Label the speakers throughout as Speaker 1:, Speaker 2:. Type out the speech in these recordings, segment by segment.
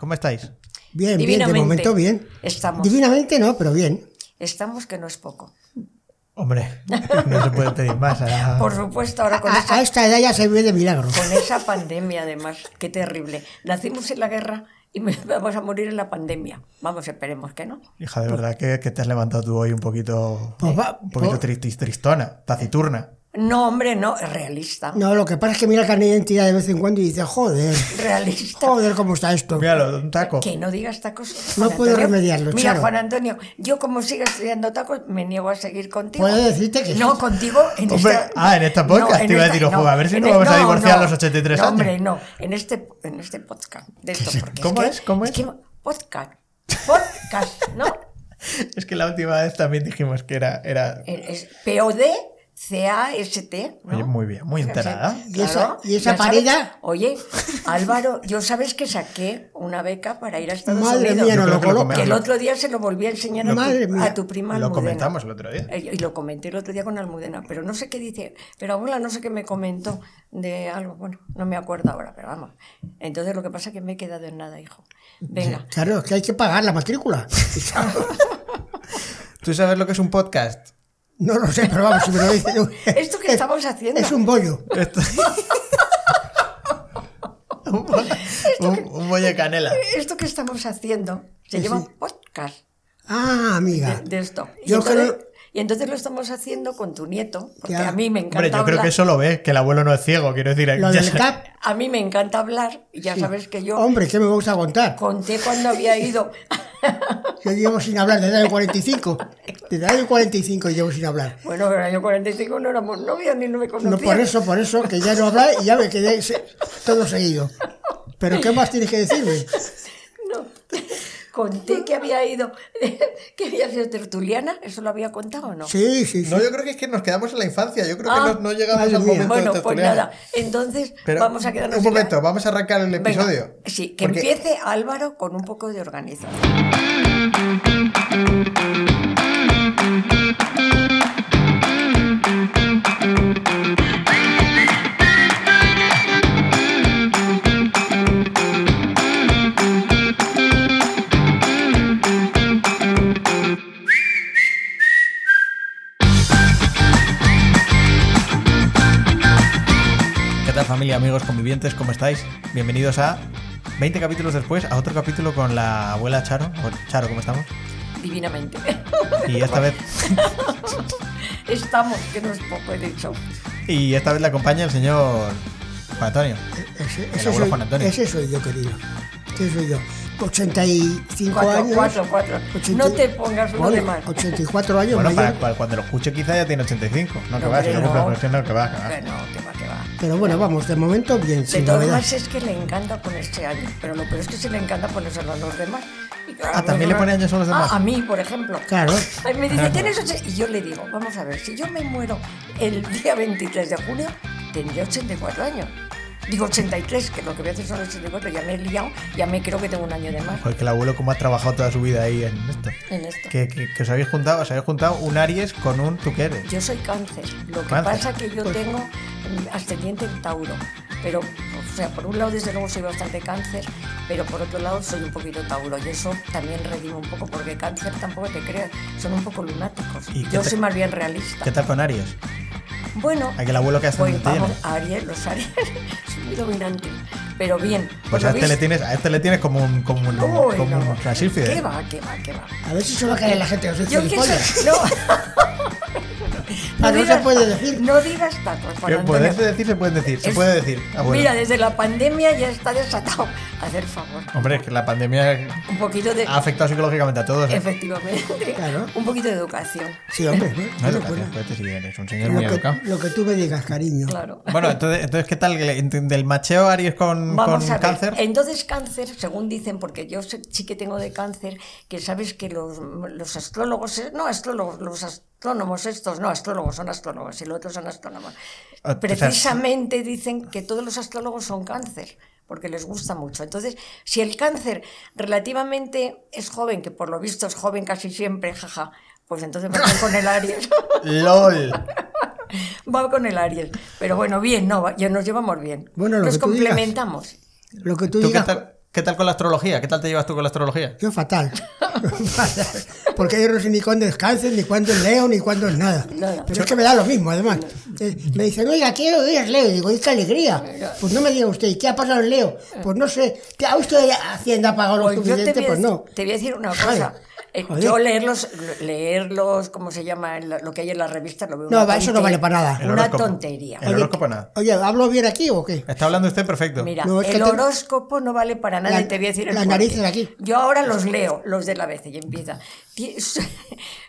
Speaker 1: ¿Cómo estáis?
Speaker 2: Bien, bien, de momento bien.
Speaker 3: Estamos.
Speaker 2: Divinamente no, pero bien.
Speaker 3: Estamos que no es poco.
Speaker 1: Hombre, no se puede pedir más. ¿eh? ahora.
Speaker 3: Por supuesto, ahora con,
Speaker 2: A,
Speaker 3: esa,
Speaker 2: a esta edad ya se vive de milagro.
Speaker 3: con esa pandemia, además, qué terrible. Nacimos en la guerra y me- vamos a morir en la pandemia. Vamos, esperemos que no.
Speaker 1: Hija, de verdad que, que te has levantado tú hoy un poquito,
Speaker 2: Pues va-
Speaker 1: un poquito
Speaker 2: pues-
Speaker 1: tristis- tristona, taciturna.
Speaker 3: No, hombre, no, realista.
Speaker 2: No, lo que pasa es que mira el carnet de identidad de vez en cuando y dice, joder,
Speaker 3: Realista.
Speaker 2: joder, ¿cómo está esto?
Speaker 1: Míralo, un taco.
Speaker 3: Que no digas tacos.
Speaker 2: No
Speaker 3: Juan
Speaker 2: puedo
Speaker 3: Antonio.
Speaker 2: remediarlo,
Speaker 3: Mira,
Speaker 2: Charo.
Speaker 3: Juan Antonio, yo como siga estudiando tacos, me niego a seguir contigo.
Speaker 2: Puedo decirte que
Speaker 3: No,
Speaker 2: sí.
Speaker 3: contigo en
Speaker 1: Hombre,
Speaker 3: esta...
Speaker 1: ah, en esta podcast, te iba a decir, ojo, a ver si
Speaker 3: en
Speaker 1: no
Speaker 3: el-
Speaker 1: vamos a divorciar a los 83
Speaker 3: no,
Speaker 1: años.
Speaker 3: Hombre, no, en este, en este podcast. De esto, porque
Speaker 1: ¿Cómo
Speaker 3: que-
Speaker 1: es? ¿Cómo es?
Speaker 3: que podcast. Podcast, ¿no?
Speaker 1: Es que la última vez también dijimos que era... era...
Speaker 3: Es P-O-D-C-A-S-T. Eh, ¿no?
Speaker 1: Oye, muy bien, muy
Speaker 3: O sea,
Speaker 1: enterada.
Speaker 2: ¿Y esa-
Speaker 3: claro,
Speaker 2: y esa
Speaker 3: ya sabes-
Speaker 2: parida?
Speaker 3: Oye, Álvaro, yo sabes que saqué una beca para ir a Estados
Speaker 2: Madre
Speaker 3: Unidos.
Speaker 2: mía,
Speaker 1: Yo
Speaker 2: no
Speaker 1: creo
Speaker 2: lo
Speaker 1: que lo
Speaker 2: coloca.
Speaker 3: Que el otro día se lo volví a enseñar a,
Speaker 2: Madre
Speaker 3: tu,
Speaker 2: mía.
Speaker 3: a tu prima
Speaker 1: Lo
Speaker 3: Almudena.
Speaker 1: comentamos el otro día.
Speaker 3: Eh, Y lo comenté el otro día con Almudena, pero no sé qué dice, pero abuela no sé qué me comentó de algo, bueno, no me acuerdo ahora, pero vamos. Entonces lo que pasa es que me he quedado en nada, hijo. Venga,
Speaker 2: Claro, es que hay que pagar la matrícula.
Speaker 1: ¿Tú sabes lo que es un podcast?
Speaker 2: No lo sé, pero vamos, si me lo dicen.
Speaker 3: esto que estamos haciendo,
Speaker 2: Es un bollo.
Speaker 1: Esto- un, bo- un, un bollo de canela.
Speaker 3: esto que estamos haciendo se
Speaker 2: Sí,
Speaker 3: llama
Speaker 2: sí.
Speaker 3: podcast
Speaker 2: Ah, amiga.
Speaker 3: de, de esto. Y
Speaker 2: Yo
Speaker 3: entonces,
Speaker 2: creo-
Speaker 3: y entonces lo estamos haciendo con tu nieto, porque
Speaker 2: Ya.
Speaker 3: a mí me encanta
Speaker 1: Hombre, yo creo
Speaker 3: hablar.
Speaker 1: que eso lo ves, que el abuelo no es ciego, quiero decir.
Speaker 2: Lo
Speaker 1: ya
Speaker 2: del
Speaker 1: sé-
Speaker 2: CAP,
Speaker 3: A mí me encanta hablar, y ya sabes que yo
Speaker 2: hombre, ¿qué me vas a contar?
Speaker 3: conté cuando había ido
Speaker 2: Yo llevo sin hablar desde el año 45. Desde el año 45 llevo sin hablar.
Speaker 3: Bueno, en el año 45 no éramos novios ni no me conocían.
Speaker 2: No, por eso, por eso, que ya no hablaba y ya me quedé se- todo seguido. Pero ¿qué más tienes que decirme?
Speaker 3: No. Conté que había ido, que había sido tertuliana, ¿eso lo había contado o no?
Speaker 2: Sí, sí, sí.
Speaker 1: No, yo creo que es que nos quedamos en la infancia. Yo creo
Speaker 3: Ah.
Speaker 1: que no, no llegamos
Speaker 2: Madre
Speaker 1: al
Speaker 2: mía.
Speaker 1: momento
Speaker 3: bueno,
Speaker 1: de
Speaker 3: pues
Speaker 1: tertuliano.
Speaker 3: nada, entonces
Speaker 1: Pero
Speaker 3: vamos a
Speaker 1: Un
Speaker 3: quedarnos... en la-
Speaker 1: momento, vamos a arrancar el
Speaker 3: Venga,
Speaker 1: episodio.
Speaker 3: sí, que
Speaker 1: Porque-
Speaker 3: empiece Álvaro con un poco de organización.
Speaker 1: ¿Qué tal familia, amigos, convivientes? ¿Cómo estáis? Bienvenidos a 20 capítulos después, a otro capítulo con la abuela Charo. O- Charo, ¿cómo estamos?
Speaker 3: Divinamente.
Speaker 1: Y esta vez,
Speaker 3: Estamos, que no es poco, he dicho.
Speaker 1: y esta vez le acompaña el señor Juan Antonio.
Speaker 2: Ese,
Speaker 1: El
Speaker 2: ese
Speaker 1: abuelo
Speaker 2: soy,
Speaker 1: Juan Antonio.
Speaker 2: ese soy yo, querido. Ese soy yo. 85
Speaker 3: Cuatro,
Speaker 2: años.
Speaker 3: cuatro, cuatro.
Speaker 2: 80
Speaker 3: No te pongas uno de
Speaker 2: Bueno,
Speaker 3: más.
Speaker 2: 84 años.
Speaker 1: Bueno,
Speaker 2: mayor.
Speaker 1: para, para cuando lo escuche quizá ya tiene 85. No, que
Speaker 3: No,
Speaker 1: va, si
Speaker 3: hombre,
Speaker 1: no
Speaker 3: no.
Speaker 1: cumple presión, no, que va, que va.
Speaker 3: Bueno, que va, que va.
Speaker 2: Pero bueno, vamos, de momento bien,
Speaker 3: De
Speaker 2: sin
Speaker 3: todas
Speaker 2: novedad.
Speaker 3: maneras es que le encanta ponerse años, pero lo peor es que se le encanta ponérselo a los demás. Y claro,
Speaker 1: Ah, ¿también le pone años a los demás?
Speaker 3: Ah, a mí, por ejemplo.
Speaker 2: Claro.
Speaker 3: Ay, Me dice, tienes ocho-". Y yo le digo, vamos a ver, si yo me muero el día 23 de junio, tendré 84 años. Digo 83, que lo que voy a hacer son 84, ya me he liado, ya me creo que tengo un año de más
Speaker 1: Joder, que el abuelo cómo ha trabajado toda su vida ahí en esto.
Speaker 3: en esto.
Speaker 1: Que, que- que os habéis juntado, os habéis juntado un Aries con un tú qué eres.
Speaker 3: Yo soy cáncer. Lo que
Speaker 1: Cáncer.
Speaker 3: pasa que yo tengo mm, ascendiente en Tauro. Pero, o sea, por un lado, desde luego, soy bastante cáncer, pero por otro lado, soy un poquito Tauro. Y eso también redime un poco, porque cáncer tampoco te creas, son un poco lunáticos.
Speaker 1: ¿Y qué
Speaker 3: Yo
Speaker 1: te-
Speaker 3: soy más bien realista.
Speaker 1: ¿Qué tal con Aries?
Speaker 3: Bueno,
Speaker 1: Aquel abuelo que
Speaker 3: pues
Speaker 1: ascendente
Speaker 3: vamos,
Speaker 1: tiene.
Speaker 3: Aries, los Aries, soy muy dominante. Pero bien,
Speaker 1: Pues
Speaker 3: ¿lo
Speaker 1: a este, le
Speaker 3: veis?
Speaker 1: tienes, a este le tienes como un, como un,
Speaker 3: Uy,
Speaker 1: como
Speaker 3: no.
Speaker 1: un clasífide.
Speaker 3: ¿Qué va, qué va, qué va?
Speaker 2: A ver si se va a caer la gente. Yo soy
Speaker 3: Yo que
Speaker 2: gilipollas.
Speaker 3: soy- no.
Speaker 2: Ah, no se puede decir.
Speaker 3: No digas tacos, Juan
Speaker 1: Pero
Speaker 3: Antonio.
Speaker 1: poderse decir, se pueden decir, se
Speaker 3: Es-
Speaker 1: puede decir. Ah, abuelo.
Speaker 3: Mira, desde la pandemia ya está desatado. Hacer favor.
Speaker 1: Hombre, es que la pandemia
Speaker 3: Un poquito de.
Speaker 1: ha afectado psicológicamente a todos. ¿eh?
Speaker 3: Efectivamente.
Speaker 2: Claro.
Speaker 3: Un poquito de educación.
Speaker 2: Sí, hombre. ¿eh?
Speaker 1: No es
Speaker 2: Bueno,
Speaker 1: educación, pues, sí, eres un señor muy
Speaker 2: bueno, lo,
Speaker 1: educado.
Speaker 2: que, lo que tú me digas, cariño.
Speaker 3: Claro.
Speaker 1: Bueno, entonces, entonces, ¿qué tal Ent- del macheo Aries con,
Speaker 3: Vamos
Speaker 1: con
Speaker 3: a ver.
Speaker 1: cáncer?
Speaker 3: Entonces cáncer, según dicen, porque yo sé- sí que tengo de cáncer, que sabes que los, los astrólogos, eh, no astrólogos, los astrónomos estos, no astrólogos, son astrólogos y los otros son astrónomos.
Speaker 1: Ah, o sea,
Speaker 3: Precisamente dicen que todos los astrólogos son cáncer, porque les gusta mucho. Entonces, si el cáncer relativamente es joven, que por lo visto es joven casi siempre, jaja, pues entonces va con el Aries.
Speaker 1: LOL.
Speaker 3: va con el Aries. Pero bueno, bien, no, va- ya nos llevamos bien.
Speaker 2: Bueno, lo
Speaker 3: nos
Speaker 2: que tú digas.
Speaker 3: complementamos.
Speaker 2: Lo que tú,
Speaker 1: ¿Tú qué
Speaker 2: digas.
Speaker 1: tal? ¿Qué tal con la astrología? ¿Qué tal te llevas tú con la astrología?
Speaker 2: Yo fatal. Fatal. Porque yo no sé ni cuándo es cáncer, ni cuándo es leo, ni cuándo es nada.
Speaker 3: Nada.
Speaker 2: Pero es que me da lo mismo, además. Eh, Me dicen, oiga, ¿qué hoy es leo? Y digo, ¡y qué alegría! Pues no me diga usted, ¿y qué ha pasado en leo? Pues no sé. ¿Qué ha usted Hacienda pagado lo
Speaker 3: Eh. Pues yo te
Speaker 2: suficiente?
Speaker 3: voy, a,
Speaker 2: Pues no.
Speaker 3: te voy a decir una
Speaker 2: Joder,
Speaker 3: cosa. Eh,
Speaker 2: joder.
Speaker 3: yo leerlos, leerlos, ¿cómo se llama? En la- Lo que hay en las revistas, lo veo.
Speaker 2: No,
Speaker 3: una
Speaker 2: eso no vale
Speaker 3: tontería.
Speaker 2: para nada.
Speaker 1: El
Speaker 3: Una
Speaker 1: horóscopo.
Speaker 3: tontería.
Speaker 1: El horóscopo nada.
Speaker 2: Oye, ¿hablo bien aquí o qué?
Speaker 1: Está hablando usted perfecto.
Speaker 3: Mira,
Speaker 2: No, es que
Speaker 3: el
Speaker 2: te-
Speaker 3: horóscopo no vale para nada
Speaker 2: La-
Speaker 3: y te voy a decir el
Speaker 2: las
Speaker 3: porqué.
Speaker 2: narices aquí.
Speaker 3: Yo ahora los leo, los de la vez y empieza. Ti- su-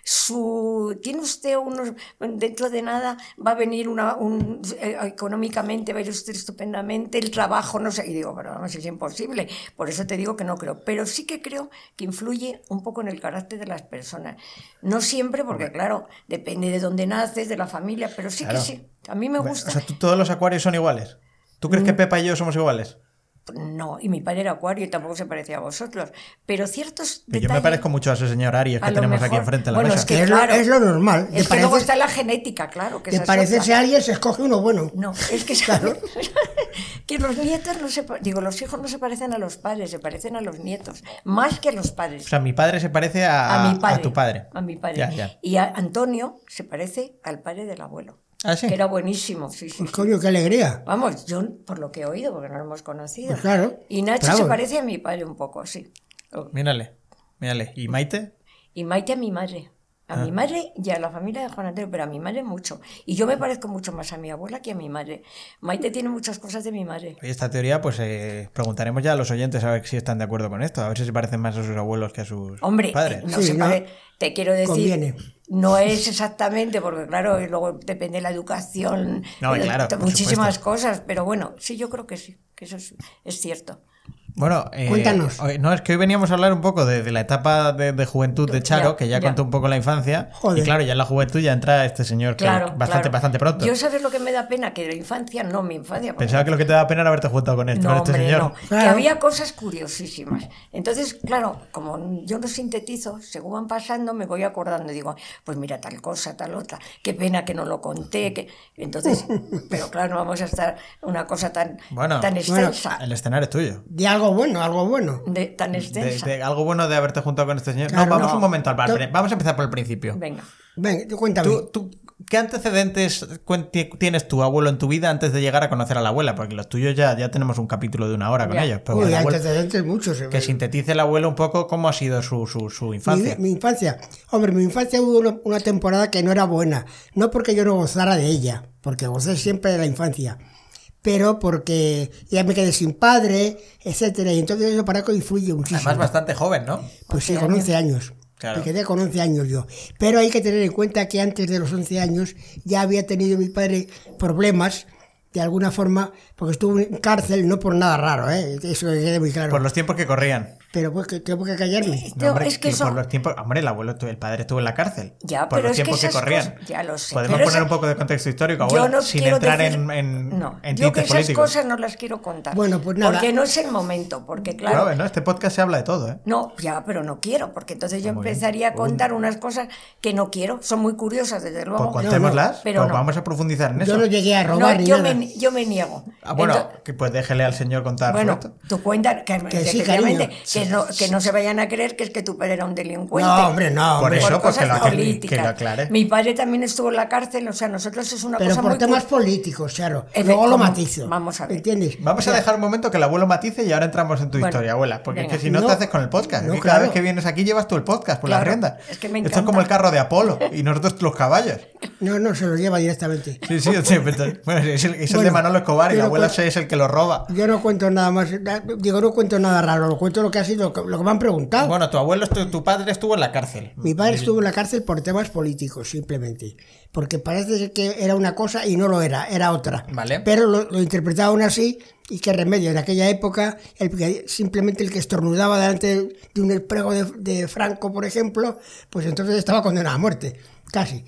Speaker 3: su- tiene usted unos dentro de nada va a venir una un, eh, económicamente va a ir usted estupendamente, el trabajo no sé, y digo, pero vamos, es imposible. Por eso te digo que no creo, pero sí que creo que influye un poco en el carácter de las personas. No siempre porque claro, depende de dónde naces, de la familia, pero sí
Speaker 1: Claro.
Speaker 3: que sí. A mí me
Speaker 1: Bueno,
Speaker 3: gusta. Mm.
Speaker 1: O sea, ¿tú- todos los acuarios son iguales. ¿Tú crees que Pepa y yo somos iguales?
Speaker 3: No, y mi padre era acuario y tampoco se parecía a vosotros. Pero ciertos
Speaker 1: Que
Speaker 3: detalles...
Speaker 1: yo me parezco mucho a ese señor Arias
Speaker 3: a
Speaker 1: que
Speaker 3: lo
Speaker 1: tenemos aquí
Speaker 3: mejor.
Speaker 1: enfrente en la
Speaker 3: Bueno,
Speaker 1: mesa.
Speaker 3: es que
Speaker 2: Es lo-
Speaker 3: claro,
Speaker 2: es lo normal.
Speaker 3: Es
Speaker 2: De
Speaker 3: que luego
Speaker 2: parecer-
Speaker 3: está la genética, claro. Que
Speaker 2: De
Speaker 3: esa es
Speaker 2: parecerse
Speaker 3: otra.
Speaker 2: a alguien se escoge uno bueno.
Speaker 3: No, es que, que los nietos no se... pa- Digo, los hijos no se parecen a los padres, se parecen a los nietos. Más que a los padres.
Speaker 1: O sea, mi padre se parece a,
Speaker 3: a, mi padre.
Speaker 1: tu padre.
Speaker 3: A mi padre.
Speaker 1: Ya, ya.
Speaker 3: Y a Antonio se parece al padre del abuelo.
Speaker 1: Ah, sí.
Speaker 3: Que era buenísimo, sí, sí.
Speaker 2: Pues coño, qué alegría.
Speaker 3: Vamos, yo por lo que he oído, porque no lo hemos conocido.
Speaker 2: Pues claro,
Speaker 3: Y Nacho
Speaker 2: bravo.
Speaker 3: se parece a mi padre un poco, sí. Oh.
Speaker 1: Mírale, mírale. ¿Y Maite?
Speaker 3: Y Maite a mi madre. A
Speaker 1: Ah.
Speaker 3: mi madre y a la familia de Juan Antonio, pero a mi madre mucho. Y yo me parezco mucho más a mi abuela que a mi madre. Maite tiene muchas cosas de mi madre.
Speaker 1: Oye, esta teoría, pues eh, preguntaremos ya a los oyentes a ver si están de acuerdo con esto, a ver si se parecen más a sus abuelos que a sus
Speaker 3: Hombre,
Speaker 1: padres.
Speaker 3: eh, no
Speaker 2: Sí,
Speaker 3: se
Speaker 2: no.
Speaker 3: pare- te quiero decir,
Speaker 2: Conviene.
Speaker 3: no es exactamente, porque claro, y luego depende de la educación,
Speaker 1: No,
Speaker 3: de-
Speaker 1: claro,
Speaker 3: de
Speaker 1: por
Speaker 3: muchísimas
Speaker 1: supuesto.
Speaker 3: cosas, pero bueno, sí, yo creo que sí, que eso es, es cierto.
Speaker 1: Bueno, eh,
Speaker 2: Cuéntanos.
Speaker 1: hoy- no, es que hoy veníamos a hablar un poco de, de la etapa de, de juventud de Charo,
Speaker 3: Ya,
Speaker 1: que ya,
Speaker 3: ya.
Speaker 1: contó un poco la infancia.
Speaker 2: Joder.
Speaker 1: Y claro, ya en la juventud ya entra este señor que
Speaker 3: Claro,
Speaker 1: bastante,
Speaker 3: claro.
Speaker 1: bastante pronto.
Speaker 3: Yo sabes lo que me da pena, que la infancia, no mi infancia, porque
Speaker 1: Pensaba que lo que te daba pena era haberte juntado con, él,
Speaker 3: No,
Speaker 1: con este
Speaker 3: hombre,
Speaker 1: señor.
Speaker 3: no. Que
Speaker 2: Claro.
Speaker 3: había cosas curiosísimas. Entonces, claro, como yo no sintetizo, según van pasando me voy acordando y digo, pues mira tal cosa, tal otra. Qué pena que no lo conté. Que... Entonces, pero claro, no vamos a estar una cosa tan,
Speaker 1: Bueno,
Speaker 3: tan
Speaker 2: bueno,
Speaker 3: extensa.
Speaker 1: El escenario es tuyo.
Speaker 2: De algo bueno, algo bueno.
Speaker 3: de- tan
Speaker 1: De-
Speaker 3: extensa.
Speaker 1: de algo bueno de haberte juntado con este señor.
Speaker 2: Claro,
Speaker 1: no, vamos
Speaker 2: no.
Speaker 1: un momento al bar.
Speaker 2: Tú-
Speaker 1: pre- Vamos a empezar por el principio.
Speaker 3: Venga.
Speaker 2: Ven, tú cuéntame.
Speaker 1: ¿Tú, tú- qué antecedentes cuen- ti- tienes tu abuelo en tu vida antes de llegar a conocer a la abuela? Porque los tuyos ya, ya tenemos un capítulo de una hora con
Speaker 3: Ya.
Speaker 1: ellos. Pero
Speaker 2: Uy,
Speaker 1: el abuelo-
Speaker 2: antecedentes muchos. eh.
Speaker 1: que sintetice el abuelo un poco cómo ha sido su, su, su infancia.
Speaker 2: Mi, mi infancia. Hombre, mi infancia hubo una, una temporada que no era buena. No porque yo no gozara de ella, porque gocé siempre de la infancia. Pero porque ya me quedé sin padre, etcétera. Y entonces eso para que influye muchísimo.
Speaker 1: Además, bastante joven, ¿no?
Speaker 2: Pues sí,
Speaker 3: 11
Speaker 2: con
Speaker 3: años.
Speaker 2: 11 años.
Speaker 1: Claro.
Speaker 2: Me quedé con 11 años yo. Pero hay que tener en cuenta que antes de los 11 años ya había tenido mi padre problemas, de alguna forma, porque estuvo en cárcel, no por nada raro, ¿eh? eso que quede muy claro.
Speaker 1: Por los tiempos que corrían.
Speaker 2: Pero pues que tengo que callarme.
Speaker 1: No,
Speaker 3: No,
Speaker 1: hombre,
Speaker 3: es que
Speaker 1: por
Speaker 3: eso-
Speaker 1: los tiempos, hombre, el abuelo, estuvo- el padre estuvo en la cárcel.
Speaker 3: Ya,
Speaker 1: por
Speaker 3: pero
Speaker 1: los
Speaker 3: es que
Speaker 1: tiempos que,
Speaker 3: esas
Speaker 1: corrían.
Speaker 3: cosas- ya lo sé,
Speaker 1: Podemos
Speaker 3: pero
Speaker 1: poner
Speaker 3: esa-
Speaker 1: un poco de contexto histórico, abuelo,
Speaker 3: Yo no
Speaker 1: sin
Speaker 3: quiero
Speaker 1: entrar
Speaker 3: decir-
Speaker 1: en, en,
Speaker 3: no,
Speaker 1: en
Speaker 3: yo que
Speaker 1: tintes
Speaker 3: esas
Speaker 1: políticos.
Speaker 3: cosas no las quiero contar.
Speaker 2: Bueno, pues nada.
Speaker 3: Porque no es el momento, porque
Speaker 1: Claro,
Speaker 3: claro,
Speaker 1: ¿no? este podcast se habla de todo, ¿eh?
Speaker 3: No, ya, pero no quiero, porque entonces yo
Speaker 1: muy bien.
Speaker 3: empezaría a contar unas cosas que no quiero. Son muy curiosas, desde
Speaker 1: Pues
Speaker 3: luego.
Speaker 1: contémoslas,
Speaker 3: pero
Speaker 1: pues
Speaker 3: no.
Speaker 1: vamos a profundizar en eso.
Speaker 2: Yo no llegué a
Speaker 3: No,
Speaker 2: robar ni
Speaker 3: yo,
Speaker 2: nada.
Speaker 3: me, yo me niego.
Speaker 1: Ah, bueno,
Speaker 3: Entonces-
Speaker 1: que pues déjele al señor contar.
Speaker 3: bueno,
Speaker 1: Roberto.
Speaker 3: tú cuentas que,
Speaker 2: Que sí,
Speaker 3: efectivamente,
Speaker 2: cariño.
Speaker 3: que, no, que no se vayan a creer que es que tu padre era un delincuente.
Speaker 2: No, hombre, no.
Speaker 1: Por
Speaker 2: hombre.
Speaker 1: eso,
Speaker 3: Por
Speaker 1: pues que
Speaker 3: cosas
Speaker 1: lo, aclare- que,
Speaker 3: políticas.
Speaker 1: lo aclare.
Speaker 3: Mi padre también estuvo en la cárcel, o sea, nosotros es una
Speaker 2: Pero
Speaker 3: cosa
Speaker 2: por
Speaker 3: muy
Speaker 2: temas
Speaker 3: cu-
Speaker 2: políticos, claro.
Speaker 3: Efe-
Speaker 2: Luego lo
Speaker 3: ¿cómo?
Speaker 2: matizo.
Speaker 3: Vamos a ver.
Speaker 2: ¿Entiendes?
Speaker 1: Vamos a dejar un momento que el abuelo matice y ahora entramos en tu
Speaker 3: Bueno,
Speaker 1: historia, abuela. Porque es
Speaker 3: venga.
Speaker 1: que si no,
Speaker 2: No,
Speaker 1: te haces con el podcast.
Speaker 2: no,
Speaker 1: Es que cada
Speaker 2: claro.
Speaker 1: vez que vienes aquí llevas tú el podcast por la
Speaker 3: Claro,
Speaker 1: rienda.
Speaker 3: es que me
Speaker 1: Esto es como
Speaker 3: encanta.
Speaker 1: el carro de Apolo y nosotros los caballos.
Speaker 2: No, no, se lo lleva directamente.
Speaker 1: Sí, sí, sí, pero- bueno, es el, es el
Speaker 2: Bueno,
Speaker 1: de Manolo Escobar y la
Speaker 2: pero
Speaker 1: abuela
Speaker 2: pues-
Speaker 1: es el que lo roba.
Speaker 2: Yo no cuento nada más. na- Digo, no cuento nada raro. Lo cuento lo que ha sido, lo que lo que me han preguntado.
Speaker 1: Bueno, tu abuelo, estu- tu padre estuvo en la cárcel.
Speaker 2: Ah. Mi padre estuvo en la cárcel por temas políticos, simplemente. Porque parece ser que era una cosa y no lo era, era otra.
Speaker 1: Vale.
Speaker 2: Pero lo, lo interpretaban así y qué remedio. En aquella época, el que- simplemente el que estornudaba delante de un prego de, de Franco, por ejemplo, pues entonces estaba condenado a muerte, casi.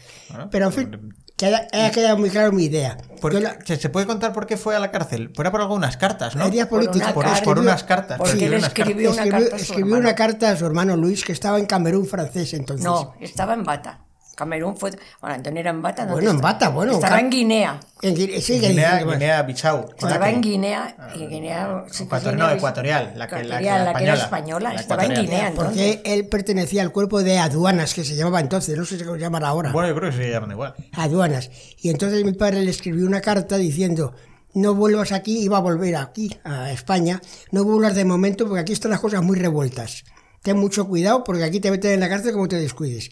Speaker 2: Pero en fin, que haya, haya quedado muy claro mi idea.
Speaker 1: ¿Por
Speaker 2: Yo
Speaker 1: qué-
Speaker 2: la-
Speaker 1: ¿Se- ¿Se puede contar por qué fue a la cárcel? Fuera por algunas cartas, ¿no?
Speaker 2: Teoría política.
Speaker 1: Por,
Speaker 3: carta.
Speaker 1: por unas cartas.
Speaker 3: Porque
Speaker 1: escribió
Speaker 3: él
Speaker 1: unas cartas.
Speaker 3: escribió una
Speaker 2: escribió,
Speaker 3: carta a su
Speaker 2: escribió una
Speaker 3: hermano.
Speaker 2: carta a su hermano Luis, que estaba en Camerún francés entonces.
Speaker 3: No, estaba en bata. Camerún fue. Bueno, Antonio era en bata. ¿dónde
Speaker 2: Bueno, en
Speaker 3: está?
Speaker 2: bata, bueno,
Speaker 3: Estaba
Speaker 2: ca-
Speaker 3: en Guinea.
Speaker 2: En Guinea, pues. sí, que
Speaker 1: Guinea,
Speaker 2: dicen que-
Speaker 1: Guinea Bichau.
Speaker 3: Estaba en Guinea.
Speaker 1: Ah,
Speaker 3: y Guinea sí,
Speaker 1: Ecuator-
Speaker 3: Guinea-
Speaker 1: no, ecuatorial, la que- la que
Speaker 3: ecuatorial,
Speaker 1: era
Speaker 3: la que era
Speaker 1: española.
Speaker 3: española.
Speaker 1: La
Speaker 3: estaba en
Speaker 1: ecuatorial.
Speaker 3: Guinea entonces.
Speaker 2: Porque Ah, él pertenecía al cuerpo de aduanas que se llamaba entonces, no sé si se llamará ahora.
Speaker 1: Bueno, yo creo que se llaman igual.
Speaker 2: aduanas. Y entonces mi padre le escribió una carta diciendo, no vuelvas aquí, iba a volver aquí, a España, no vuelvas de momento porque aquí están las cosas muy revueltas. Ten mucho cuidado porque aquí te meten en la cárcel como te descuides.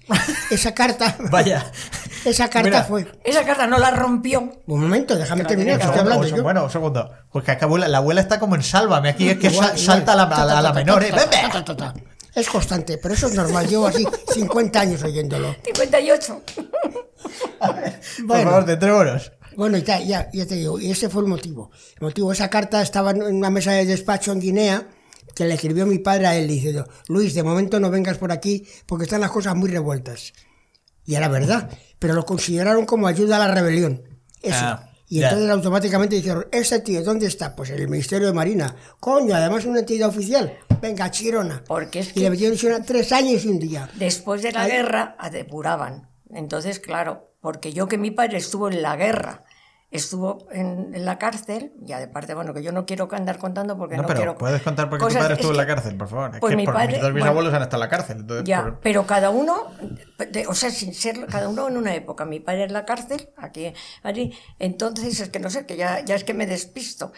Speaker 2: Esa carta,
Speaker 1: Vaya.
Speaker 2: esa carta
Speaker 1: Mira.
Speaker 2: fue...
Speaker 3: Esa carta no la rompió.
Speaker 2: Un momento, déjame
Speaker 3: Que la
Speaker 2: terminar,
Speaker 3: tenía
Speaker 2: que
Speaker 3: que
Speaker 2: estoy
Speaker 1: Segundo,
Speaker 2: hablando
Speaker 1: un-
Speaker 2: yo.
Speaker 1: Bueno, un segundo. Porque acá abuela- la abuela está como en sálvame. Aquí es que
Speaker 2: Igual,
Speaker 1: sal-
Speaker 2: igual.
Speaker 1: salta a la, a la- a la
Speaker 2: Ta, ta, ta,
Speaker 1: menor.
Speaker 2: ta,
Speaker 1: ¿eh?
Speaker 2: ta,
Speaker 1: ¡Ven,
Speaker 2: ta,
Speaker 1: ven!
Speaker 2: ta, ta, ta. Es constante, pero eso es normal. Llevo así 50 años oyéndolo.
Speaker 3: 58.
Speaker 1: Por
Speaker 2: Bueno.
Speaker 1: favor, centrémonos.
Speaker 2: Bueno, y ta- ya, ya te digo, y ese fue el motivo. El motivo, esa carta estaba en una mesa de despacho en Guinea que le escribió mi padre a él diciendo, Luis, de momento no vengas por aquí porque están las cosas muy revueltas. Y era verdad, pero lo consideraron como ayuda a la rebelión. Eso.
Speaker 1: Ah,
Speaker 2: y
Speaker 1: ya.
Speaker 2: entonces automáticamente dijeron, ¿ese tío dónde está? Pues en el Ministerio de Marina. Coño, además una entidad oficial. Venga, Chirona.
Speaker 3: Porque es
Speaker 2: Y le
Speaker 3: que-
Speaker 2: metieron Chirona tres años y un día.
Speaker 3: Después de la
Speaker 2: Ay.
Speaker 3: guerra a- depuraban. Entonces, claro, porque yo que mi padre estuvo en la guerra, estuvo en, en la cárcel, ya de parte, bueno, que yo no quiero andar contando porque no,
Speaker 1: No, pero
Speaker 3: quiero.
Speaker 1: puedes contar por qué
Speaker 3: cosas-
Speaker 1: tu padre
Speaker 3: es
Speaker 1: estuvo en
Speaker 3: que-
Speaker 1: la cárcel, por favor. Es
Speaker 3: pues
Speaker 1: que
Speaker 3: mi
Speaker 1: por
Speaker 3: padre-
Speaker 1: mis dos
Speaker 3: bueno,
Speaker 1: bisabuelos han estado en la cárcel. Entonces,
Speaker 3: Ya,
Speaker 1: por-
Speaker 3: pero cada uno, de- o sea, sin ser, cada uno en una época. Mi padre en la cárcel, aquí, allí. Entonces, es que no sé, que ya, ya es que me despisto.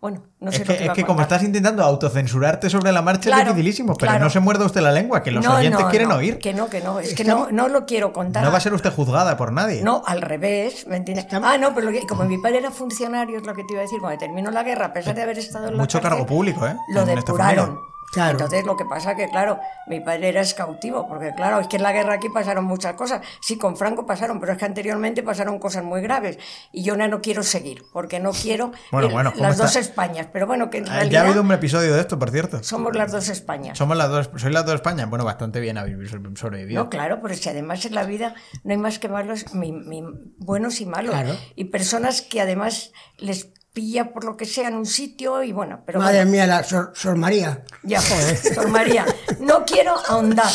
Speaker 3: Bueno, no
Speaker 1: es
Speaker 3: sé lo que
Speaker 1: que, es
Speaker 3: iba a
Speaker 1: que como
Speaker 3: contar.
Speaker 1: estás intentando autocensurarte sobre la marcha es
Speaker 3: Claro,
Speaker 1: dificilísimo, pero
Speaker 3: claro.
Speaker 1: no se muerda usted la lengua, que los
Speaker 3: No,
Speaker 1: oyentes
Speaker 3: no,
Speaker 1: quieren
Speaker 3: no,
Speaker 1: oír.
Speaker 3: Que no, que no, es que no, no lo quiero contar.
Speaker 1: No va a ser usted juzgada por nadie. Eh,
Speaker 3: No, al revés, ¿me entiendes?
Speaker 2: Estamos-
Speaker 3: Ah, no, pero lo que- como mi padre era funcionario, es lo que te iba a decir, cuando terminó la guerra, a pesar de haber estado en la
Speaker 1: Mucho
Speaker 3: cárcel,
Speaker 1: cargo público, ¿eh?
Speaker 3: Lo
Speaker 1: En esta familia.
Speaker 3: depuraron.
Speaker 2: Claro.
Speaker 3: Entonces lo que pasa que, claro, mi padre era escautivo, porque claro, es que en la guerra aquí pasaron muchas cosas. Sí, con Franco pasaron, pero es que anteriormente pasaron cosas muy graves. Y yo no no quiero seguir, porque no quiero
Speaker 1: Bueno,
Speaker 3: el-
Speaker 1: bueno, ¿cómo
Speaker 3: las
Speaker 1: está?
Speaker 3: dos Españas. Pero bueno, que en
Speaker 1: Ah, Ya ha
Speaker 3: realidad
Speaker 1: habido un episodio de esto, por cierto.
Speaker 3: somos las dos Españas.
Speaker 1: Somos las dos, soy las dos España. Bueno, bastante bien habéis sobrevivido.
Speaker 3: No, claro, pero si además en la vida no hay más que malos, mi- mi- buenos y malos.
Speaker 2: Claro.
Speaker 3: Y personas que además les pilla por lo que sea en un sitio y bueno, pero
Speaker 2: Madre
Speaker 3: bueno,
Speaker 2: mía, la Sor, Sor María.
Speaker 3: ya, Sor María, no quiero ahondar,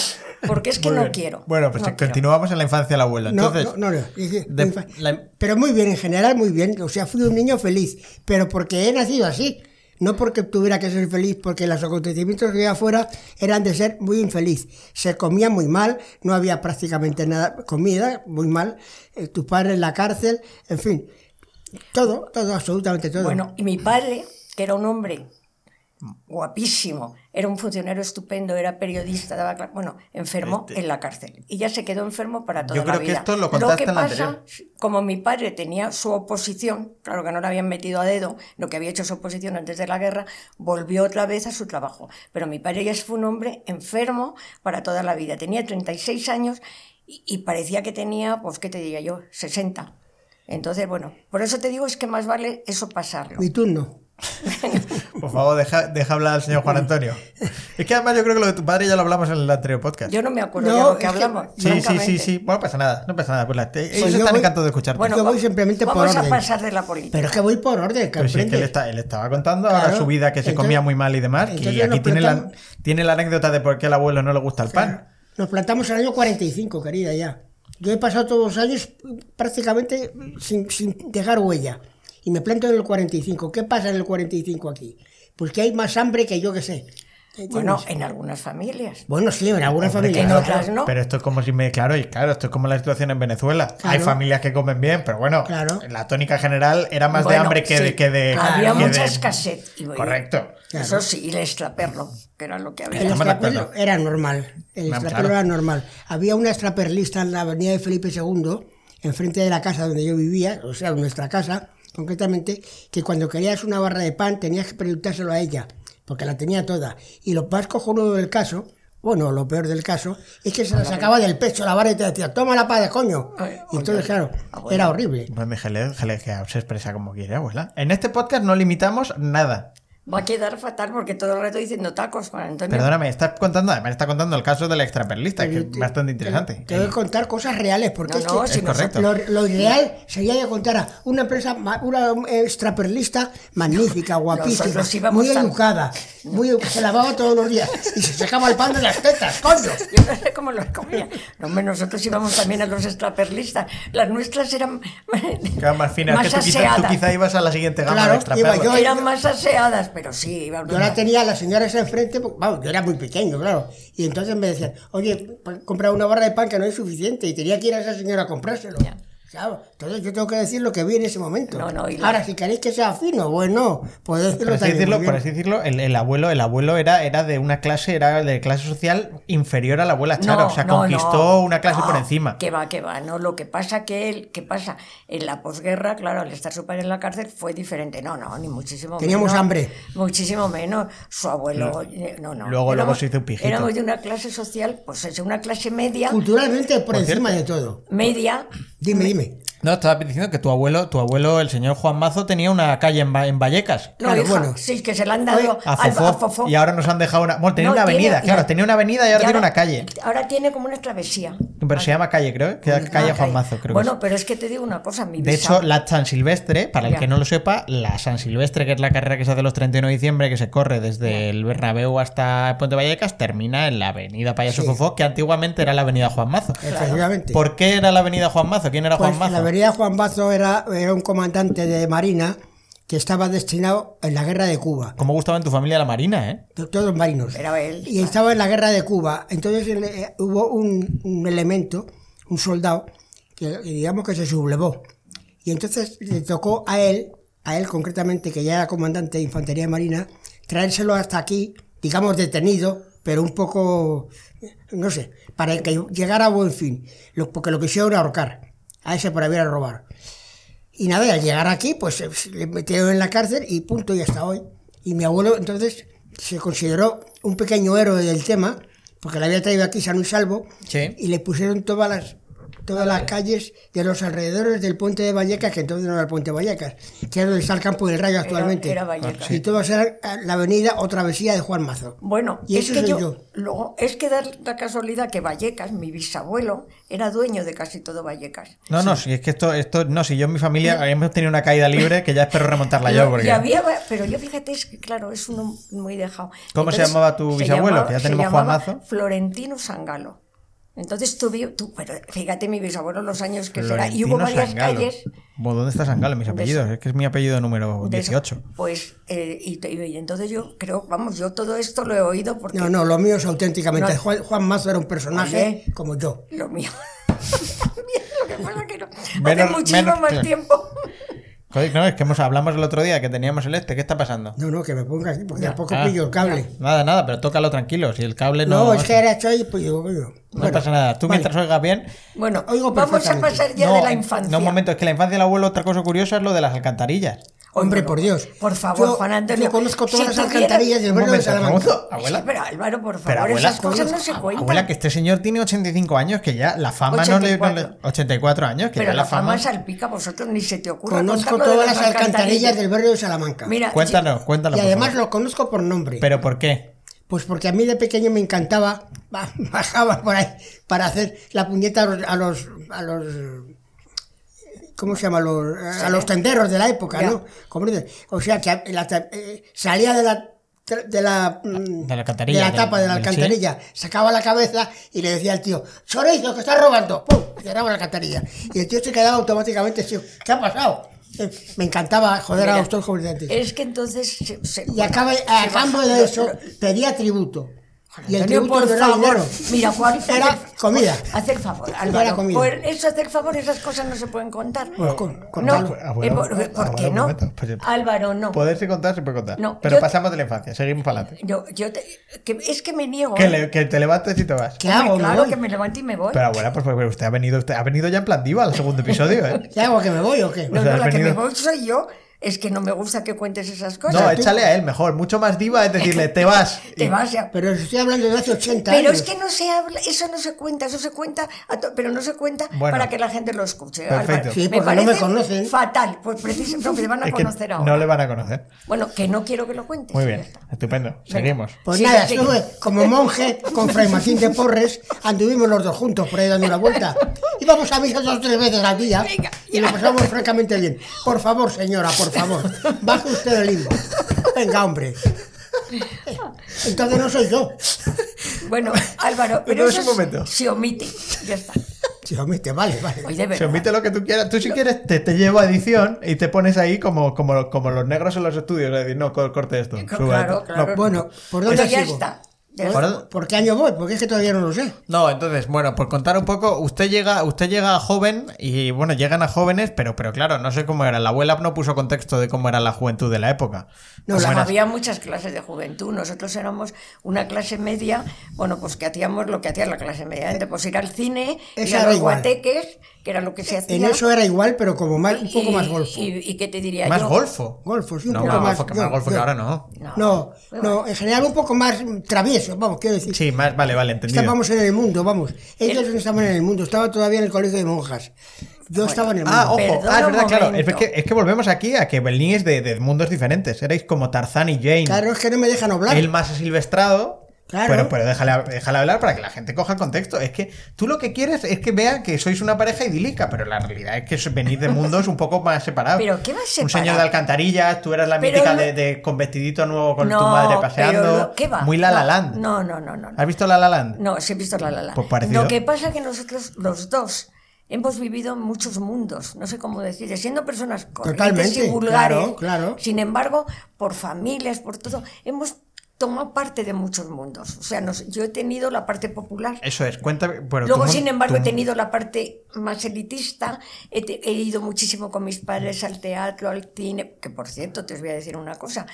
Speaker 3: porque es que
Speaker 1: Muy
Speaker 3: no
Speaker 1: bien.
Speaker 3: quiero.
Speaker 1: Bueno, pues
Speaker 3: no quiero.
Speaker 1: continuamos en la infancia del abuelo.
Speaker 2: No,
Speaker 1: Entonces,
Speaker 2: no, no, no, es que-
Speaker 1: de-
Speaker 2: infa-
Speaker 1: la-
Speaker 2: Pero muy bien, en general muy bien. O sea, fui un niño feliz, pero porque he nacido así. No porque tuviera que ser feliz, porque los acontecimientos que había afuera eran de ser muy infeliz. Se comía muy mal, no había prácticamente nada, comida, muy mal, eh, tu padre en la cárcel, en fin. Todo, todo, absolutamente todo.
Speaker 3: Bueno, y mi padre, que era un hombre guapísimo, era un funcionario estupendo, era periodista, daba cla- bueno, enfermó
Speaker 1: Este.
Speaker 3: en la cárcel y ya se quedó enfermo para toda
Speaker 1: Yo creo
Speaker 3: la
Speaker 1: que
Speaker 3: vida.
Speaker 1: esto lo contaste
Speaker 3: que
Speaker 1: en la
Speaker 3: pasa,
Speaker 1: anterior.
Speaker 3: como mi padre tenía su oposición, claro que no la habían metido a dedo, lo que había hecho su oposición antes de la guerra, volvió otra vez a su trabajo. Pero mi padre ya fue un hombre enfermo para toda la vida. Tenía 36 años y, y parecía que tenía, pues, ¿qué te diría yo? 60. Entonces, bueno, por eso te digo es que más vale eso pasarlo.
Speaker 2: Mi turno.
Speaker 1: por favor, deja, deja hablar al señor Juan Antonio. Es que además yo creo que lo de tu padre ya lo hablamos en el anterior podcast.
Speaker 3: Yo no me acuerdo
Speaker 2: No,
Speaker 3: de lo que
Speaker 2: es que-
Speaker 3: hablamos.
Speaker 1: sí, sí, sí,
Speaker 3: francamente.
Speaker 1: sí. Bueno, pasa nada, no pasa nada. Pues la- te- ellos
Speaker 2: yo
Speaker 1: están
Speaker 2: voy-
Speaker 1: encantados de escucharte.
Speaker 3: Bueno,
Speaker 2: Yo voy
Speaker 3: va-
Speaker 2: simplemente por
Speaker 3: vamos
Speaker 2: orden.
Speaker 3: a pasar de la política.
Speaker 2: Pero es que voy por orden, que
Speaker 1: Pues sí, es que
Speaker 2: aprende.
Speaker 1: él, está- él estaba contando ahora
Speaker 2: Claro.
Speaker 1: su vida que se
Speaker 2: Entonces-
Speaker 1: comía muy mal y demás. Y
Speaker 2: entonces
Speaker 1: aquí
Speaker 2: nos
Speaker 1: tiene la,
Speaker 2: plantamos-
Speaker 1: tiene la anécdota de por qué al abuelo no le gusta el pan.
Speaker 2: Nos plantamos en el año 45, querida, ya. Yo he pasado todos los años prácticamente sin, sin dejar huella. Y me planto en el 45. ¿Qué pasa en el 45 aquí? Pues que hay más hambre que yo que sé. ¿Entiendes?
Speaker 3: Bueno, en algunas familias.
Speaker 2: bueno, sí, en algunas
Speaker 1: Hombre,
Speaker 2: familias.
Speaker 3: no,
Speaker 1: claro,
Speaker 3: otras no.
Speaker 1: Pero esto es como si me. Claro, y claro, esto es como la situación en Venezuela. Hay familias que comen bien, pero bueno,
Speaker 2: Claro.
Speaker 1: la tónica general era más de
Speaker 3: Bueno,
Speaker 1: hambre que
Speaker 3: sí.
Speaker 1: de. Que de
Speaker 3: Había
Speaker 1: que de-
Speaker 3: mucha escasez. y bueno,
Speaker 1: Correcto.
Speaker 2: Claro.
Speaker 3: Eso sí, y el extraperlo, que era lo que había.
Speaker 2: El
Speaker 1: Estamos de
Speaker 2: extraperlo
Speaker 1: acuerdo.
Speaker 2: era normal. El
Speaker 1: Vamos,
Speaker 2: extraperlo
Speaker 1: claro.
Speaker 2: era normal. Había una extraperlista en la avenida de Felipe II, enfrente de la casa donde yo vivía, o sea, nuestra casa, concretamente, que cuando querías una barra de pan tenías que preguntárselo a ella, porque la tenía toda. Y lo más cojonudo del caso, bueno, lo peor del caso, es que se la sacaba del pecho la barra y te decía, toma la paz de coño.
Speaker 3: Ay,
Speaker 2: Y entonentonces, claro,
Speaker 3: abuela.
Speaker 2: era horrible.
Speaker 1: Pues mi jale- jale- que se expresa como quiere, abuela. En este podcast no limitamos nada.
Speaker 3: Va a quedar fatal porque todo el rato diciendo tacos, Juan Antonio.
Speaker 1: Perdóname, estás contando, además está contando el caso del extraperlista, que
Speaker 2: Pero
Speaker 1: es
Speaker 2: te-
Speaker 1: bastante
Speaker 2: te-
Speaker 1: interesante. Eh.
Speaker 2: Te voy a contar cosas reales, porque
Speaker 3: No,
Speaker 2: es
Speaker 3: no,
Speaker 2: que
Speaker 3: si
Speaker 1: Es correcto.
Speaker 2: lo, lo ideal sería que contara una empresa, ma- una eh, extraperlista magnífica, guapísima,
Speaker 3: Nosotros íbamos
Speaker 2: muy
Speaker 3: tan-
Speaker 2: educada, muy, edu- se lavaba todos los días y se sacaba el pan de las tetas, coño.
Speaker 3: Yo no sé cómo los comía. No, hombre, nosotros íbamos también a los extraperlistas. Las nuestras eran
Speaker 1: Que va más fina, es que tú quizá, tú
Speaker 3: aseadas.
Speaker 1: quizá ibas a la siguiente gama
Speaker 2: Claro,
Speaker 1: de
Speaker 2: iba
Speaker 1: extraperlas.
Speaker 2: yo-
Speaker 3: Eran más aseadas, pero sí, iban
Speaker 2: Yo la tenía a las señoras enfrente, porque, vamos, yo era muy pequeño, claro. Y entonces me decían, oye, pa- compra una barra de pan que no es suficiente. Y tenía que ir a esa señora a comprárselo.
Speaker 3: Ya.
Speaker 2: ¿sabes? Entonces yo tengo que decir lo que vi en ese momento.
Speaker 3: No, no, y la-
Speaker 2: Ahora, si queréis que sea fino, bueno, podéis
Speaker 1: Por
Speaker 2: decirlo
Speaker 1: así
Speaker 2: también.
Speaker 1: decirlo,
Speaker 2: muy
Speaker 1: por
Speaker 2: bien.
Speaker 1: así decirlo, el, el abuelo, el abuelo era, era de una clase, era de clase social inferior a la abuela Charo. o sea,
Speaker 3: no,
Speaker 1: conquistó
Speaker 3: no.
Speaker 1: una clase por
Speaker 2: Ah,
Speaker 3: No,
Speaker 1: encima.
Speaker 3: Que va, que va. No, lo que pasa que él, que pasa en la posguerra, claro, al estar su padre en la cárcel fue diferente. No, no, ni muchísimo
Speaker 2: Teníamos
Speaker 3: menos.
Speaker 2: hambre.
Speaker 3: Muchísimo menos. Su abuelo, eh, no, no.
Speaker 1: Luego- luego se hizo un pijito.
Speaker 3: Éramos de una clase social, pues es una clase media,
Speaker 2: Culturalmente por,
Speaker 1: Por
Speaker 2: encima de todo.
Speaker 3: media.
Speaker 2: Dime, dime.
Speaker 1: No, estaba diciendo que tu abuelo, tu abuelo, el señor Juan Mazo, tenía una calle en, Va- en Vallecas.
Speaker 3: No,
Speaker 2: Claro,
Speaker 3: hija,
Speaker 2: bueno.
Speaker 3: sí, que se la han dado
Speaker 1: A
Speaker 3: al-
Speaker 1: Fofó,
Speaker 3: a Fofó.
Speaker 1: Y ahora nos han dejado una. Bueno, tenía
Speaker 3: No,
Speaker 1: una
Speaker 3: tiene-
Speaker 1: avenida, claro,
Speaker 3: ya. Ah.
Speaker 1: tenía una avenida y ahora
Speaker 3: Y
Speaker 1: tiene una calle.
Speaker 3: Ahora tiene como una travesía.
Speaker 1: Pero se llama calle, creo. Que
Speaker 3: Una
Speaker 1: calle Juan Mazo, creo. que
Speaker 3: Pues Bueno,
Speaker 1: es.
Speaker 3: pero es que te digo una cosa, mi
Speaker 1: De
Speaker 3: bisab-
Speaker 1: hecho, la San Silvestre, para el
Speaker 3: Ya.
Speaker 1: que no lo sepa, la San Silvestre, que es la carrera que se hace los 31 de diciembre, que se corre desde el Bernabéu hasta Puente Vallecas, termina en la avenida Payaso
Speaker 2: Sí.
Speaker 1: Fofó, que antiguamente era la avenida Juan Mazo.
Speaker 2: Efectivamente.
Speaker 1: ¿Por qué era la avenida Juan Mazo? ¿Quién era Juan
Speaker 2: Pues,
Speaker 1: Mazo?
Speaker 2: La avenida Juan Mazo era, era un comandante de Marina que estaba destinado en la guerra de Cuba.
Speaker 1: ¿Cómo gustaba en tu familia la Marina, eh?
Speaker 2: To- Todos marinos.
Speaker 3: Era él.
Speaker 2: Y estaba en la guerra de Cuba. Entonces el- eh, hubo un, un elemento, un soldado, que, que digamos que se sublevó. Y entonces le tocó a él, a él concretamente, que ya era comandante de Infantería Marina, traérselo hasta aquí, digamos detenido, pero un poco, no sé, para que llegara a buen fin. Lo- porque lo quisieron ahorcar, a ese por haber a robar. Y nada, y al llegar aquí, pues eh, le metieron en la cárcel y punto, y hasta hoy. Y mi abuelo entonces se consideró un pequeño héroe del tema, porque le había traído aquí sano y salvo,
Speaker 1: Sí.
Speaker 2: y le pusieron todas las todas las calles de los alrededores del puente de Vallecas, que entonces no era el puente de Vallecas, que era donde está el campo del Rayo actualmente.
Speaker 3: era
Speaker 1: Ah,
Speaker 3: Vallecas.
Speaker 2: Y todas eran eh, la avenida o travesía de Juan Mazo.
Speaker 3: Bueno,
Speaker 2: Y
Speaker 3: es
Speaker 2: eso
Speaker 3: que
Speaker 2: soy
Speaker 3: yo,
Speaker 2: yo.
Speaker 3: luego es que da la casualidad que Vallecas, mi bisabuelo, era dueño de casi todo Vallecas.
Speaker 1: No, no, si es que esto, esto, no, si yo en mi familia hemos tenido una caída libre que ya espero remontarla yo,
Speaker 3: Y-
Speaker 1: porque.
Speaker 3: y había va- pero yo fíjate, es que claro, es uno muy dejado.
Speaker 1: ¿Cómo se llamaba tu
Speaker 3: se
Speaker 1: bisabuelo?
Speaker 3: llamaba-
Speaker 1: Que ya
Speaker 3: se
Speaker 1: tenemos
Speaker 3: llamaba
Speaker 1: Juan Mazo.
Speaker 3: Florentino Sangalo. Entonces tuve, tú, pero fíjate mi bisabuelo los años que será. Pues Y
Speaker 1: Florentino
Speaker 3: hubo varias
Speaker 1: Sangalo.
Speaker 3: calles
Speaker 1: Bueno, ¿Dónde está Sangalo? en Mis apellidos. Es que es mi apellido número
Speaker 3: de eso.
Speaker 1: 18.
Speaker 3: Pues, eh, y, te- y entonces yo creo, vamos, yo todo esto lo he oído porque
Speaker 2: No, no, lo mío es auténticamente.
Speaker 3: No.
Speaker 2: Juan, Juan Mazo era un personaje
Speaker 3: Oye.
Speaker 2: como yo.
Speaker 3: lo mío. lo que pasa que no.
Speaker 1: Menos-
Speaker 3: hace muchísimo
Speaker 1: menos-
Speaker 3: más
Speaker 1: claro.
Speaker 3: tiempo.
Speaker 1: Joder, no, es que hemos, hablamos el otro día que teníamos el este. ¿Qué está pasando?
Speaker 2: No, no, que me ponga aquí, porque tampoco
Speaker 1: Ah.
Speaker 2: pillo el cable.
Speaker 1: Nada, nada, pero tócalo tranquilo. Si el cable no.
Speaker 2: No, es que era hecho ahí, pues digo, coño.
Speaker 1: No
Speaker 2: Bueno,
Speaker 1: pasa nada. Tú
Speaker 2: vale.
Speaker 1: mientras oigas bien.
Speaker 3: Bueno,
Speaker 2: Oigo
Speaker 3: vamos a
Speaker 2: perfectamente.
Speaker 3: pasar ya
Speaker 1: no,
Speaker 3: de la
Speaker 1: en-
Speaker 3: infancia.
Speaker 1: No, un momento, es que la infancia del abuelo, otra cosa curiosa es lo de las alcantarillas.
Speaker 2: Hombre,
Speaker 3: Bueno,
Speaker 2: por Dios.
Speaker 3: Por favor,
Speaker 2: Yo-
Speaker 3: Juan Antonio.
Speaker 2: Yo conozco todas
Speaker 3: si
Speaker 2: las
Speaker 3: tuviera-
Speaker 2: alcantarillas del
Speaker 1: Un
Speaker 2: barrio de
Speaker 1: momento, un
Speaker 2: Salamanca.
Speaker 1: segundo, abuela.
Speaker 3: Sí, pero Álvaro, por favor,
Speaker 1: Pero abuela,
Speaker 3: esas cosas no se cuentan.
Speaker 1: Abuela, que este señor tiene 85 años, que ya la fama no le- no le.
Speaker 3: 84.
Speaker 1: 84 años, que
Speaker 3: pero
Speaker 1: ya la,
Speaker 3: la fama salpica, vosotros ni se te ocurra.
Speaker 2: Conozco
Speaker 3: contar lo de
Speaker 2: todas las alcantarillas del barrio de Salamanca.
Speaker 3: Mira,
Speaker 1: Cuéntanos, cuéntanos.
Speaker 2: y
Speaker 1: por
Speaker 2: además
Speaker 1: favor.
Speaker 2: lo conozco por nombre.
Speaker 1: ¿Pero por qué?
Speaker 2: Pues porque a mí de pequeño me encantaba, ba- bajaba por ahí para hacer la puñeta a los, a los, a los- ¿cómo se llama? A los, a los tenderos de la época,
Speaker 3: Ya.
Speaker 2: ¿no? Como dices, O sea, que a- la ta- eh, salía de la tra- de la, mm,
Speaker 1: De la alcantarilla,
Speaker 2: de la
Speaker 1: del-
Speaker 2: tapa de la
Speaker 1: del- sí.
Speaker 2: alcantarilla, sacaba la cabeza y le decía al tío, chorizo, que estás robando, ¡pum! cerraba la alcantarilla. Y el tío se quedaba automáticamente, tío, ¿qué ha pasado? Eh, Me encantaba joder a
Speaker 3: Mira,
Speaker 2: los dos jóvenes de antes.
Speaker 3: Es que entonces. se- se-
Speaker 2: Y a,
Speaker 3: bueno,
Speaker 2: cabo-
Speaker 3: se
Speaker 2: a
Speaker 3: baja-
Speaker 2: cambio
Speaker 3: lo-
Speaker 2: de eso,
Speaker 3: lo-
Speaker 2: pedía tributo. Y el
Speaker 3: Antonio,
Speaker 2: tributo
Speaker 3: por
Speaker 2: no era
Speaker 3: favor.
Speaker 2: dinero.
Speaker 3: ¿eh? Mira, Juan.
Speaker 2: Era
Speaker 3: hacer-
Speaker 2: comida.
Speaker 3: Haz el favor, Álvaro.
Speaker 2: comida.
Speaker 3: Por eso, hacer favor, esas cosas no se pueden contar.
Speaker 2: Pues con-
Speaker 3: no,
Speaker 2: contalo.
Speaker 1: Abuela,
Speaker 3: eh, por,
Speaker 1: abuela,
Speaker 3: ¿por
Speaker 1: abuela,
Speaker 3: qué
Speaker 1: un
Speaker 3: no?
Speaker 1: momento, pues
Speaker 2: eh,
Speaker 1: yo-
Speaker 3: Álvaro, no.
Speaker 1: Poderse contar se puede contar.
Speaker 3: No,
Speaker 1: pero
Speaker 3: yo-
Speaker 1: pasamos de la infancia, seguimos para adelante.
Speaker 3: Yo, yo te- que- es que me niego.
Speaker 1: Que,
Speaker 3: ¿eh?
Speaker 1: le- que te levantes y te vas.
Speaker 2: ¿Qué hago?
Speaker 3: Hombre,
Speaker 2: ¿Me
Speaker 3: claro
Speaker 2: voy?
Speaker 3: que me levanto y me voy.
Speaker 1: Pero abuela, por favor, usted ha venido, usted ha venido ya en plan diva al segundo episodio, ¿eh?
Speaker 2: ¿Qué hago? ¿Que me voy o qué?
Speaker 3: no,
Speaker 1: o sea,
Speaker 3: no,
Speaker 1: has
Speaker 3: la que me
Speaker 1: venido-
Speaker 3: voy soy yo. es que no me gusta que cuentes esas cosas.
Speaker 1: No,
Speaker 3: Tú
Speaker 1: échale a él mejor. Mucho más diva es decirle, te vas.
Speaker 3: te
Speaker 1: Y-
Speaker 3: vas a-
Speaker 2: Pero os estoy hablando de hace 80
Speaker 3: Pero
Speaker 2: años.
Speaker 3: es que no se habla, eso no se cuenta, eso se cuenta, a to- pero no se cuenta
Speaker 1: Bueno.
Speaker 3: para que la gente lo escuche.
Speaker 1: Perfecto.
Speaker 3: Álvaro.
Speaker 2: Sí, porque no me
Speaker 3: parece
Speaker 2: conocen.
Speaker 3: Fatal, pues precisamente no, que te van a
Speaker 1: Es que
Speaker 3: conocer ahora.
Speaker 1: no le van a conocer.
Speaker 3: Bueno, que no quiero que lo cuentes.
Speaker 1: Muy bien, estupendo. Seguimos.
Speaker 2: Pues
Speaker 3: Sí,
Speaker 2: nada,
Speaker 3: sí.
Speaker 2: estuve como monje con Fray Martín de Porres, anduvimos los dos juntos por ahí dando una vuelta. Íbamos a misa dos o tres veces al día
Speaker 3: Venga,
Speaker 2: y lo
Speaker 3: ya.
Speaker 2: pasamos francamente bien. Por favor, señora, por favor, baje usted el limbo. Venga, hombre. Entonces no soy yo.
Speaker 3: Bueno, Álvaro, pero
Speaker 1: No, es
Speaker 3: eso
Speaker 1: un momento.
Speaker 3: se omite. Ya está.
Speaker 2: Sí, hombre, te vale, vale.
Speaker 3: Oye, de
Speaker 1: Se
Speaker 3: verdad.
Speaker 1: omite lo que tú quieras. Tú si quieres te, te llevo a edición y te pones ahí como, como, como los negros en los estudios. Es decir, no, co- corte esto.
Speaker 3: Claro,
Speaker 1: sube esto. No.
Speaker 3: claro.
Speaker 2: Bueno, ¿por
Speaker 3: Pero
Speaker 2: dónde
Speaker 3: ya
Speaker 2: sigo?
Speaker 3: está. Ya
Speaker 1: Ahora-
Speaker 3: está.
Speaker 2: ¿Por qué año voy? Porque es que todavía no lo sé.
Speaker 1: No, entonces, bueno, por contar un poco, usted llega, usted llega joven y bueno, llegan a jóvenes, pero, pero claro, no sé cómo era. La abuela no puso contexto de cómo era la juventud de la época.
Speaker 2: No,
Speaker 1: Cómo
Speaker 2: la
Speaker 1: era-
Speaker 3: Había muchas clases de juventud. Nosotros éramos una clase media, bueno, pues que hacíamos lo que hacía la clase media. gente, Pues ir al cine, ir
Speaker 2: Esa
Speaker 3: a
Speaker 2: era
Speaker 3: los
Speaker 2: igual.
Speaker 3: guateques, que era lo que se hacía.
Speaker 2: En eso era igual, pero como más, un poco
Speaker 3: Y-
Speaker 2: más golfo.
Speaker 3: Y, y qué te diría
Speaker 1: Más
Speaker 3: yo?
Speaker 1: golfo.
Speaker 2: Golfo, sí, un
Speaker 1: no,
Speaker 2: poco
Speaker 1: más
Speaker 2: más.
Speaker 1: golfo, que más
Speaker 2: yo-
Speaker 1: golfo que
Speaker 2: yo-
Speaker 1: ahora no.
Speaker 2: No, no, en general un poco más mm, travieso, vamos, quiero decir.
Speaker 1: Sí, más, vale, vale, entendido.
Speaker 2: Estábamos en el mundo, vamos. Ellos no estaban en el mundo, estaba todavía en el colegio de monjas. Yo estaba en el mundo.
Speaker 1: Ah, ojo,
Speaker 3: Perdona
Speaker 1: ah, es
Speaker 3: un
Speaker 1: verdad, claro. Es
Speaker 3: momento.
Speaker 1: que, es que volvemos aquí a que Berlín es de, de mundos diferentes. Erais como Tarzán y Jane.
Speaker 2: claro, es que no me dejan hablar.
Speaker 1: Él más asilvestrado.
Speaker 2: Claro.
Speaker 1: Pero, pero déjale, déjale hablar para que la gente coja contexto. Es que tú lo que quieres es que vea que sois una pareja idílica, pero la realidad es que so- venís de mundos un poco más separados.
Speaker 3: Pero ¿qué más
Speaker 1: Un
Speaker 3: separado?
Speaker 1: señor de alcantarillas, tú eras la
Speaker 3: Pero
Speaker 1: mítica
Speaker 3: no-
Speaker 1: de, de con vestidito nuevo con tu
Speaker 3: No,
Speaker 1: madre
Speaker 3: pero
Speaker 1: paseando.
Speaker 3: no, ¿qué va?
Speaker 1: Muy la la
Speaker 3: No,
Speaker 1: land.
Speaker 3: No, no, no, no. no.
Speaker 1: ¿Has visto la la land?
Speaker 3: No, sí he visto la la la.
Speaker 1: Pues parecido.
Speaker 3: Lo que pasa que nosotros los dos hemos vivido muchos mundos, no sé cómo decir, siendo personas corrientes
Speaker 2: Totalmente,
Speaker 3: y vulgares.
Speaker 2: claro, claro.
Speaker 3: Sin embargo, por familias, por todo, hemos tomado parte de muchos mundos. O sea, nos- yo he tenido la parte popular.
Speaker 1: Eso es, cuéntame. bueno,
Speaker 3: Luego,
Speaker 1: tú-
Speaker 3: sin embargo,
Speaker 1: tú-
Speaker 3: he tenido la parte más elitista. He, te- he ido muchísimo con mis padres al teatro, al cine. Que por cierto, te os voy a decir una cosa.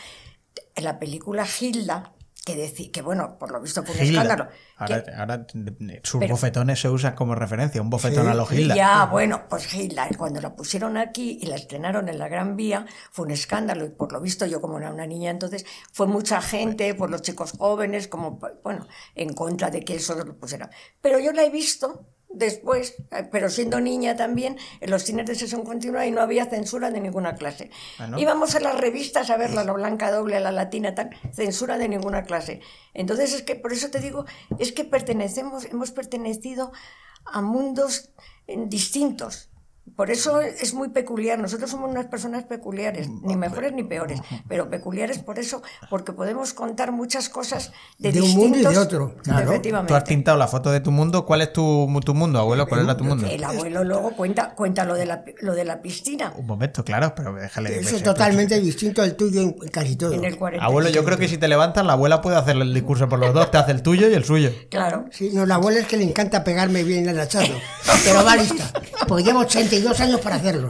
Speaker 3: La película Gilda, que, deci- que bueno, por lo visto fue un
Speaker 1: Gilda.
Speaker 3: escándalo.
Speaker 1: Ahora,
Speaker 3: que-
Speaker 1: ahora, eh, sus
Speaker 3: Pero-
Speaker 1: bofetones se usan como referencia, un bofetón
Speaker 2: Sí,
Speaker 1: a los
Speaker 2: sí,
Speaker 1: Gilda.
Speaker 3: Ya, bueno, pues Gilda, cuando la pusieron aquí y la estrenaron en la Gran Vía, fue un escándalo y por lo visto yo como era una niña entonces, fue mucha gente, por los chicos jóvenes, como, bueno, en contra de que eso lo pusieran. Pero yo la he visto después, eh, pero siendo niña también, en los cines de sesión continua y no había censura de ninguna clase.
Speaker 1: Ah, ¿no?
Speaker 3: Íbamos a las revistas a verla, la blanca doble, a la latina, tal, censura de ninguna clase. Entonces es que, por eso te digo, es que pertenecemos, hemos pertenecido a mundos eh, distintos. Por eso es muy peculiar. Nosotros somos unas personas peculiares,
Speaker 2: Mm,
Speaker 3: ni mejores ni peores, pero peculiares por eso, porque podemos contar muchas cosas de,
Speaker 2: De un mundo y de
Speaker 3: distintos-
Speaker 2: otro, claro.
Speaker 1: Tú has
Speaker 3: Efectivamente.
Speaker 1: pintado la foto de tu mundo. ¿Cuál es tu, tu mundo, abuelo? ¿Cuál era tu mundo?
Speaker 3: El abuelo luego cuenta, cuenta lo, de la, lo de la piscina
Speaker 1: Un momento, claro, pero déjale.
Speaker 2: Eso
Speaker 1: pues,
Speaker 2: es totalmente distinto al tuyo en en casi todo.
Speaker 3: en el 40.
Speaker 1: Abuelo, yo creo que si te levantas, la abuela puede hacer el discurso por los dos. Te hace el tuyo y el suyo.
Speaker 3: Claro.
Speaker 2: Sí, no, la abuela es que le encanta pegarme bien el hachazo, pero va lista, porque llevo 82 años para hacerlo.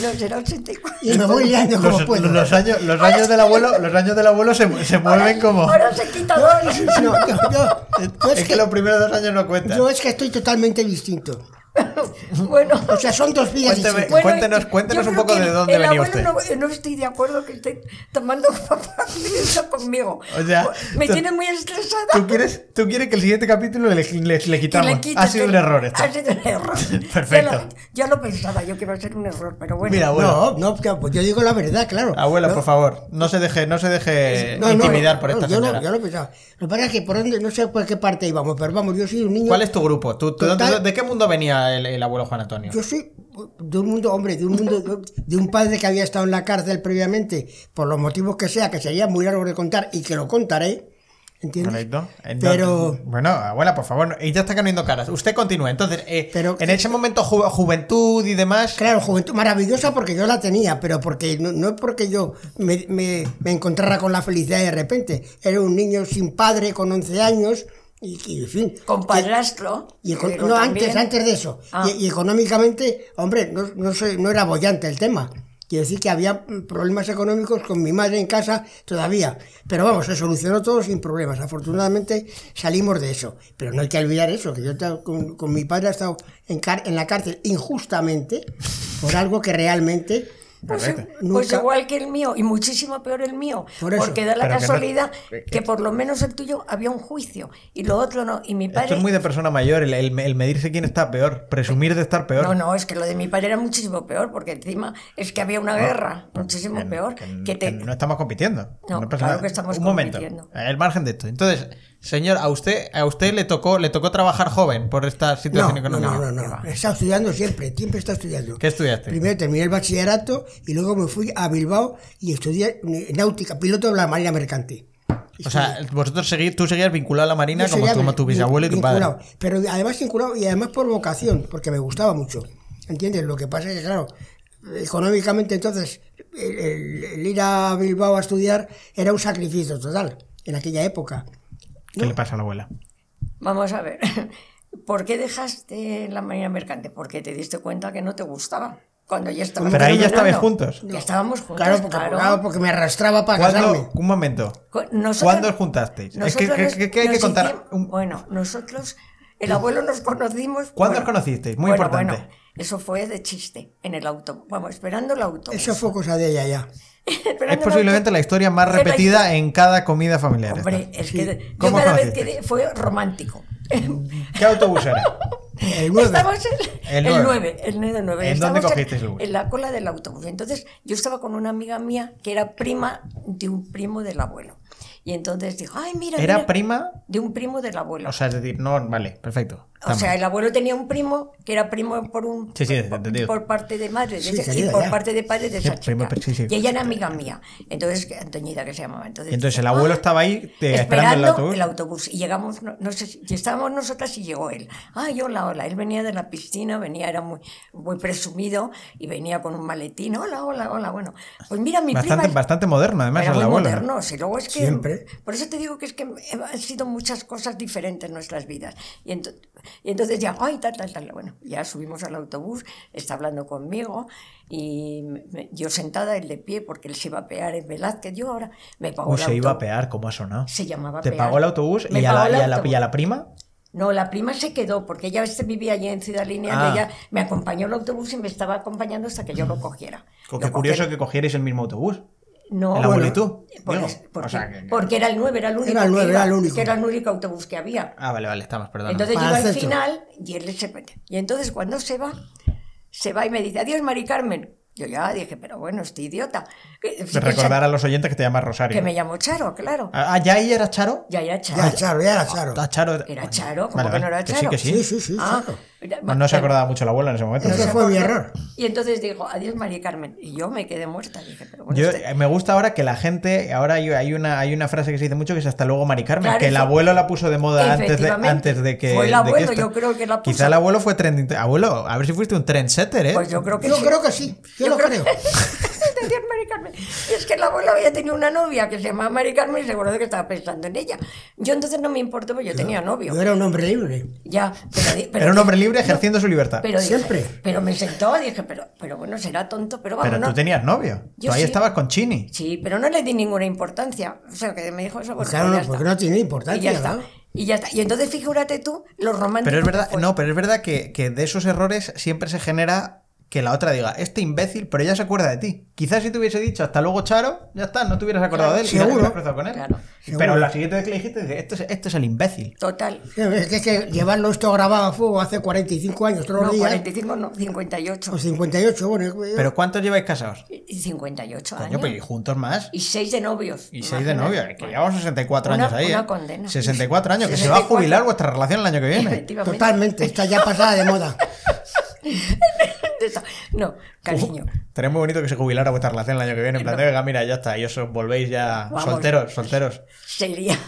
Speaker 3: No, será 84.
Speaker 2: Y me voy liando como
Speaker 1: Los,
Speaker 2: puedo.
Speaker 1: los años, los años del abuelo, los años del abuelo se, mu- se mueven como.
Speaker 3: Ahora se quita dos.
Speaker 2: No, yo, yo- yo
Speaker 1: Es que los primeros dos años no cuentan.
Speaker 2: yo es que estoy totalmente distinto.
Speaker 3: Bueno.
Speaker 2: O sea, son dos vidas
Speaker 1: Cuéntame,
Speaker 2: distintas.
Speaker 1: Bueno, Pues, cuéntenos- cuéntenos
Speaker 3: yo
Speaker 1: un
Speaker 3: creo
Speaker 1: poco
Speaker 3: que
Speaker 1: de dónde
Speaker 3: el
Speaker 1: venía
Speaker 3: abuelo No, no estoy de acuerdo que esté tomando eso conmigo.
Speaker 1: O sea,
Speaker 3: me
Speaker 1: tú-
Speaker 3: tiene muy estresada.
Speaker 1: ¿Tú quieres, tú quieres que el siguiente capítulo le, le- le
Speaker 3: que
Speaker 1: quitamos.
Speaker 3: le
Speaker 1: ha
Speaker 3: quites
Speaker 1: sido
Speaker 3: el-
Speaker 1: un error esto.
Speaker 3: Ha sido un error.
Speaker 1: Perfecto.
Speaker 3: Ya lo, ya lo pensaba yo que iba a ser un error, pero bueno.
Speaker 1: Mira, abuelo.
Speaker 2: No, no, pues yo digo la verdad, claro.
Speaker 1: Abuela,
Speaker 2: No,
Speaker 1: por favor, no se deje, no se deje
Speaker 2: No, no,
Speaker 1: eh, intimidar por
Speaker 2: no,
Speaker 1: esta
Speaker 2: yo
Speaker 1: señora.
Speaker 2: Lo, yo lo pensaba. Lo que pasa es que por dónde, no sé por qué parte íbamos, pero vamos, yo soy un niño.
Speaker 1: ¿Cuál es tu grupo? ¿Tú, tú-
Speaker 2: Total-
Speaker 1: ¿De qué mundo venía el, el abuelo Juan Antonio?
Speaker 2: Yo soy de un mundo, hombre, de un mundo, de un padre que había estado en la cárcel previamente, por los motivos que sea, que sería muy largo de contar y que lo contaré. ¿Entiendes?
Speaker 1: Correcto. Entonces-
Speaker 2: Pero.
Speaker 1: Bueno, abuela, por favor, y ya está cambiando caras. Usted continúa. Entonces, eh,
Speaker 2: Pero-
Speaker 1: en ese momento ju- juventud y demás.
Speaker 2: Claro, juventud maravillosa porque yo la tenía, pero porque no, no es porque yo me, me- me encontrara con la felicidad de repente. Era un niño sin padre con 11 años y, y, en fin.
Speaker 3: Con
Speaker 2: que-
Speaker 3: padrastro.
Speaker 2: y eco-
Speaker 3: pero
Speaker 2: no,
Speaker 3: también-
Speaker 2: antes, antes de eso.
Speaker 3: Ah.
Speaker 2: Y, y económicamente, hombre, no, no, soy- no era bollante el tema. Quiero decir que había mm, problemas económicos con mi madre en casa todavía. Pero vamos, se solucionó todo sin problemas. Afortunadamente salimos de eso. Pero no hay que olvidar eso, que yo he estado con, con mi padre he estado en, car- en la cárcel injustamente por algo que realmente
Speaker 3: Pues,
Speaker 1: Correcto.
Speaker 3: pues
Speaker 2: Nunca-
Speaker 3: igual que el mío, y muchísimo peor el mío,
Speaker 2: Por eso.
Speaker 3: porque da la
Speaker 1: Pero que no- Eh,
Speaker 3: casualidad que, por lo menos el tuyo había un juicio y lo otro no. Y mi
Speaker 1: Esto
Speaker 3: padre.
Speaker 1: es muy de persona mayor, el, el- el medirse quién está peor, presumir de estar peor.
Speaker 3: No, no, es que lo de mi padre era muchísimo peor, porque encima es que había una guerra, muchísimo
Speaker 1: Ah, Que-
Speaker 3: peor.
Speaker 1: que-
Speaker 3: Que
Speaker 1: que
Speaker 3: te...
Speaker 1: no estamos compitiendo.
Speaker 3: No,
Speaker 1: pasa
Speaker 3: claro
Speaker 1: nada.
Speaker 3: que estamos
Speaker 1: Un momento,
Speaker 3: compitiendo.
Speaker 1: el margen de esto. Entonces, señor, a usted, a usted le tocó, le tocó trabajar joven por esta
Speaker 2: No,
Speaker 1: situación
Speaker 2: no,
Speaker 1: económica.
Speaker 2: no, no, no. He estado estudiando siempre, siempre he estado estudiando.
Speaker 1: ¿Qué estudiaste?
Speaker 2: Primero terminé el bachillerato y luego me fui a Bilbao y estudié eh, náutica, piloto de la Marina Mercante.
Speaker 1: o sea, vosotros seguís, tú seguías vinculado a la marina
Speaker 2: Yo
Speaker 1: como
Speaker 2: sería
Speaker 1: tu, como tu
Speaker 2: vin-
Speaker 1: bisabuelo y tu padre.
Speaker 2: vinculado, Pero además vinculado y además por vocación, porque me gustaba mucho. ¿Entiendes? Lo que pasa es que, claro, económicamente entonces el, el- el ir a Bilbao a estudiar era un sacrificio total en aquella época.
Speaker 1: ¿Qué le pasa a la abuela?
Speaker 3: Vamos a ver, ¿por qué dejaste la marina mercante? Porque te diste cuenta que no te gustaba. Cuando ya estábamos
Speaker 1: Pero ahí ya
Speaker 3: terminando.
Speaker 1: estabais juntos.
Speaker 3: Ya estábamos juntos.
Speaker 2: Claro, porque, claro, porque me arrastraba para casarme.
Speaker 1: ¿Cuándo? Un momento.
Speaker 3: Co- Nosotros,
Speaker 1: ¿Cuándo os juntasteis? Es que,
Speaker 3: nosotros
Speaker 1: que-
Speaker 3: nos-
Speaker 1: que- que hay que
Speaker 3: nos
Speaker 1: contar.
Speaker 3: hicimos-
Speaker 1: un-
Speaker 3: Bueno, nosotros, el abuelo nos conocimos.
Speaker 1: ¿Cuándo os
Speaker 3: bueno,
Speaker 1: conocisteis? Muy
Speaker 3: bueno,
Speaker 1: importante.
Speaker 3: bueno, eso fue de chiste, en el auto. Vamos, esperando el auto.
Speaker 2: Eso fue cosa de ella ya.
Speaker 1: Es posiblemente la historia más
Speaker 3: Es la
Speaker 1: repetida en cada comida familiar. esta.
Speaker 3: Hombre, es que yo
Speaker 1: ¿Cómo
Speaker 3: cada vez
Speaker 1: conocisteis?
Speaker 3: que fue romántico.
Speaker 1: ¿Qué autobús era?
Speaker 2: El 9.
Speaker 3: Estábamos en-
Speaker 1: El
Speaker 3: el,
Speaker 1: nueve.
Speaker 3: 9, el 9,
Speaker 1: ¿En dónde cogisteis el bus?
Speaker 3: En la cola del autobús. Entonces, yo estaba con una amiga mía que era prima de un primo del abuelo. Y entonces dijo, ay, mira,
Speaker 1: ¿Era
Speaker 3: mira,
Speaker 1: prima?
Speaker 3: de un primo del abuelo.
Speaker 1: O sea, es decir, no, vale, perfecto.
Speaker 3: O
Speaker 1: estamos.
Speaker 3: sea, el abuelo tenía un primo que era primo por un
Speaker 1: Sí, sí,
Speaker 3: por-
Speaker 1: entendido.
Speaker 3: por parte de madre de
Speaker 2: Sí,
Speaker 3: ese- y
Speaker 2: querida,
Speaker 3: por
Speaker 2: ya.
Speaker 3: parte de padre de
Speaker 1: Sí,
Speaker 3: esa
Speaker 1: primo,
Speaker 3: chica.
Speaker 1: sí, sí.
Speaker 3: Y ella era amiga mía. Entonces, que- Antoñita que se llamaba. Entonces,
Speaker 1: Y entonces el
Speaker 3: dice,
Speaker 1: abuelo
Speaker 3: "Ah,
Speaker 1: estaba ahí te- esperando el autobús.
Speaker 3: Y llegamos, no, no sé, si- y estábamos nosotras y llegó él. Ah, yo hola, hola. Él venía de la piscina, venía, era muy, muy presumido y venía con un maletín. Hola, hola, hola. Bueno, pues mira, mi
Speaker 1: bastante,
Speaker 3: prima... es-
Speaker 1: bastante moderno, además,
Speaker 3: pero
Speaker 1: el
Speaker 3: muy
Speaker 1: abuelo.
Speaker 3: modernos. Y luego es que.
Speaker 2: Siempre.
Speaker 3: Por eso te digo que es que han sido muchas cosas diferentes en nuestras vidas. Y, ento- y entonces ya, ay, tal, tal, tal. Bueno, ya subimos al autobús, está hablando conmigo y me- yo sentada, él de pie, porque él se iba a pear en Velázquez. Yo ahora me pagó
Speaker 1: Uy,
Speaker 3: el
Speaker 1: se iba a
Speaker 3: auto-
Speaker 1: pear, ¿cómo ha sonado?
Speaker 3: Se llamaba
Speaker 1: Te
Speaker 3: pear.
Speaker 1: pagó el autobús y
Speaker 3: Me
Speaker 1: a,
Speaker 3: pagó
Speaker 1: la,
Speaker 3: el
Speaker 1: y a la-
Speaker 3: autobús.
Speaker 1: y a la prima.
Speaker 3: No, la prima se quedó porque ella este, vivía allí en Ciudad Lineal
Speaker 1: Ah.
Speaker 3: y ella me acompañó el autobús y me estaba acompañando hasta que yo lo cogiera. Lo
Speaker 1: Qué
Speaker 3: cogí-
Speaker 1: curioso que cogierais el mismo autobús.
Speaker 3: No,
Speaker 1: El abuelo y tú,
Speaker 3: por
Speaker 1: digo.
Speaker 3: eso, porque,
Speaker 1: O sea, que-
Speaker 3: porque era el 9, era el único.
Speaker 2: Era el
Speaker 3: que
Speaker 2: nueve,
Speaker 3: iba,
Speaker 2: era el único.
Speaker 3: que era el único autobús que había.
Speaker 1: Ah, vale, vale, estamos, perdón.
Speaker 3: Entonces
Speaker 2: Para
Speaker 3: llega
Speaker 2: el
Speaker 3: al
Speaker 2: centro.
Speaker 3: final y él se mete. Y entonces cuando se va, se va y me dice, adiós Mari Carmen. Yo ya dije, pero bueno, este idiota. Que-
Speaker 1: Pues recordar a los oyentes que te llamas Rosario.
Speaker 3: Que me llamó Charo, claro.
Speaker 1: Ah, ya ahí era Charo.
Speaker 3: Ya era Charo.
Speaker 2: Ya, Charo, ya era Charo.
Speaker 1: Ah, Charo.
Speaker 3: Era Charo, ¿cómo
Speaker 1: Vale,
Speaker 3: que
Speaker 1: vale,
Speaker 3: no era
Speaker 1: que
Speaker 3: Charo?
Speaker 1: Sí, que sí.
Speaker 2: Sí, sí, sí.
Speaker 3: Ah,
Speaker 2: claro.
Speaker 1: No, no se acordaba mucho el abuelo en ese momento.
Speaker 2: No se fue mi error.
Speaker 3: Y entonces dijo, adiós María Carmen. Y yo me quedé muerta. Dije, pero bueno,
Speaker 1: Yo,
Speaker 3: este-
Speaker 1: eh, me gusta ahora que la gente, ahora hay, hay una, hay una frase que se dice mucho que es hasta luego Mari Carmen,
Speaker 3: Claro,
Speaker 1: que el
Speaker 3: efe-
Speaker 1: abuelo la puso de moda antes de,
Speaker 3: efectivamente.
Speaker 1: antes de que...
Speaker 3: Fue el
Speaker 1: de
Speaker 3: abuelo,
Speaker 1: esto.
Speaker 3: yo creo que la puso.
Speaker 1: Quizá el abuelo fue trending... Abuelo, a ver si fuiste un trendsetter, ¿eh?
Speaker 3: Pues yo creo que
Speaker 2: Yo
Speaker 3: sí.
Speaker 2: creo que sí, yo, lo creo.
Speaker 3: Te entiendo, Mari Carmen. Y es que el abuelo había tenido una novia que se llamaba Mari Carmen y seguro de que estaba pensando en ella. Yo entonces no me importó porque yo tenía novio.
Speaker 2: Yo era un hombre libre.
Speaker 3: Ya, pero, di- pero
Speaker 1: Era un
Speaker 3: di-
Speaker 1: hombre libre ejerciendo su libertad. Pero,
Speaker 3: pero dije-
Speaker 2: siempre.
Speaker 3: pero me sentó y dije, pero, pero bueno, será tonto, pero vamos,
Speaker 1: tú
Speaker 3: no.
Speaker 1: tenías novio.
Speaker 3: Yo
Speaker 1: tú ahí
Speaker 3: sí.
Speaker 1: estabas con Chini.
Speaker 3: Sí, pero no le di ninguna importancia. O sea, que me dijo eso, bueno,
Speaker 2: claro,
Speaker 3: pues ya
Speaker 2: no,
Speaker 3: está.
Speaker 2: porque no tiene
Speaker 3: Y ya
Speaker 2: importancia.
Speaker 3: está.
Speaker 2: ¿no?
Speaker 3: Y ya está. Y entonces figúrate tú, los románticos.
Speaker 1: Pero es verdad,
Speaker 3: que fue.
Speaker 1: no, pero es verdad que, que de esos errores siempre se genera que la otra diga, este imbécil, pero ya se acuerda de ti. Quizás si te hubiese dicho hasta luego Charo, ya está, no te hubieras acordado
Speaker 3: Claro,
Speaker 1: de él. y ya te
Speaker 2: seguro.
Speaker 1: hubieras cruzado con él.
Speaker 3: Claro,
Speaker 1: Pero
Speaker 2: seguro.
Speaker 1: la siguiente vez que le dijiste, dice, este es, este es el imbécil.
Speaker 3: Total.
Speaker 2: Es que, es que llevarlo esto grabado a fuego hace 45 años, todos
Speaker 3: No,
Speaker 2: los días.
Speaker 3: 45, no, 58.
Speaker 2: O 58, bueno. yo-
Speaker 1: ¿Pero cuántos lleváis casados?
Speaker 3: Y y 58
Speaker 1: Coño,
Speaker 3: años.
Speaker 1: pero y juntos más.
Speaker 3: Y 6 de novios.
Speaker 1: Y seis de
Speaker 3: imagínate.
Speaker 1: novio, que llevamos 64
Speaker 3: Una-
Speaker 1: años ahí.
Speaker 3: una
Speaker 1: ¿eh?
Speaker 3: condena.
Speaker 1: 64 años, que se va a
Speaker 3: 64.
Speaker 1: jubilar vuestra relación el año que viene.
Speaker 3: Efectivamente.
Speaker 2: Totalmente, está ya pasada de moda.
Speaker 3: No, cariño.
Speaker 1: Estaría muy bonito que se jubilara vuestra relación el año que viene. En plan, de, oiga, mira, ya está, y os volvéis ya
Speaker 3: Vamos.
Speaker 1: solteros, solteros.
Speaker 3: Sería.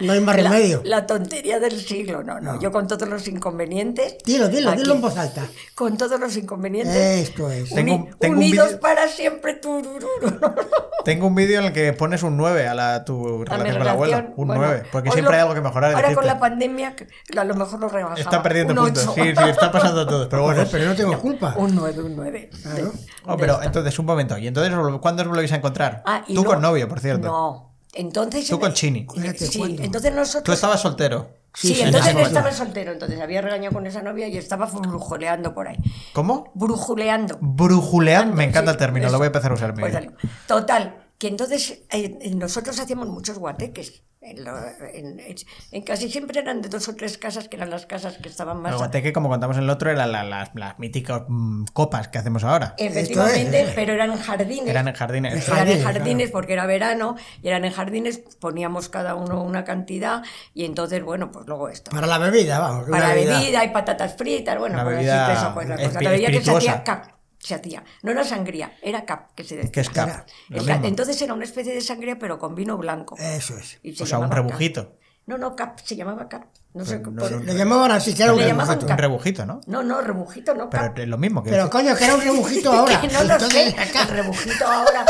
Speaker 2: No hay más
Speaker 3: la-
Speaker 2: remedio.
Speaker 3: La tontería del siglo. No, no. Yo con todos los inconvenientes.
Speaker 2: Dilo, dilo,
Speaker 3: aquí,
Speaker 2: dilo en voz alta.
Speaker 3: Con todos los inconvenientes.
Speaker 2: Esto es.
Speaker 1: Tengo
Speaker 3: uni-
Speaker 1: un- tengo un
Speaker 3: unidos
Speaker 1: vídeo-
Speaker 3: para siempre. turururu.
Speaker 1: Tengo un vídeo en el que pones un 9 a la, tu
Speaker 3: A mi
Speaker 1: relación con la abuela.
Speaker 3: relación,
Speaker 1: Un
Speaker 3: Ah, bueno,
Speaker 1: 9, porque
Speaker 3: hoy
Speaker 1: siempre
Speaker 3: lo-
Speaker 1: hay algo que mejorar.
Speaker 3: Ahora
Speaker 1: dijiste.
Speaker 3: con la pandemia, que a lo mejor lo rebajamos.
Speaker 1: está perdiendo
Speaker 3: un
Speaker 1: puntos.
Speaker 3: ocho.
Speaker 1: Sí, sí, está pasando a todos. Pero bueno,
Speaker 2: Joder, pero no tengo culpa.
Speaker 3: Un 9, un 9.
Speaker 2: Claro.
Speaker 1: Oh, pero entonces, un momento. ¿Y entonces cuándo os volvéis a encontrar? Tú con novio, por cierto.
Speaker 3: Ah, No. Entonces. eh,
Speaker 1: Tú con Chini.
Speaker 3: Sí,
Speaker 2: Fíjate, ¿cuándo?
Speaker 3: entonces
Speaker 1: Tú
Speaker 3: nosotros.
Speaker 1: estabas soltero.
Speaker 3: Sí,
Speaker 2: sí,
Speaker 3: entonces
Speaker 2: sí,
Speaker 3: él
Speaker 2: sí.
Speaker 3: estaba soltero, entonces había regañado con esa novia y estaba brujoleando por ahí.
Speaker 1: ¿Cómo?
Speaker 3: Brujuleando.
Speaker 1: Brujulear, me encanta
Speaker 3: Sí,
Speaker 1: el término,
Speaker 3: eso.
Speaker 1: lo voy a empezar a usar. en mi
Speaker 3: Pues
Speaker 1: vida.
Speaker 3: dale. Total, que entonces eh, nosotros hacíamos muchos guateques. En, lo- en- en- en casi siempre eran de dos o tres casas, que eran las casas que estaban más...
Speaker 1: El guateque, como contamos en el otro, eran las, las míticas mm, copas que hacemos ahora.
Speaker 3: Eh, Efectivamente,
Speaker 2: Esto es.
Speaker 3: pero eran jardines.
Speaker 1: Eran en jardines.
Speaker 2: Eran
Speaker 3: Eran en
Speaker 2: jardines,
Speaker 3: jardines porque era verano y eran en jardines, poníamos cada uno una cantidad y entonces, bueno, pues luego esto.
Speaker 2: Para la bebida, vamos.
Speaker 3: para
Speaker 2: una
Speaker 3: bebida, hay patatas fritas, bueno,
Speaker 1: Una
Speaker 3: pues
Speaker 1: bebida
Speaker 3: así, eso, pues, la cosa.
Speaker 1: espi-
Speaker 3: La bebida que se
Speaker 1: espirituosa.
Speaker 3: hacía cap, se hacía. No era sangría, era cap que se decía.
Speaker 1: ¿Qué es cap?
Speaker 2: Era-
Speaker 1: Lo mismo.
Speaker 3: El
Speaker 1: Eh,
Speaker 3: cap. Entonces era una especie de sangría pero con vino blanco.
Speaker 2: Eso es.
Speaker 3: Y
Speaker 1: O sea, un
Speaker 3: llamaba cap.
Speaker 1: rebujito.
Speaker 3: No, no, cap, se llamaba cap. No sé
Speaker 1: Pero
Speaker 3: cómo-
Speaker 1: no era un-
Speaker 2: Lo llamaban así, que era un
Speaker 3: Le llamaban
Speaker 2: rebujito.
Speaker 1: Un rebujito, ¿no?
Speaker 3: No, no, rebujito, no,
Speaker 1: Pero
Speaker 3: cap.
Speaker 1: es lo mismo que
Speaker 2: Pero coño, que era un rebujito ahora.
Speaker 3: Que no lo
Speaker 2: Entonces,
Speaker 3: sé,
Speaker 2: acá.
Speaker 3: el rebujito ahora.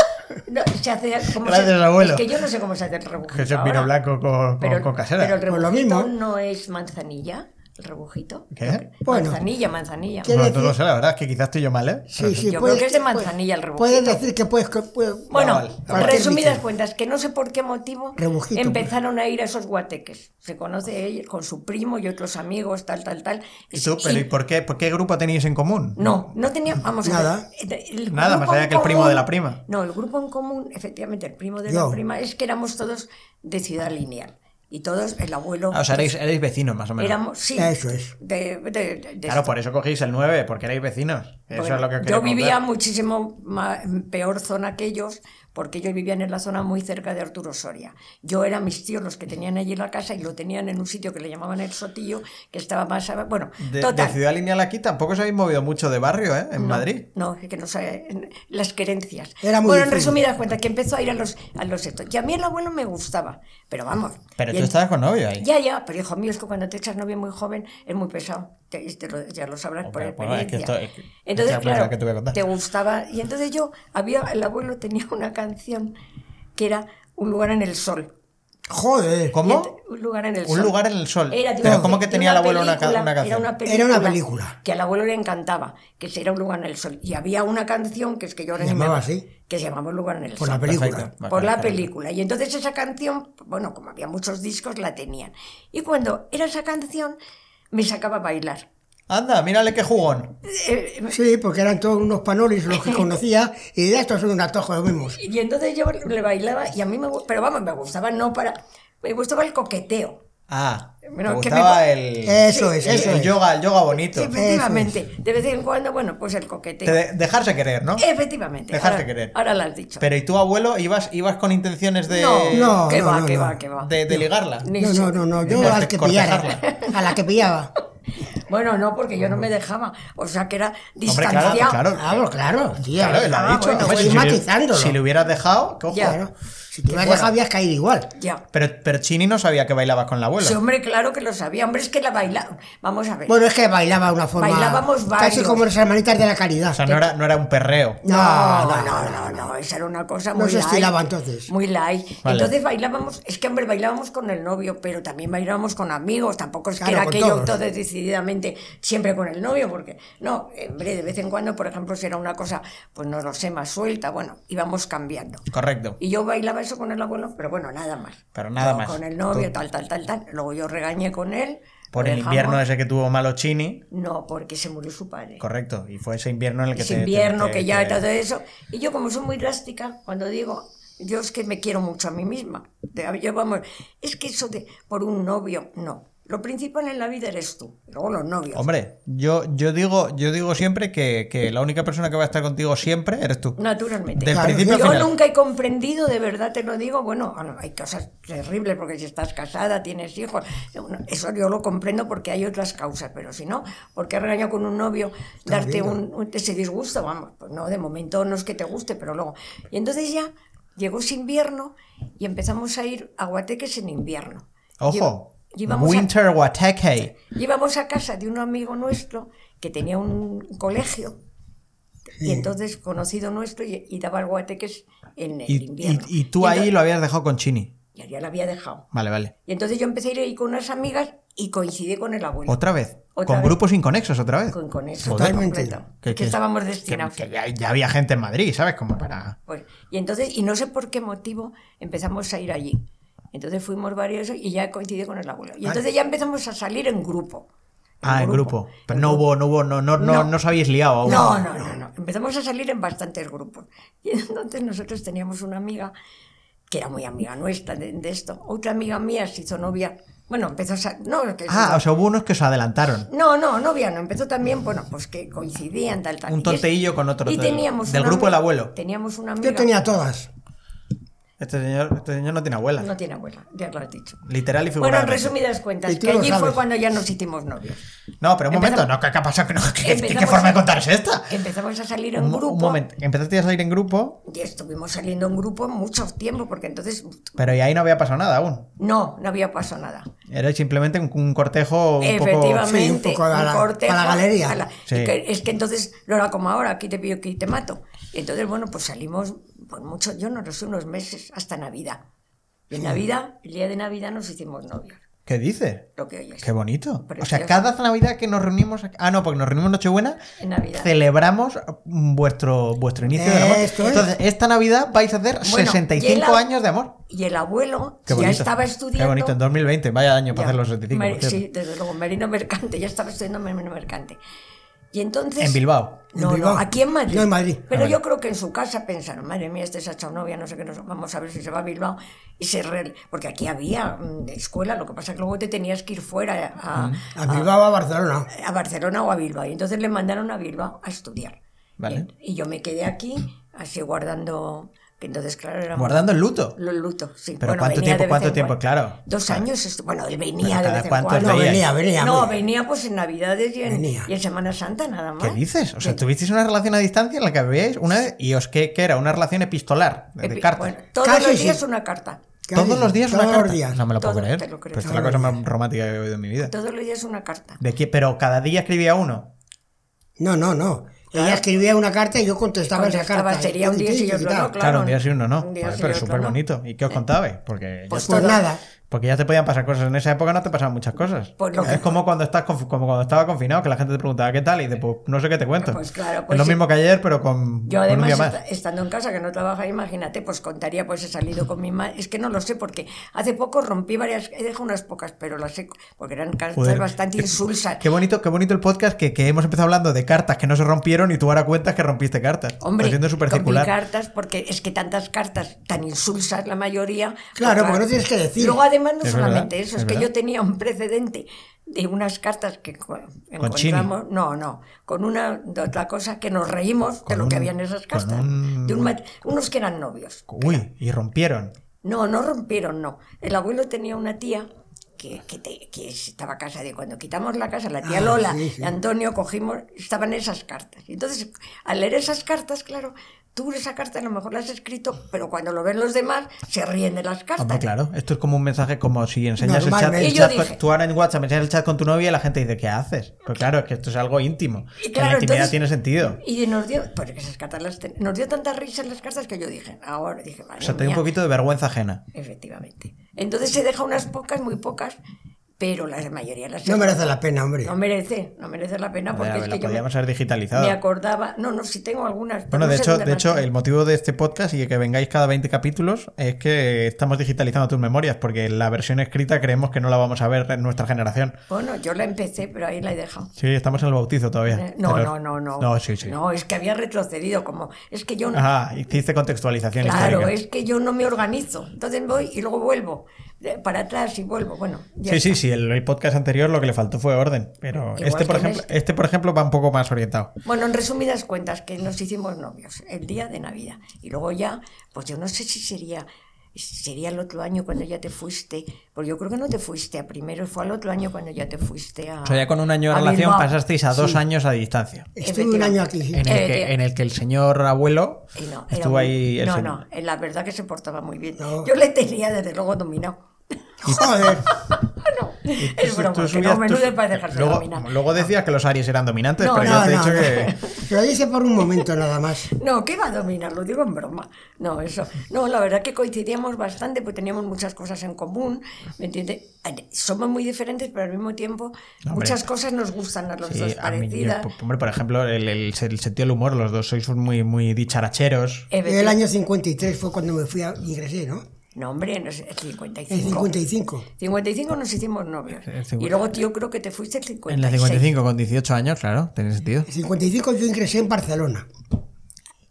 Speaker 3: no, se hace, ¿cómo se-
Speaker 1: Gracias, abuelo.
Speaker 3: Es que yo no sé cómo se hace el rebujito.
Speaker 1: que es vino
Speaker 3: ahora.
Speaker 1: blanco con, con,
Speaker 3: Pero,
Speaker 1: con casera.
Speaker 3: pero el
Speaker 2: Pues lo
Speaker 3: rebujito
Speaker 2: mismo.
Speaker 3: no es manzanilla, el rebujito.
Speaker 1: ¿Qué?
Speaker 2: Bueno.
Speaker 3: Manzanilla, manzanilla.
Speaker 2: ¿Qué-
Speaker 1: Bueno,
Speaker 2: decir-
Speaker 1: tú no sé, la verdad es que quizás estoy yo mal, ¿eh?
Speaker 2: Sí, sí,
Speaker 3: Yo
Speaker 2: puedes-
Speaker 3: creo que es de
Speaker 2: puedes-
Speaker 3: manzanilla el rebujito.
Speaker 2: Puedes decir que puedes. que puedes-
Speaker 3: Bueno,
Speaker 1: Vale, vale.
Speaker 2: cualquier
Speaker 3: resumidas pues-
Speaker 2: bicho.
Speaker 3: cuentas, que no sé por qué motivo
Speaker 2: Rebujito, pues.
Speaker 3: empezaron a ir a esos guateques. Se conoce él con su primo y otros amigos, tal, tal, tal.
Speaker 1: ¿Y tú? Pero, ¿y por qué, por qué grupo tenéis en común?
Speaker 3: No, no tenía, vamos a ver,
Speaker 2: Nada.
Speaker 3: eh, el
Speaker 1: Nada,
Speaker 3: grupo
Speaker 1: más allá
Speaker 3: en
Speaker 1: que el primo
Speaker 3: común-
Speaker 1: de la prima.
Speaker 3: No, el grupo en común, efectivamente, el primo de
Speaker 2: Yo.
Speaker 3: la prima, es que éramos todos de Ciudad Lineal. Y todos, el abuelo.
Speaker 1: Ah, o sea, erais, erais vecinos más o menos.
Speaker 3: éramos, sí.
Speaker 2: Eso es.
Speaker 3: de- de- de-
Speaker 1: Claro, por eso cogéis el 9, porque erais vecinos. Eso
Speaker 3: bueno,
Speaker 1: es lo que
Speaker 3: yo
Speaker 1: quería
Speaker 3: vivía
Speaker 1: contar.
Speaker 3: muchísimo ma- peor zona que ellos, porque ellos vivían en la zona muy cerca de Arturo Soria. Yo era mis tíos los que tenían allí la casa y lo tenían en un sitio que le llamaban el Sotillo, que estaba más. a- Bueno,
Speaker 1: De,
Speaker 3: total.
Speaker 1: de Ciudad Lineal aquí tampoco os habéis movido mucho de barrio, ¿eh? En
Speaker 3: No,
Speaker 1: Madrid.
Speaker 3: No, es que no sé, en- las querencias.
Speaker 2: Era muy
Speaker 3: bueno, en
Speaker 2: difícil.
Speaker 3: resumidas cuentas, que empezó a ir a los, a los estos. Y a mí el abuelo me gustaba, pero vamos.
Speaker 1: Pero
Speaker 3: y
Speaker 1: tú
Speaker 3: el-
Speaker 1: estabas con novio ahí.
Speaker 3: Ya, ya, pero hijo mío, es que cuando te echas novio muy joven es muy pesado. Te- te lo- ya lo sabrás por
Speaker 1: Hombre, Oh, bueno,
Speaker 3: experiencia.
Speaker 1: es que esto- es que-
Speaker 3: entonces,
Speaker 1: es la primera
Speaker 3: claro,
Speaker 1: que te voy a contar.
Speaker 3: te gustaba. Y entonces yo, había el abuelo tenía una canción que era Un lugar en el sol.
Speaker 2: Joder.
Speaker 1: ¿Cómo?
Speaker 3: Y ent- Un lugar en el
Speaker 1: Un
Speaker 3: sol.
Speaker 1: lugar en el sol.
Speaker 3: Era de
Speaker 1: Pero
Speaker 3: una-
Speaker 1: ¿cómo que
Speaker 3: de
Speaker 1: tenía el abuelo una ca-
Speaker 3: película-
Speaker 1: una canción?
Speaker 2: Era una película.
Speaker 3: Que al abuelo le encantaba, que era un lugar en el sol. Y había una canción que es que yo ahora
Speaker 2: ¿Se
Speaker 3: ni me-
Speaker 2: llamaba así?
Speaker 3: Que se llamaba un lugar en el
Speaker 2: Por
Speaker 3: sol.
Speaker 2: la película.
Speaker 1: Perfecto.
Speaker 3: Por la
Speaker 1: Bacán,
Speaker 3: película. Y entonces esa canción, bueno, como había muchos discos, la tenían. Y cuando era esa canción, me sacaba a bailar.
Speaker 1: Anda, mírale qué jugón.
Speaker 3: Eh, eh,
Speaker 2: Sí, porque eran todos unos panolis los que conocía y de estos son un antojo de los mismos.
Speaker 3: y entonces yo le bailaba y a mí me... gu- Pero vamos, me gustaba no para... Me gustaba el coqueteo.
Speaker 1: Ah,
Speaker 3: Bueno,
Speaker 1: me
Speaker 3: que
Speaker 1: gustaba
Speaker 3: me-
Speaker 1: el...
Speaker 2: Eso es,
Speaker 1: el-
Speaker 2: eso
Speaker 1: el
Speaker 2: es.
Speaker 1: yoga, el yoga bonito.
Speaker 3: Efectivamente. De vez en cuando, bueno, pues el coqueteo.
Speaker 1: Te de- dejarse querer,
Speaker 3: Eh,
Speaker 1: ¿no?
Speaker 3: Efectivamente.
Speaker 1: Dejarse
Speaker 3: ahora,
Speaker 1: querer.
Speaker 3: Ahora lo has dicho.
Speaker 1: Pero ¿y tu abuelo ibas, ibas con intenciones de,
Speaker 3: no,
Speaker 2: No,
Speaker 3: que
Speaker 2: no,
Speaker 3: va,
Speaker 2: no,
Speaker 3: que
Speaker 2: no.
Speaker 3: va, que va.
Speaker 1: de, de ligarla?
Speaker 3: Ni-
Speaker 2: No, no, no, no, yo
Speaker 1: Corte-
Speaker 2: a la que pillara.
Speaker 1: cortejarla.
Speaker 2: A la que pillaba.
Speaker 3: Bueno, no, porque yo no me dejaba. O sea, que era
Speaker 1: Hombre,
Speaker 3: distanciado.
Speaker 1: claro, claro.
Speaker 2: Ah, bueno, claro, tío.
Speaker 1: Claro, lo ha
Speaker 3: Ah,
Speaker 1: dicho.
Speaker 3: bueno,
Speaker 1: Hombre,
Speaker 2: pues
Speaker 1: si,
Speaker 2: ir
Speaker 1: le-
Speaker 2: matizándolo.
Speaker 1: si le hubieras dejado, cojo.
Speaker 3: Ya.
Speaker 2: Claro. Si te hubieras dejado, habías caído igual.
Speaker 3: Ya.
Speaker 1: Pero, pero Chini no sabía que bailabas con la abuela.
Speaker 3: Sí, hombre, claro que lo sabía. Hombre, es que la bailaba. Vamos a ver.
Speaker 2: Bueno, es que bailaba de una forma.
Speaker 3: Bailábamos
Speaker 2: Casi
Speaker 3: varios.
Speaker 2: como las hermanitas de la
Speaker 1: O
Speaker 2: caridad.
Speaker 1: sea, no era, no era un perreo.
Speaker 2: No,
Speaker 3: no,
Speaker 2: no,
Speaker 3: no, no, no, esa era una cosa
Speaker 2: No
Speaker 3: muy
Speaker 2: se
Speaker 3: light,
Speaker 2: estilaba entonces.
Speaker 3: Muy light.
Speaker 1: Vale.
Speaker 3: Entonces bailábamos, es que hombre, bailábamos con el novio, pero también bailábamos con amigos, tampoco es que
Speaker 2: Claro,
Speaker 3: era
Speaker 2: con
Speaker 3: aquello
Speaker 2: todos.
Speaker 3: todo decididamente siempre con el novio, porque no, hombre, de vez en cuando, por ejemplo, si era una cosa, pues no lo sé, más suelta, bueno, íbamos cambiando.
Speaker 1: Correcto.
Speaker 3: Y yo bailaba eso con el abuelo, pero bueno, nada más.
Speaker 1: Pero nada
Speaker 3: Yo
Speaker 1: más.
Speaker 3: Con el novio,
Speaker 1: Tú-
Speaker 3: tal, tal, tal, tal. Luego yo regañé con él.
Speaker 1: Por
Speaker 3: lo
Speaker 1: el
Speaker 3: dejamos.
Speaker 1: invierno ese que tuvo malo Chini.
Speaker 3: No, porque se murió su padre.
Speaker 1: Correcto. Y fue ese invierno en el que
Speaker 3: es
Speaker 1: te- te-
Speaker 3: invierno,
Speaker 1: te-
Speaker 3: que ya
Speaker 1: te-
Speaker 3: todo eso. Y yo como soy muy drástica, cuando digo, yo es que me quiero mucho a mí misma. De- Yo, vamos, es que eso de por un novio, no. Lo principal en la vida eres tú, luego los novios.
Speaker 1: Hombre, yo, yo, digo, yo digo siempre que, que la única persona que va a estar contigo siempre eres tú.
Speaker 3: Naturalmente.
Speaker 1: Del
Speaker 2: Claro,
Speaker 1: principio al
Speaker 3: Yo
Speaker 1: final.
Speaker 3: nunca he comprendido, de verdad te lo digo, bueno, ah, bueno, hay cosas terribles porque si estás casada, tienes hijos, bueno, eso yo lo comprendo porque hay otras causas, pero si no, ¿por qué regaño con un novio darte un, un- ese disgusto? Vamos, pues no, de momento no es que te guste, pero luego. Y entonces ya llegó ese invierno y empezamos a ir a guateques en invierno.
Speaker 1: Ojo.
Speaker 3: Y- y íbamos a-
Speaker 1: Winter Wateke.
Speaker 3: Íbamos a casa de un amigo nuestro que tenía un colegio y entonces conocido nuestro y, y daba el guateques en el
Speaker 1: Y, y,
Speaker 3: invierno.
Speaker 1: y tú ahí
Speaker 3: ento-
Speaker 1: lo habías dejado con Chini.
Speaker 3: Ya, ya la había dejado.
Speaker 1: Vale, vale.
Speaker 3: Y entonces yo empecé a ir ahí con unas amigas y coincidí con el abuelo.
Speaker 1: Otra vez.
Speaker 3: Otra
Speaker 1: con
Speaker 3: vez.
Speaker 1: grupos inconexos, otra vez.
Speaker 3: Con, con eso.
Speaker 1: Joder.
Speaker 2: Totalmente.
Speaker 3: completo.
Speaker 1: Que-
Speaker 3: Que,
Speaker 1: que-
Speaker 3: estábamos
Speaker 1: Que,
Speaker 3: destinados.
Speaker 1: que ya, ya había gente en Madrid, ¿sabes? Como para.
Speaker 3: Pues, y entonces, y no sé por qué motivo, empezamos a ir allí. Entonces fuimos varios y ya coincidió con el abuelo. Y entonces ya empezamos a salir en grupo.
Speaker 1: Ah, en grupo. Pero no hubo, no hubo, no, no, no,
Speaker 3: No.
Speaker 1: no os habéis liado aún.
Speaker 3: No, no, no, no. Empezamos a salir en bastantes grupos. Y entonces nosotros teníamos una amiga que era muy amiga nuestra de, de esto. Otra amiga mía se hizo novia. Bueno, empezó a... sa- No, que
Speaker 1: Ah, o sea, hubo unos que os adelantaron.
Speaker 3: no, no, novia no. Empezó también, bueno, pues que coincidían, tal, tal.
Speaker 1: Un
Speaker 3: Y es-
Speaker 1: tonteillo con otro
Speaker 3: Y
Speaker 1: tonteillo.
Speaker 3: teníamos
Speaker 1: Del
Speaker 3: una
Speaker 1: grupo
Speaker 3: ami-
Speaker 1: del abuelo.
Speaker 3: Teníamos una amiga...
Speaker 2: Yo tenía todas.
Speaker 1: Este señor, este señor no tiene abuela.
Speaker 3: No tiene abuela, ya lo has dicho.
Speaker 1: Literal y
Speaker 3: Bueno, en
Speaker 1: figurado.
Speaker 3: resumidas
Speaker 2: Y
Speaker 3: cuentas,
Speaker 2: tú
Speaker 3: que
Speaker 2: lo
Speaker 3: allí fue
Speaker 2: sabes.
Speaker 3: cuando ya nos hicimos novios.
Speaker 1: No, pero un momento,
Speaker 3: Empezamos-
Speaker 1: no, ¿qué, qué ha pasado? No, ¿qué- qué- ¿Qué,
Speaker 3: Empezamos
Speaker 1: forma de
Speaker 3: a-
Speaker 1: contar es esta?
Speaker 3: Empezamos a salir en
Speaker 1: Un,
Speaker 3: grupo.
Speaker 1: un momento, empezaste a salir en grupo,
Speaker 3: Y estuvimos saliendo en grupo mucho tiempo, porque entonces
Speaker 1: pero y ahí no había pasado nada aún.
Speaker 3: no, no había pasado nada.
Speaker 1: Era simplemente un, un cortejo un poco...
Speaker 3: Efectivamente,
Speaker 2: Sí, un poco a la-
Speaker 3: cortejo
Speaker 2: a la galería.
Speaker 3: a la-
Speaker 1: Sí.
Speaker 3: y que- es que entonces no era como ahora, aquí te pillo, aquí te mato. Y entonces, bueno, pues salimos por mucho, yo no lo sé, unos meses hasta Navidad. Y en Navidad, el día de Navidad nos hicimos novios,
Speaker 1: ¿Qué dices?
Speaker 3: lo que oyes.
Speaker 1: Qué bonito. O sea,
Speaker 3: Precioso.
Speaker 1: cada Navidad que nos reunimos... aquí- Ah, no, porque nos reunimos Nochebuena,
Speaker 3: En Navidad.
Speaker 1: celebramos vuestro, vuestro inicio de amor.
Speaker 2: Esto es.
Speaker 1: Entonces, esta Navidad vais a hacer
Speaker 3: Bueno,
Speaker 1: 65
Speaker 3: y el-
Speaker 1: años de amor.
Speaker 3: Y el abuelo
Speaker 1: Qué
Speaker 3: ya
Speaker 1: bonito.
Speaker 3: estaba estudiando.
Speaker 1: Qué bonito, en 2020, vaya año para
Speaker 3: Ya.
Speaker 1: hacer los 65.
Speaker 3: Mer-
Speaker 1: por cierto.
Speaker 3: sí, desde luego, Merino Mercante, ya estaba estudiando Merino Mercante. Y entonces...
Speaker 1: En Bilbao.
Speaker 2: En
Speaker 3: No,
Speaker 2: Bilbao.
Speaker 3: no, aquí en Madrid.
Speaker 2: No, en Madrid.
Speaker 3: Pero
Speaker 1: Ah,
Speaker 3: yo creo que en su casa pensaron, madre mía, este se ha hecho novia, no sé qué, no sé, vamos a ver si se va a Bilbao. Y se re- Porque aquí había mm, escuela, lo que pasa es que luego te tenías que ir fuera a,
Speaker 2: A Bilbao, a Barcelona.
Speaker 3: a Barcelona o a Bilbao. Y entonces le mandaron a Bilbao a estudiar.
Speaker 1: Vale.
Speaker 3: Y, y yo me quedé aquí, así guardando... Que entonces, claro, era...
Speaker 1: Guardando el luto.
Speaker 3: Los lutos, sí.
Speaker 1: Pero
Speaker 3: Bueno,
Speaker 1: ¿cuánto
Speaker 3: venía de
Speaker 1: tiempo,
Speaker 3: vez
Speaker 1: cuánto
Speaker 3: en
Speaker 1: tiempo?
Speaker 3: cuando.
Speaker 1: Claro.
Speaker 3: Dos
Speaker 1: Claro.
Speaker 3: años, estu- bueno, él venía
Speaker 1: Pero
Speaker 3: de
Speaker 1: cada
Speaker 3: vez en
Speaker 1: cuánto
Speaker 3: cuando.
Speaker 2: No,
Speaker 1: veíais.
Speaker 2: venía, venía.
Speaker 3: No,
Speaker 2: venía.
Speaker 3: venía pues en Navidades y en,
Speaker 2: Venía.
Speaker 3: y en Semana Santa nada más.
Speaker 1: ¿Qué dices? O sea,
Speaker 3: Sí.
Speaker 1: tuvisteis una relación a distancia en la que veíais una vez y os que, que era una relación epistolar, de, de
Speaker 3: Epi-
Speaker 1: carta.
Speaker 3: bueno, todos
Speaker 2: Casi
Speaker 3: los días
Speaker 2: sí.
Speaker 3: una carta.
Speaker 1: todos los días una
Speaker 2: Todos
Speaker 1: carta.
Speaker 2: los días.
Speaker 1: No me lo puedo
Speaker 3: Todo,
Speaker 1: creer.
Speaker 3: te lo creo.
Speaker 1: Pues es la
Speaker 2: Todos
Speaker 1: cosa
Speaker 2: los
Speaker 1: más romántica que he oído en mi vida.
Speaker 3: Todos los días una carta.
Speaker 1: ¿De qué? Pero cada día escribía uno.
Speaker 2: No, no, no. Ella escribía una carta y yo contestaba,
Speaker 3: Contestaba,
Speaker 2: esa carta.
Speaker 3: sería un día
Speaker 2: Tin,
Speaker 3: si
Speaker 2: tin,
Speaker 3: yo
Speaker 2: tin,
Speaker 3: lo
Speaker 2: tin,
Speaker 3: no,
Speaker 2: tin.
Speaker 1: Claro, un día sí, uno no.
Speaker 3: Un día
Speaker 1: Joder,
Speaker 3: sí,
Speaker 1: pero
Speaker 3: otro
Speaker 1: súper bonito.
Speaker 3: no.
Speaker 1: ¿Y qué os
Speaker 3: Eh.
Speaker 1: contabais? Porque, ya,
Speaker 2: Pues
Speaker 3: Pues todo.
Speaker 2: nada.
Speaker 1: porque ya te podían pasar cosas. En esa época no te pasaban muchas cosas.
Speaker 3: Pues lo
Speaker 1: es
Speaker 3: que-
Speaker 1: como cuando estás conf- como cuando estaba confinado, que la gente te preguntaba qué tal y dices, pues no sé qué te cuento.
Speaker 3: Pues claro,
Speaker 1: es
Speaker 3: pues
Speaker 1: lo
Speaker 3: sí.
Speaker 1: mismo que ayer, pero con,
Speaker 3: Yo
Speaker 1: con un
Speaker 3: además,
Speaker 1: día más.
Speaker 3: est- estando en casa, que no trabaja, imagínate, pues contaría, pues he salido con mi madre. Es que no lo sé, porque hace poco rompí varias, he dejado unas pocas, pero las he... Porque eran cartas
Speaker 1: Joder,
Speaker 3: bastante insulsas.
Speaker 1: Qué bonito, qué bonito el podcast que, que hemos empezado hablando de cartas que no se rompieron y tú ahora cuentas que rompiste cartas.
Speaker 3: Hombre,
Speaker 1: Haciendo súper
Speaker 3: con mil
Speaker 1: circular.
Speaker 3: cartas, porque es que tantas cartas tan insulsas la mayoría. pues
Speaker 2: Claro, porque no tienes que decir.
Speaker 3: Luego, además, no
Speaker 1: Es
Speaker 3: solamente
Speaker 1: verdad,
Speaker 3: eso,
Speaker 1: es
Speaker 3: es, que
Speaker 1: verdad.
Speaker 3: yo tenía un precedente de unas cartas que co- encontramos. no, no, con una de otra cosa que nos reímos
Speaker 1: Con
Speaker 3: de lo que
Speaker 1: un-
Speaker 3: había en esas
Speaker 1: con
Speaker 3: cartas.
Speaker 1: un-
Speaker 3: De un mat- unos que eran novios.
Speaker 1: Uy, y rompieron.
Speaker 3: No, no rompieron, no. El abuelo tenía una tía que, que, te- que estaba casada y cuando quitamos la casa, la tía
Speaker 2: Ah,
Speaker 3: Lola
Speaker 2: sí, sí.
Speaker 3: y Antonio cogimos, estaban esas cartas. Y Entonces, al leer esas cartas, claro, tú esa carta a lo mejor la has escrito, pero cuando lo ven los demás, se ríen de las cartas.
Speaker 1: Hombre, claro, esto es como un mensaje como si enseñas el chat,
Speaker 2: Normalmente.
Speaker 1: el
Speaker 3: Y yo
Speaker 1: chat
Speaker 3: dije-
Speaker 1: con- tú ahora en WhatsApp enseñas el chat con tu novia y la gente dice, ¿qué haces? Pues claro, es que esto es algo íntimo.
Speaker 3: Y
Speaker 1: en la
Speaker 3: claro,
Speaker 1: intimidad
Speaker 3: entonces-
Speaker 1: tiene sentido.
Speaker 3: Y nos dio, porque esas cartas las ten- nos dio tanta risa en las cartas que yo dije, ahora dije,
Speaker 1: O
Speaker 3: madre
Speaker 1: sea, te da un
Speaker 3: mía.
Speaker 1: poquito de vergüenza ajena.
Speaker 3: Efectivamente. Entonces se deja unas pocas, muy pocas, pero la mayoría las
Speaker 2: No merece la pena, hombre.
Speaker 3: No merece, no merece la pena porque
Speaker 1: Joder,
Speaker 3: es
Speaker 1: la
Speaker 3: que yo me-
Speaker 1: podíamos haber digitalizado.
Speaker 3: me acordaba. No, no, sí tengo algunas. pero
Speaker 1: Bueno,
Speaker 3: no
Speaker 1: de
Speaker 3: sé
Speaker 1: hecho,
Speaker 3: dónde
Speaker 1: de
Speaker 3: las
Speaker 1: hecho,
Speaker 3: tengo.
Speaker 1: el motivo de este podcast y de que vengáis cada 20 capítulos es que estamos digitalizando tus memorias, porque la versión escrita creemos que no la vamos a ver en nuestra generación.
Speaker 3: Bueno, yo la empecé, pero ahí la he dejado.
Speaker 1: Sí, estamos en el bautizo todavía.
Speaker 3: Eh, No,
Speaker 1: Pero-
Speaker 3: no, no, no.
Speaker 1: No, sí, sí.
Speaker 3: No, es que había retrocedido, como. Es que yo no.
Speaker 1: Ajá, hiciste contextualización
Speaker 3: claro,
Speaker 1: histórica.
Speaker 3: es que yo no me organizo. Entonces voy y luego vuelvo. eh, Para atrás y vuelvo. Bueno, ya
Speaker 1: Sí,
Speaker 3: está.
Speaker 1: sí, sí, el, el podcast anterior lo que le faltó fue orden, pero
Speaker 3: Igual
Speaker 1: este por,
Speaker 3: que Ah. en
Speaker 1: ejemplo, este. por ejemplo va un poco más orientado.
Speaker 3: Bueno, en resumidas cuentas, que nos hicimos novios el día de Navidad. Y luego ya, pues yo no sé si sería sería el otro año cuando ya te fuiste, porque yo creo que no te fuiste a primero, fue al otro año cuando ya te fuiste a...
Speaker 1: O sea, ya con un año de
Speaker 3: a
Speaker 1: relación
Speaker 3: Bilbao.
Speaker 1: pasasteis a dos
Speaker 2: Sí.
Speaker 1: años a distancia.
Speaker 2: Estuve un año aquí. sí.
Speaker 1: En el, que,
Speaker 3: Efectivamente.
Speaker 1: en el que el señor abuelo
Speaker 3: Eh, Y no, era
Speaker 1: estuvo
Speaker 3: muy-
Speaker 1: ahí. el
Speaker 3: no,
Speaker 1: señor-
Speaker 3: no, eh, la verdad que se portaba muy bien.
Speaker 2: No.
Speaker 3: Yo le tenía desde luego dominado.
Speaker 2: Joder.
Speaker 3: no, es
Speaker 1: Tú-
Speaker 3: broma,
Speaker 1: tú
Speaker 3: que
Speaker 1: subías
Speaker 3: no, menudo
Speaker 1: tus-
Speaker 3: es para dejarse
Speaker 1: eh, luego,
Speaker 3: dominar.
Speaker 1: Luego decías que los Aries eran dominantes,
Speaker 3: No,
Speaker 1: pero
Speaker 2: No,
Speaker 1: ya te he
Speaker 2: no,
Speaker 1: dicho
Speaker 2: no.
Speaker 1: que.
Speaker 2: Lo dice por un momento nada más.
Speaker 3: No, ¿qué va a dominar? Lo digo en broma. No, eso. No, la verdad que coincidíamos bastante, porque teníamos muchas cosas en común, ¿me entiendes? Somos muy diferentes, pero al mismo tiempo
Speaker 1: No, hombre.
Speaker 3: muchas cosas nos gustan a los
Speaker 1: Sí,
Speaker 3: dos
Speaker 1: a mí- yo,
Speaker 3: parecidas.
Speaker 1: po- hombre, por ejemplo, el, el- el sentido del humor,
Speaker 3: Eh,
Speaker 1: los dos sois muy, muy dicharacheros.
Speaker 2: En el
Speaker 3: Efecti-
Speaker 2: año 53 fue cuando me fui a ingresé, ¿no?
Speaker 3: No, hombre, no sé, 55.
Speaker 2: El 55.
Speaker 3: 55 nos hicimos novios.
Speaker 1: El 50.
Speaker 3: Y luego yo creo que te fuiste el 56.
Speaker 1: En la 55, con 18 años, claro, tiene sentido.
Speaker 2: El 55 yo ingresé en Barcelona.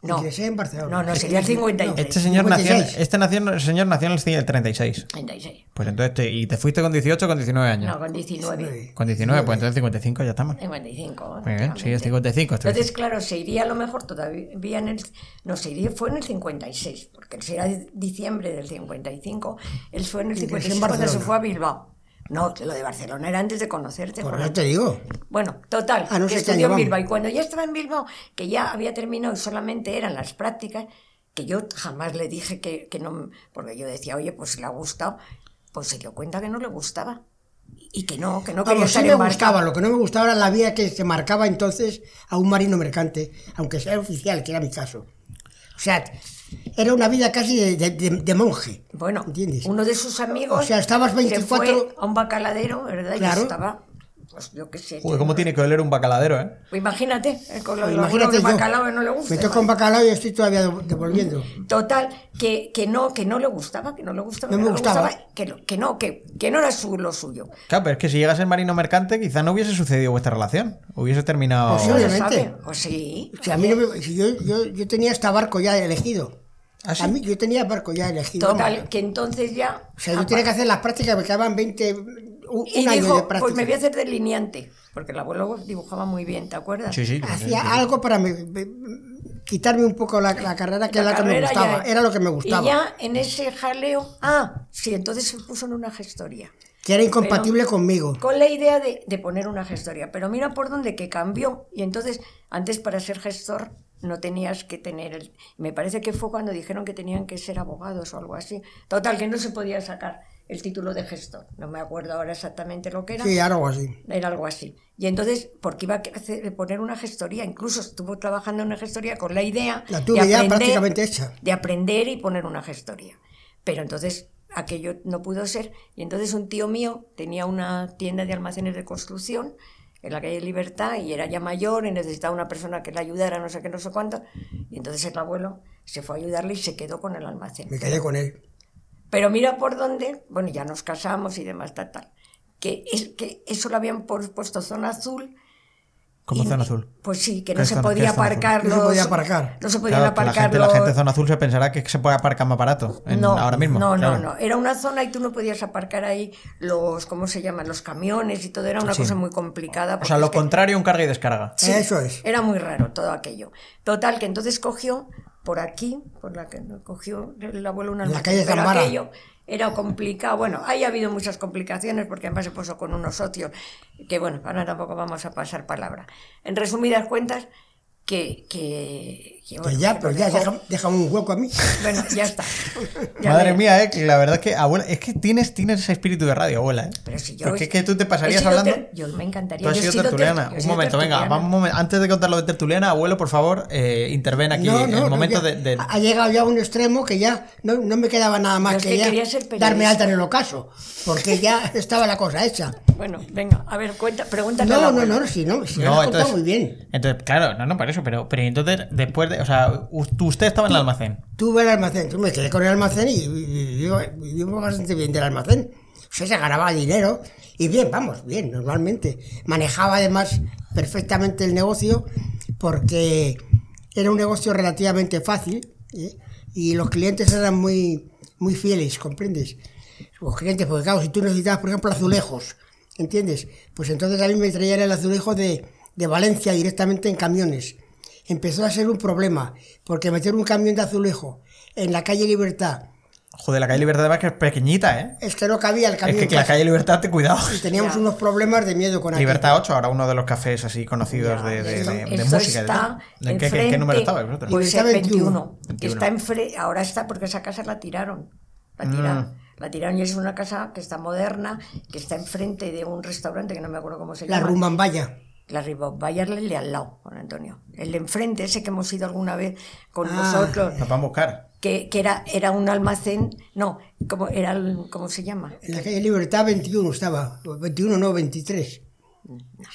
Speaker 3: No,
Speaker 2: Ingresé en Barcelona.
Speaker 3: no, no, sería el 56.
Speaker 1: Este señor nació,
Speaker 2: 56.
Speaker 1: este nació- señor nació en el cien- el 36.
Speaker 3: 56.
Speaker 1: Pues entonces, te- y te fuiste con 18 o con 19 años.
Speaker 3: No, con 19.
Speaker 1: Con 19, pues entonces 55 ya estamos.
Speaker 3: 55.
Speaker 1: Muy bien, sí, es
Speaker 3: efectivamente.
Speaker 1: 55. este-
Speaker 3: Entonces, claro, se iría a lo mejor todavía en el... No, se iría, fue en el 56, porque será de- diciembre del 55, él fue en el
Speaker 2: Y creció en
Speaker 3: 56 cuando se
Speaker 2: Barcelona.
Speaker 3: fue a Bilbao. No, que lo de Barcelona era antes de conocerte.
Speaker 2: Por
Speaker 3: Juan.
Speaker 2: eso te digo.
Speaker 3: Bueno, total,
Speaker 2: Ah, no
Speaker 3: que
Speaker 2: sé qué
Speaker 3: estudió en
Speaker 2: año
Speaker 3: Bilbao. Y
Speaker 2: vamos.
Speaker 3: cuando ya estaba en Bilbao, que ya había terminado y solamente eran las prácticas, que yo jamás le dije que, que no, porque yo decía, oye, pues si le ha gustado, pues se dio cuenta que no le gustaba. Y que no, que no quería
Speaker 2: Vamos, sí
Speaker 3: estar
Speaker 2: me
Speaker 3: embarcado.
Speaker 2: gustaba, lo que no me gustaba era la vía que se marcaba entonces a un marino mercante, aunque sea oficial, que era mi caso. O sea, era una vida casi de, de- de- de monje.
Speaker 3: Bueno,
Speaker 2: ¿Entiendes?
Speaker 3: uno de sus amigos.
Speaker 2: O sea, estabas
Speaker 3: se
Speaker 2: 24
Speaker 3: fue a un bacaladero, ¿verdad?
Speaker 2: Claro.
Speaker 3: Y estaba, pues yo qué sé.
Speaker 1: Joder, ¿cómo tiene que oler un bacaladero, eh?
Speaker 3: Pues Imagínate, eh, con los
Speaker 2: Pues imagínate
Speaker 3: imagínate
Speaker 2: yo.
Speaker 3: bacalao que no le gusta.
Speaker 2: Me toca un bacalao y estoy todavía do- devolviendo.
Speaker 3: Total, que, que no, que no le gustaba, que no le gustaba,
Speaker 2: No
Speaker 3: que
Speaker 2: me
Speaker 3: le
Speaker 2: gustaba.
Speaker 3: que, no, que no, que, que no era su, lo suyo.
Speaker 1: Claro, pero es que si llegas en marino mercante, quizá no hubiese sucedido vuestra relación. Hubiese terminado.
Speaker 2: Pues
Speaker 3: No se
Speaker 2: Obviamente.
Speaker 3: sabe, o sí.
Speaker 2: O sea, a mí no me- si yo, yo, yo tenía hasta barco ya elegido.
Speaker 1: ¿Ah, sí?
Speaker 2: A mí yo tenía barco ya elegido.
Speaker 3: Total,
Speaker 2: vamos.
Speaker 3: que entonces ya.
Speaker 2: O sea, yo tenía que hacer las prácticas, me quedaban 20, un, un
Speaker 3: y
Speaker 2: año de
Speaker 3: dijo,
Speaker 2: prácticas.
Speaker 3: pues me voy a hacer delineante, porque el abuelo dibujaba muy bien, ¿te acuerdas?
Speaker 1: Sí, sí. lo sé,
Speaker 2: Hacía
Speaker 1: sí.
Speaker 2: algo para me- me- quitarme un poco la, la carrera, que era
Speaker 3: La
Speaker 2: la que me
Speaker 3: carrera ya-
Speaker 2: gustaba. Era lo que me gustaba.
Speaker 3: Y ya en ese jaleo, ah, sí, entonces se puso en una gestoría.
Speaker 2: que era incompatible
Speaker 3: Pero-
Speaker 2: conmigo.
Speaker 3: Con la idea de, de poner una gestoría. Pero mira por dónde que cambió. Y entonces, antes para ser gestor no tenías que tener el... Me parece que fue cuando dijeron que tenían que ser abogados o algo así. Total, que no se podía sacar el título de gestor. No me acuerdo ahora exactamente lo que era.
Speaker 2: Sí, algo así.
Speaker 3: Era algo así. Y entonces, porque iba a hacer- poner una gestoría, incluso estuvo trabajando en una gestoría con la idea
Speaker 2: La tuve ya prácticamente hecha.
Speaker 3: de aprender y poner una gestoría. Pero entonces aquello no pudo ser. Y entonces un tío mío tenía una tienda de almacenes de construcción en la calle Libertad y era ya mayor y necesitaba una persona que le ayudara, no sé qué, no sé cuánto. Y entonces el abuelo se fue a ayudarle y se quedó con el almacén.
Speaker 2: Me quedé con él.
Speaker 3: Pero mira por dónde, bueno, ya nos casamos y demás, tal, tal. Que, es, que eso lo habían por- puesto zona azul.
Speaker 1: Como
Speaker 3: y-
Speaker 1: zona azul.
Speaker 3: Pues sí, que
Speaker 1: ¿Qué
Speaker 3: no
Speaker 1: es
Speaker 3: se
Speaker 1: zona- qué
Speaker 3: podía
Speaker 1: es zona azul?
Speaker 3: aparcar.
Speaker 2: No se
Speaker 3: los-
Speaker 2: podía aparcar.
Speaker 3: No se podían
Speaker 1: Claro, que
Speaker 3: aparcar.
Speaker 1: La gente, la
Speaker 3: los-
Speaker 1: gente de zona azul se pensará que se puede aparcar más barato en-
Speaker 3: no,
Speaker 1: ahora mismo.
Speaker 3: No,
Speaker 1: claro.
Speaker 3: no, no. Era una zona y tú no podías aparcar ahí los, ¿cómo se llaman? Los camiones y todo. Era una
Speaker 1: Sí.
Speaker 3: cosa muy complicada.
Speaker 1: O
Speaker 3: porque
Speaker 1: sea, lo
Speaker 3: es que-
Speaker 1: contrario, un carga y descarga.
Speaker 3: Sí,
Speaker 2: Eso es.
Speaker 3: Era muy raro todo aquello. Total, que entonces cogió por aquí, por la que cogió el abuelo una
Speaker 2: En la
Speaker 3: almacén,
Speaker 2: calle
Speaker 3: pero
Speaker 2: Zambara.
Speaker 3: aquello era complicado. Bueno, ahí ha habido muchas complicaciones porque además se puso con unos socios que, bueno, ahora tampoco vamos a pasar palabra. En resumidas cuentas, que... que, que,
Speaker 2: Pues
Speaker 3: bueno,
Speaker 2: ya,
Speaker 3: que
Speaker 2: pero
Speaker 3: lo
Speaker 2: ya,
Speaker 3: dejó.
Speaker 2: déjame, déjame un hueco a mí.
Speaker 3: Bueno, ya está. Ya
Speaker 1: Madre
Speaker 3: verás.
Speaker 1: mía, eh, que la verdad es que, abuela, es que tienes, tienes ese espíritu de radio, abuela, eh.
Speaker 3: Pero si yo,
Speaker 1: Porque es que tú te
Speaker 3: he
Speaker 1: pasarías
Speaker 3: sido
Speaker 1: hablando.
Speaker 3: ter- Yo me encantaría.
Speaker 1: Tú has
Speaker 3: yo he
Speaker 1: sido
Speaker 3: sido ter-
Speaker 1: tertuliana.
Speaker 3: yo he
Speaker 1: Un
Speaker 3: sido
Speaker 1: momento, venga,
Speaker 3: tertuliana.
Speaker 1: vamos un momento. Antes de contar lo de tertuliana, abuelo, por favor, eh, interven aquí
Speaker 2: No,
Speaker 1: en
Speaker 2: no,
Speaker 1: el
Speaker 2: no,
Speaker 1: momento
Speaker 2: ya- Ah,
Speaker 1: de, de-
Speaker 2: ha llegado ya a un extremo que ya no, no me quedaba nada
Speaker 3: Yo
Speaker 2: más
Speaker 3: es
Speaker 2: que,
Speaker 3: que
Speaker 2: ya
Speaker 3: quería ser periodista.
Speaker 2: darme alta en el ocaso, porque ya estaba la cosa hecha.
Speaker 3: Bueno, venga, a ver, cuenta, pregúntale al
Speaker 2: No, no,
Speaker 3: abuelo.
Speaker 2: no, si no, si lo has contado muy bien.
Speaker 1: Entonces, claro, no, no, para eso, pero, pero entonces, después de. O sea, u- tú- usted estaba en el almacén.
Speaker 2: Tuve el almacén, yo me quedé con el almacén y eh, vivimos bastante bien del almacén. O sea, se ganaba dinero y bien, vamos, bien, normalmente. Manejaba además perfectamente el negocio porque era un negocio relativamente fácil ¿eh? y los clientes eran muy, muy fieles, ¿comprendes? Los clientes, porque claro, si tú necesitabas, por ejemplo, azulejos, ¿entiendes? Pues entonces a mí me traían el azulejo de, de Valencia directamente en camiones empezó a ser un problema, porque meter un camión de azulejo en la calle Libertad,
Speaker 1: Joder, la calle Libertad además que es pequeñita, ¿eh?
Speaker 2: es que no cabía el
Speaker 1: Es
Speaker 2: camión.
Speaker 1: que la calle Libertad, te cuidado.
Speaker 2: Y teníamos
Speaker 3: Ya.
Speaker 2: unos problemas de miedo con aquello.
Speaker 1: Libertad 8, ahora uno de los cafés así conocidos de, de-
Speaker 3: Esto-
Speaker 1: de- de
Speaker 3: esto
Speaker 1: música. y de
Speaker 3: Está
Speaker 1: tal. ¿En qué, qué- qué
Speaker 3: enfrente-
Speaker 1: número estaba? vosotros?
Speaker 3: Pues
Speaker 2: Está
Speaker 3: el 21.
Speaker 1: 21.
Speaker 3: que Está enfre- ahora está porque esa casa la tiraron.
Speaker 1: Mm.
Speaker 3: La tiraron. La tiraron y es una casa que está moderna, que está enfrente de un restaurante que no me acuerdo cómo se
Speaker 2: La
Speaker 3: llama.
Speaker 2: Rumambaya.
Speaker 3: La Ribambaya, el de al lado, Juan Antonio. El de enfrente, ese que hemos ido alguna vez con
Speaker 2: Ah.
Speaker 3: nosotros,
Speaker 1: Nos van a buscar.
Speaker 3: que, que era, era un almacén, no, como era el- ¿cómo se llama?
Speaker 2: En la calle Libertad 21 estaba, o 21 no, 23.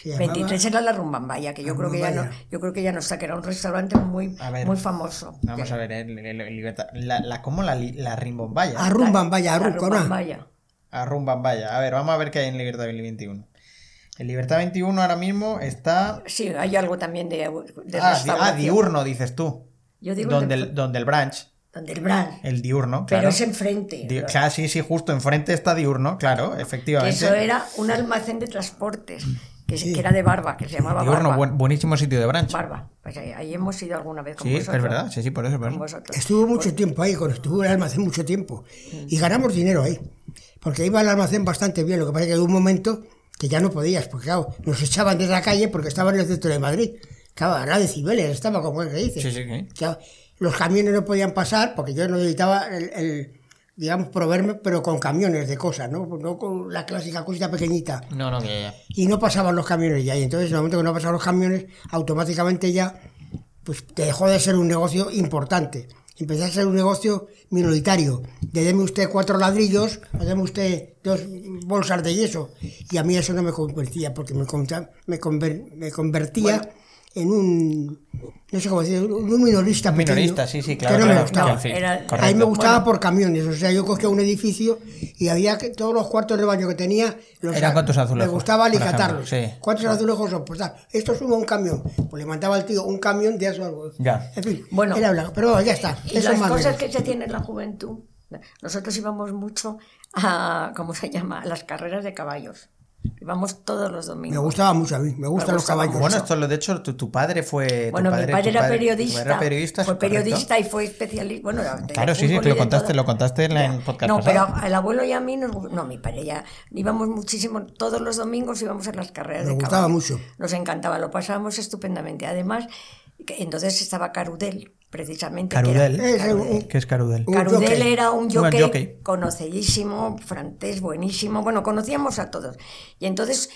Speaker 2: Se llamaba-
Speaker 3: 23 era la rumbambaya, que yo
Speaker 2: La
Speaker 3: creo que ya no,
Speaker 2: Rumbambaya.
Speaker 3: yo creo que ya no está, que era un restaurante muy,
Speaker 1: A ver.
Speaker 3: muy famoso.
Speaker 1: Vamos a ver, el- el- el libertad- la, la- ¿cómo la, li- la rimbombaya?
Speaker 2: Arrumban, vaya,
Speaker 3: La
Speaker 2: arrumban.
Speaker 3: rumbambaya.
Speaker 1: Arrumbambaya. A ver, vamos a ver qué hay en Libertad 21. En Libertad 21 ahora mismo está...
Speaker 3: Sí, hay algo también de, de
Speaker 1: Ah, di- ah,
Speaker 3: restauración.
Speaker 1: diurno, dices tú.
Speaker 3: Yo digo
Speaker 1: donde,
Speaker 3: el de-
Speaker 1: el, donde el branch,
Speaker 3: Donde el Bran.
Speaker 1: el diurno,
Speaker 3: Pero
Speaker 1: claro.
Speaker 3: es enfrente.
Speaker 1: Di- claro, sí, sí, justo enfrente está diurno, claro,
Speaker 3: Que
Speaker 1: efectivamente.
Speaker 3: eso era un almacén de transportes,
Speaker 1: Mm.
Speaker 3: que, se- que era de barba, que se llamaba
Speaker 1: Diurno,
Speaker 3: barba.
Speaker 1: buen- buenísimo sitio de branch.
Speaker 3: Barba. Pues ahí, ahí hemos ido alguna vez con
Speaker 1: Sí, es
Speaker 3: vosotros.
Speaker 1: verdad, sí, sí, por eso. por
Speaker 3: Con
Speaker 1: eso.
Speaker 3: vosotros.
Speaker 2: Estuvo mucho tiempo ahí, con- estuvo el almacén mucho tiempo. Y ganamos dinero ahí. Porque iba el almacén bastante bien. Lo que pasa es que de un momento que ya no podías, porque claro, nos echaban de la calle porque estaba en el centro de Madrid. Claro, a decibeles, estaba como él que dice.
Speaker 1: Sí, sí, sí.
Speaker 2: Claro, los camiones no podían pasar porque yo no necesitaba el, el, digamos, proveerme, pero con camiones de cosas, ¿no? No con la clásica cosita pequeñita
Speaker 1: No, no, que ya.
Speaker 2: y no pasaban los camiones ya. Y entonces, en el momento que no pasaban los camiones, automáticamente ya pues te dejó de ser un negocio importante. Empezó a ser un negocio minoritario. De deme usted cuatro ladrillos, o deme usted dos bolsas de yeso. Y a mí eso no me convertía, porque me, conta- me, conver- me convertía en un. No sé cómo decir, un minorista. pequeño,
Speaker 1: Minorista, sí, sí,
Speaker 2: que
Speaker 1: claro.
Speaker 2: no me
Speaker 1: claro,
Speaker 2: gustaba.
Speaker 1: que al fin,
Speaker 3: era-
Speaker 1: correcto.
Speaker 2: A mí me gustaba
Speaker 3: Bueno.
Speaker 2: por camiones, o sea, yo cogía un edificio y había que, todos los cuartos de baño que tenía. Los,
Speaker 1: Eran con tus azulejos,
Speaker 2: Me gustaba
Speaker 1: por
Speaker 2: alicatarlos.
Speaker 1: ejemplo, sí.
Speaker 2: ¿Cuántos azulejos son? Pues tal, esto suma un camión. Pues le mandaba al tío un camión de azulejos.
Speaker 1: Ya.
Speaker 2: En fin,
Speaker 3: Bueno.
Speaker 2: era blanco. Pero bueno, ya está.
Speaker 3: Y
Speaker 2: Eso
Speaker 3: las
Speaker 2: es más
Speaker 3: cosas
Speaker 2: menos.
Speaker 3: que se tiene en la juventud. Nosotros íbamos mucho a, ¿cómo se llama? A las carreras de caballos. Íbamos todos los
Speaker 2: Me
Speaker 3: domingos.
Speaker 2: gustaba mucho a mí, me gustan los
Speaker 3: gustaba
Speaker 2: caballos.
Speaker 1: Bueno, esto lo de hecho, tu, tu padre fue. tu
Speaker 3: Bueno, mi
Speaker 1: padre-
Speaker 3: padre
Speaker 1: tu
Speaker 3: era
Speaker 1: padre- tu
Speaker 3: periodista.
Speaker 1: padre era periodista,
Speaker 3: fue
Speaker 1: es correcto. Ah,
Speaker 3: periodista y fue especialista. Bueno, de
Speaker 1: Claro, sí, sí,
Speaker 3: fútbol
Speaker 1: que
Speaker 3: y
Speaker 1: lo
Speaker 3: de
Speaker 1: contaste,
Speaker 3: todo.
Speaker 1: lo contaste en la- en
Speaker 3: Ya.
Speaker 1: podcast
Speaker 3: No, pero
Speaker 1: pasado.
Speaker 3: al abuelo y a mí nos gu- No, mi padre ya. Íbamos muchísimo. Todos los domingos íbamos a las carreras
Speaker 2: Me
Speaker 3: de
Speaker 2: gustaba
Speaker 3: caballos.
Speaker 2: mucho.
Speaker 3: Nos encantaba, lo pasábamos estupendamente. Además, que entonces estaba Carudel, precisamente. que era-
Speaker 1: Carudel.
Speaker 2: Es un-
Speaker 1: ¿Qué es Carudel?
Speaker 2: Un
Speaker 3: Carudel
Speaker 2: jockey.
Speaker 3: era un
Speaker 1: Bueno,
Speaker 3: jockey,
Speaker 1: jockey.
Speaker 3: conocidísimo, francés, buenísimo. Bueno, conocíamos a todos. Y entonces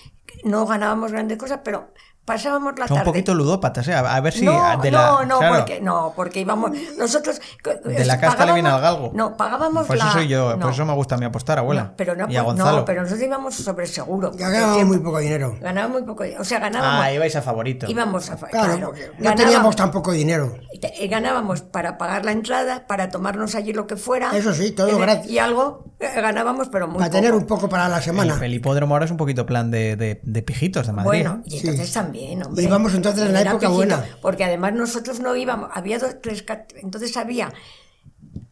Speaker 3: no ganábamos grandes cosas, pero pasábamos la
Speaker 1: Son un
Speaker 3: tarde.
Speaker 1: poquito ludópatas, ¿eh? A a ver si.
Speaker 3: no,
Speaker 1: de la-
Speaker 3: no, no,
Speaker 1: claro.
Speaker 3: porque, no, porque íbamos. Nosotros.
Speaker 1: De la casta le viene al galgo.
Speaker 3: No, pagábamos
Speaker 1: Por eso
Speaker 3: la.
Speaker 1: soy yo,
Speaker 3: no,
Speaker 1: por eso me gusta a mí apostar, abuela.
Speaker 3: no, pero no,
Speaker 1: y a
Speaker 3: pues,
Speaker 1: Gonzalo.
Speaker 3: no, pero nosotros íbamos sobre seguro.
Speaker 2: Ya ganábamos muy poco dinero.
Speaker 3: Ganábamos muy poco. O sea, ganábamos.
Speaker 1: Ah, ibais a favorito.
Speaker 3: íbamos a.
Speaker 2: Claro,
Speaker 3: claro,
Speaker 2: porque no
Speaker 3: ganábamos-
Speaker 2: teníamos tampoco dinero.
Speaker 3: te- eh, ganábamos para pagar la entrada, para tomarnos allí lo que fuera.
Speaker 2: Eso sí, todo
Speaker 3: Eh,
Speaker 2: gratis.
Speaker 3: Y algo eh, ganábamos, pero muy
Speaker 2: Para tener
Speaker 3: poco.
Speaker 2: un poco para la semana.
Speaker 1: El, el hipódromo ahora es un poquito plan de, de, de pijitos de Madrid.
Speaker 3: Bueno, y
Speaker 2: Sí.
Speaker 3: entonces también, hombre.
Speaker 2: Íbamos entonces en la
Speaker 3: Era
Speaker 2: época
Speaker 3: pijito,
Speaker 2: buena.
Speaker 3: Porque además nosotros no íbamos, había dos, tres, cate- entonces había,